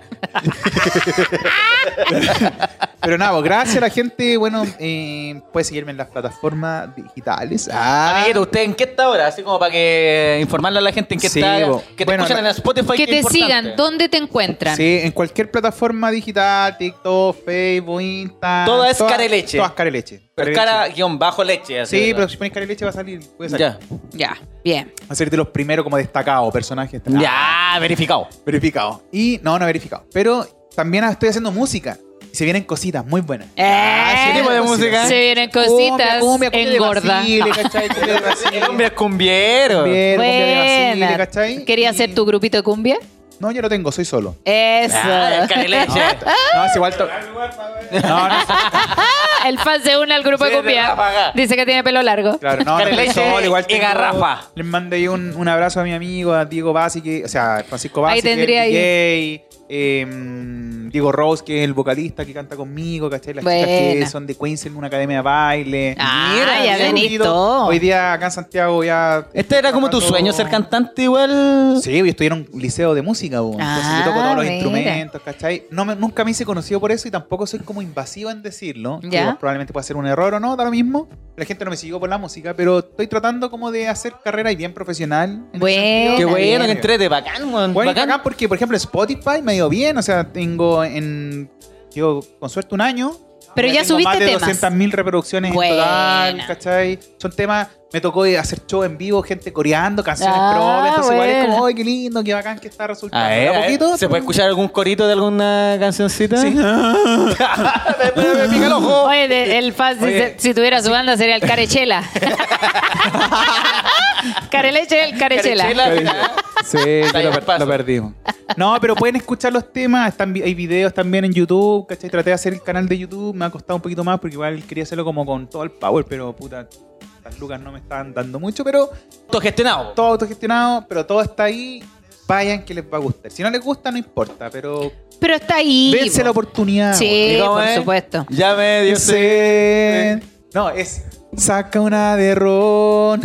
[SPEAKER 5] Pero nada, pues, gracias a la gente. Bueno, eh, puedes seguirme en las plataformas digitales. Ah,
[SPEAKER 1] Amiguito, ¿usted en qué está ahora? Así como para que informarle a la gente en qué
[SPEAKER 5] Sí,
[SPEAKER 1] está.
[SPEAKER 5] po.
[SPEAKER 1] Que te
[SPEAKER 5] Bueno,
[SPEAKER 1] escuchan
[SPEAKER 5] la-
[SPEAKER 1] en Spotify.
[SPEAKER 2] Que
[SPEAKER 1] que es
[SPEAKER 2] te sigan,
[SPEAKER 1] importante.
[SPEAKER 2] ¿dónde te encuentran?
[SPEAKER 5] sí, en cualquier plataforma digital, TikTok, Facebook, Instagram.
[SPEAKER 1] Toda es cara y leche.
[SPEAKER 5] Todas cara y leche.
[SPEAKER 1] Pero
[SPEAKER 5] Cara y
[SPEAKER 1] cara
[SPEAKER 5] leche.
[SPEAKER 1] guión bajo leche. así,
[SPEAKER 5] Sí,
[SPEAKER 1] ¿verdad?
[SPEAKER 5] pero si pones cara y leche va a salir. Puede salir.
[SPEAKER 1] Ya.
[SPEAKER 2] Ya, bien.
[SPEAKER 5] Va a ser de los primeros como destacados personajes.
[SPEAKER 1] Ya, verificado.
[SPEAKER 5] Verificado. Y no, no verificado. Pero también estoy haciendo música. Se vienen cositas muy buenas.
[SPEAKER 1] Ah, ¿qué tipo de música?
[SPEAKER 2] Eh, Se vienen cositas,
[SPEAKER 5] Cumbia, cumbia, cumbia de
[SPEAKER 2] engorda.
[SPEAKER 5] Basile, ¿cachai? Cumbia de Basile.
[SPEAKER 1] El hombre es cumbiero.
[SPEAKER 5] Cumbia, cumbia de Basile,
[SPEAKER 2] Buena.
[SPEAKER 5] ¿cachai?
[SPEAKER 2] ¿Querías hacer tu grupito de cumbia?
[SPEAKER 5] No, yo lo tengo, soy solo.
[SPEAKER 2] Eso.
[SPEAKER 1] Ah, el carileche.
[SPEAKER 5] No, es igual. to- No, no,
[SPEAKER 2] el fan se une al grupo
[SPEAKER 1] Sí,
[SPEAKER 2] de
[SPEAKER 1] te va a
[SPEAKER 2] cumbia.
[SPEAKER 1] pagar.
[SPEAKER 2] Dice que tiene pelo largo.
[SPEAKER 5] Claro, no, no
[SPEAKER 1] Carleche
[SPEAKER 5] estoy solo, igual
[SPEAKER 1] y
[SPEAKER 5] tengo-
[SPEAKER 1] Garrafa.
[SPEAKER 5] Les mandé un, un abrazo a mi amigo, a Diego Bassi, que, o sea, Francisco Bassi,
[SPEAKER 2] Ahí tendría
[SPEAKER 5] que es el DJ, em, Diego Rose, que es el vocalista que canta conmigo, ¿cachai? Las chicas
[SPEAKER 2] Buena.
[SPEAKER 5] que son de Queens en una academia de baile.
[SPEAKER 2] Ah,
[SPEAKER 5] Mira,
[SPEAKER 2] ya
[SPEAKER 5] se han
[SPEAKER 2] venís
[SPEAKER 5] unido.
[SPEAKER 2] todo.
[SPEAKER 5] Hoy día acá en Santiago ya...
[SPEAKER 1] Este era como tu
[SPEAKER 5] tocando-
[SPEAKER 1] sueño, ser cantante igual.
[SPEAKER 5] Sí, yo estudié en un liceo de música, bo. entonces
[SPEAKER 2] Ah,
[SPEAKER 5] yo toco todos los
[SPEAKER 2] mira.
[SPEAKER 5] instrumentos, ¿cachai? No me- nunca me hice conocido por eso y tampoco soy como invasivo en decirlo. que
[SPEAKER 2] Ya.
[SPEAKER 5] igual probablemente pueda ser un error o no, da lo mismo. La gente no me siguió por la música, pero estoy tratando como de hacer carrera y bien profesional. en ese
[SPEAKER 2] Buena.
[SPEAKER 5] sentido.
[SPEAKER 1] Qué
[SPEAKER 2] Está
[SPEAKER 1] bueno, que
[SPEAKER 5] bien.
[SPEAKER 1] entrete, bacán, weón,
[SPEAKER 5] Bueno, y
[SPEAKER 1] bacán.
[SPEAKER 5] bacán porque, por ejemplo, Spotify me ha ido bien, o sea, tengo en, digo, con suerte un año.
[SPEAKER 2] Pero ya
[SPEAKER 5] tengo
[SPEAKER 2] subiste temas.
[SPEAKER 5] más de 200.000 reproducciones
[SPEAKER 2] Buena.
[SPEAKER 5] en total, ¿cachai? Son temas, me tocó hacer show en vivo, gente coreando, canciones
[SPEAKER 2] Ah,
[SPEAKER 5] propias, entonces igual es
[SPEAKER 2] buena.
[SPEAKER 5] como, ay, qué lindo, qué bacán que está resultando.
[SPEAKER 1] A ver,
[SPEAKER 5] De a
[SPEAKER 1] a ver,
[SPEAKER 5] poquito,
[SPEAKER 1] ¿Se puede escuchar algún corito de alguna cancioncita?
[SPEAKER 5] Sí.
[SPEAKER 1] Después me pica el ojo.
[SPEAKER 2] Oye, de- el fan, si,
[SPEAKER 5] Oye.
[SPEAKER 2] se- si tuviera su banda, sería el Carechela. Careleche, el Carechela.
[SPEAKER 1] Carechela.
[SPEAKER 5] Sí,
[SPEAKER 1] ahí
[SPEAKER 5] lo,
[SPEAKER 1] al
[SPEAKER 5] per-
[SPEAKER 1] paso.
[SPEAKER 5] lo perdimos. No, pero pueden escuchar los temas. Están, vi- hay videos también en YouTube, ¿cachai? Traté de hacer el canal de YouTube. Me ha costado un poquito más porque igual quería hacerlo como con todo el power, pero puta, las lucas no me estaban dando mucho. Pero
[SPEAKER 1] Autogestionado.
[SPEAKER 5] todo autogestionado, pero todo está ahí. Vayan que les va a gustar. Si no les gusta, no importa, pero
[SPEAKER 2] Pero está ahí.
[SPEAKER 5] dense la
[SPEAKER 2] po.
[SPEAKER 5] oportunidad.
[SPEAKER 2] Sí,
[SPEAKER 1] ¿Y cómo
[SPEAKER 2] por
[SPEAKER 1] es?
[SPEAKER 2] supuesto.
[SPEAKER 1] Ya me
[SPEAKER 5] Yo
[SPEAKER 1] dio sed.
[SPEAKER 5] sé. No, es saca una de ron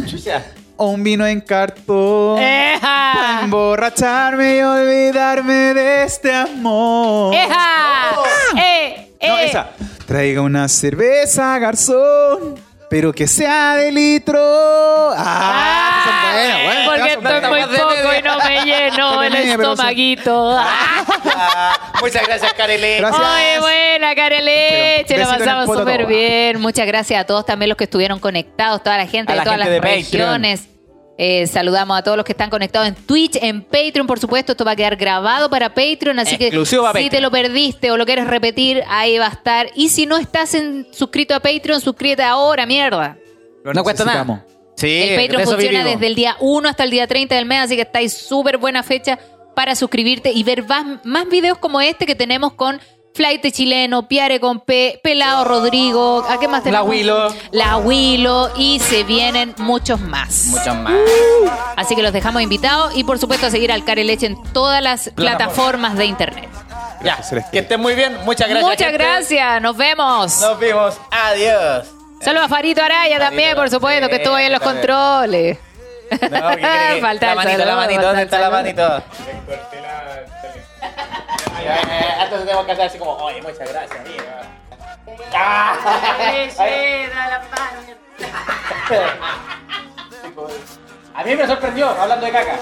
[SPEAKER 5] o un vino en cartón.
[SPEAKER 1] Eh.
[SPEAKER 5] Pa'
[SPEAKER 2] ¡Eja!
[SPEAKER 5] emborracharme y olvidarme de este amor.
[SPEAKER 2] ¡Eja! ¡Eh! ¡Eh!
[SPEAKER 5] No, esa. Traiga una cerveza, garzón, pero que sea de litro. Ah, esas son buenas, buenas.
[SPEAKER 2] porque
[SPEAKER 5] Esas son buenas.
[SPEAKER 2] estoy muy poco y no me lleno
[SPEAKER 5] De
[SPEAKER 2] el
[SPEAKER 5] media, pero son-
[SPEAKER 2] estomaguito.
[SPEAKER 1] Ah, Muchas gracias, Carelé.
[SPEAKER 5] Gracias.
[SPEAKER 2] Oye, buena, Carele. Se
[SPEAKER 5] Pero,
[SPEAKER 2] la
[SPEAKER 5] besito en el
[SPEAKER 2] pasamos
[SPEAKER 5] poto
[SPEAKER 2] súper
[SPEAKER 5] todo.
[SPEAKER 2] bien. Muchas gracias a todos también los que estuvieron conectados, toda la gente
[SPEAKER 1] A
[SPEAKER 2] de
[SPEAKER 1] la
[SPEAKER 2] todas
[SPEAKER 1] gente
[SPEAKER 2] las
[SPEAKER 1] de Patreon.
[SPEAKER 2] regiones. Eh, saludamos a todos los que están conectados en Twitch, en Patreon, por supuesto. Esto va a quedar grabado para Patreon, así
[SPEAKER 1] Exclusivo
[SPEAKER 2] que
[SPEAKER 1] para
[SPEAKER 2] si
[SPEAKER 1] Patreon.
[SPEAKER 2] te lo perdiste o lo quieres repetir, ahí va a estar. Y si no estás en, suscrito a Patreon, suscríbete ahora, mierda.
[SPEAKER 5] Lo
[SPEAKER 1] No cuesta
[SPEAKER 5] necesitamos.
[SPEAKER 1] nada. Sí,
[SPEAKER 2] El
[SPEAKER 1] de
[SPEAKER 2] Patreon
[SPEAKER 1] eso
[SPEAKER 2] funciona
[SPEAKER 1] vivimos.
[SPEAKER 2] desde el día 1 hasta el día 30 del mes, así que estáis súper buena fecha para suscribirte y ver más, más videos como este que tenemos con Flight de Chileno, Piare con P, Pelado Rodrigo, ¿a qué más tenemos?
[SPEAKER 1] La Willow.
[SPEAKER 2] La Willow y se vienen muchos más. Uh.
[SPEAKER 1] Muchas más.
[SPEAKER 2] Así que los dejamos invitados y por supuesto a seguir al Care Leche en todas las plataformas de internet.
[SPEAKER 1] Ya,
[SPEAKER 5] Celeste.
[SPEAKER 1] que estén muy bien. Muchas gracias.
[SPEAKER 2] Muchas
[SPEAKER 1] gente.
[SPEAKER 2] gracias, nos vemos.
[SPEAKER 1] Nos vimos. Adiós.
[SPEAKER 2] Saludos a Farito Araya también, por supuesto, que estuvo ahí en los
[SPEAKER 1] también.
[SPEAKER 2] controles.
[SPEAKER 1] No, ¿qué crees?
[SPEAKER 2] Falta
[SPEAKER 1] la
[SPEAKER 2] el
[SPEAKER 1] manito, la manito.
[SPEAKER 2] saludo, falta
[SPEAKER 1] ¿Dónde
[SPEAKER 2] el
[SPEAKER 1] está la
[SPEAKER 2] saludo.
[SPEAKER 1] manito? Ay, ay, ay, Entonces tenemos que hacer así como, oye, muchas gracias, amigo. Ah. A mí me sorprendió hablando de caca.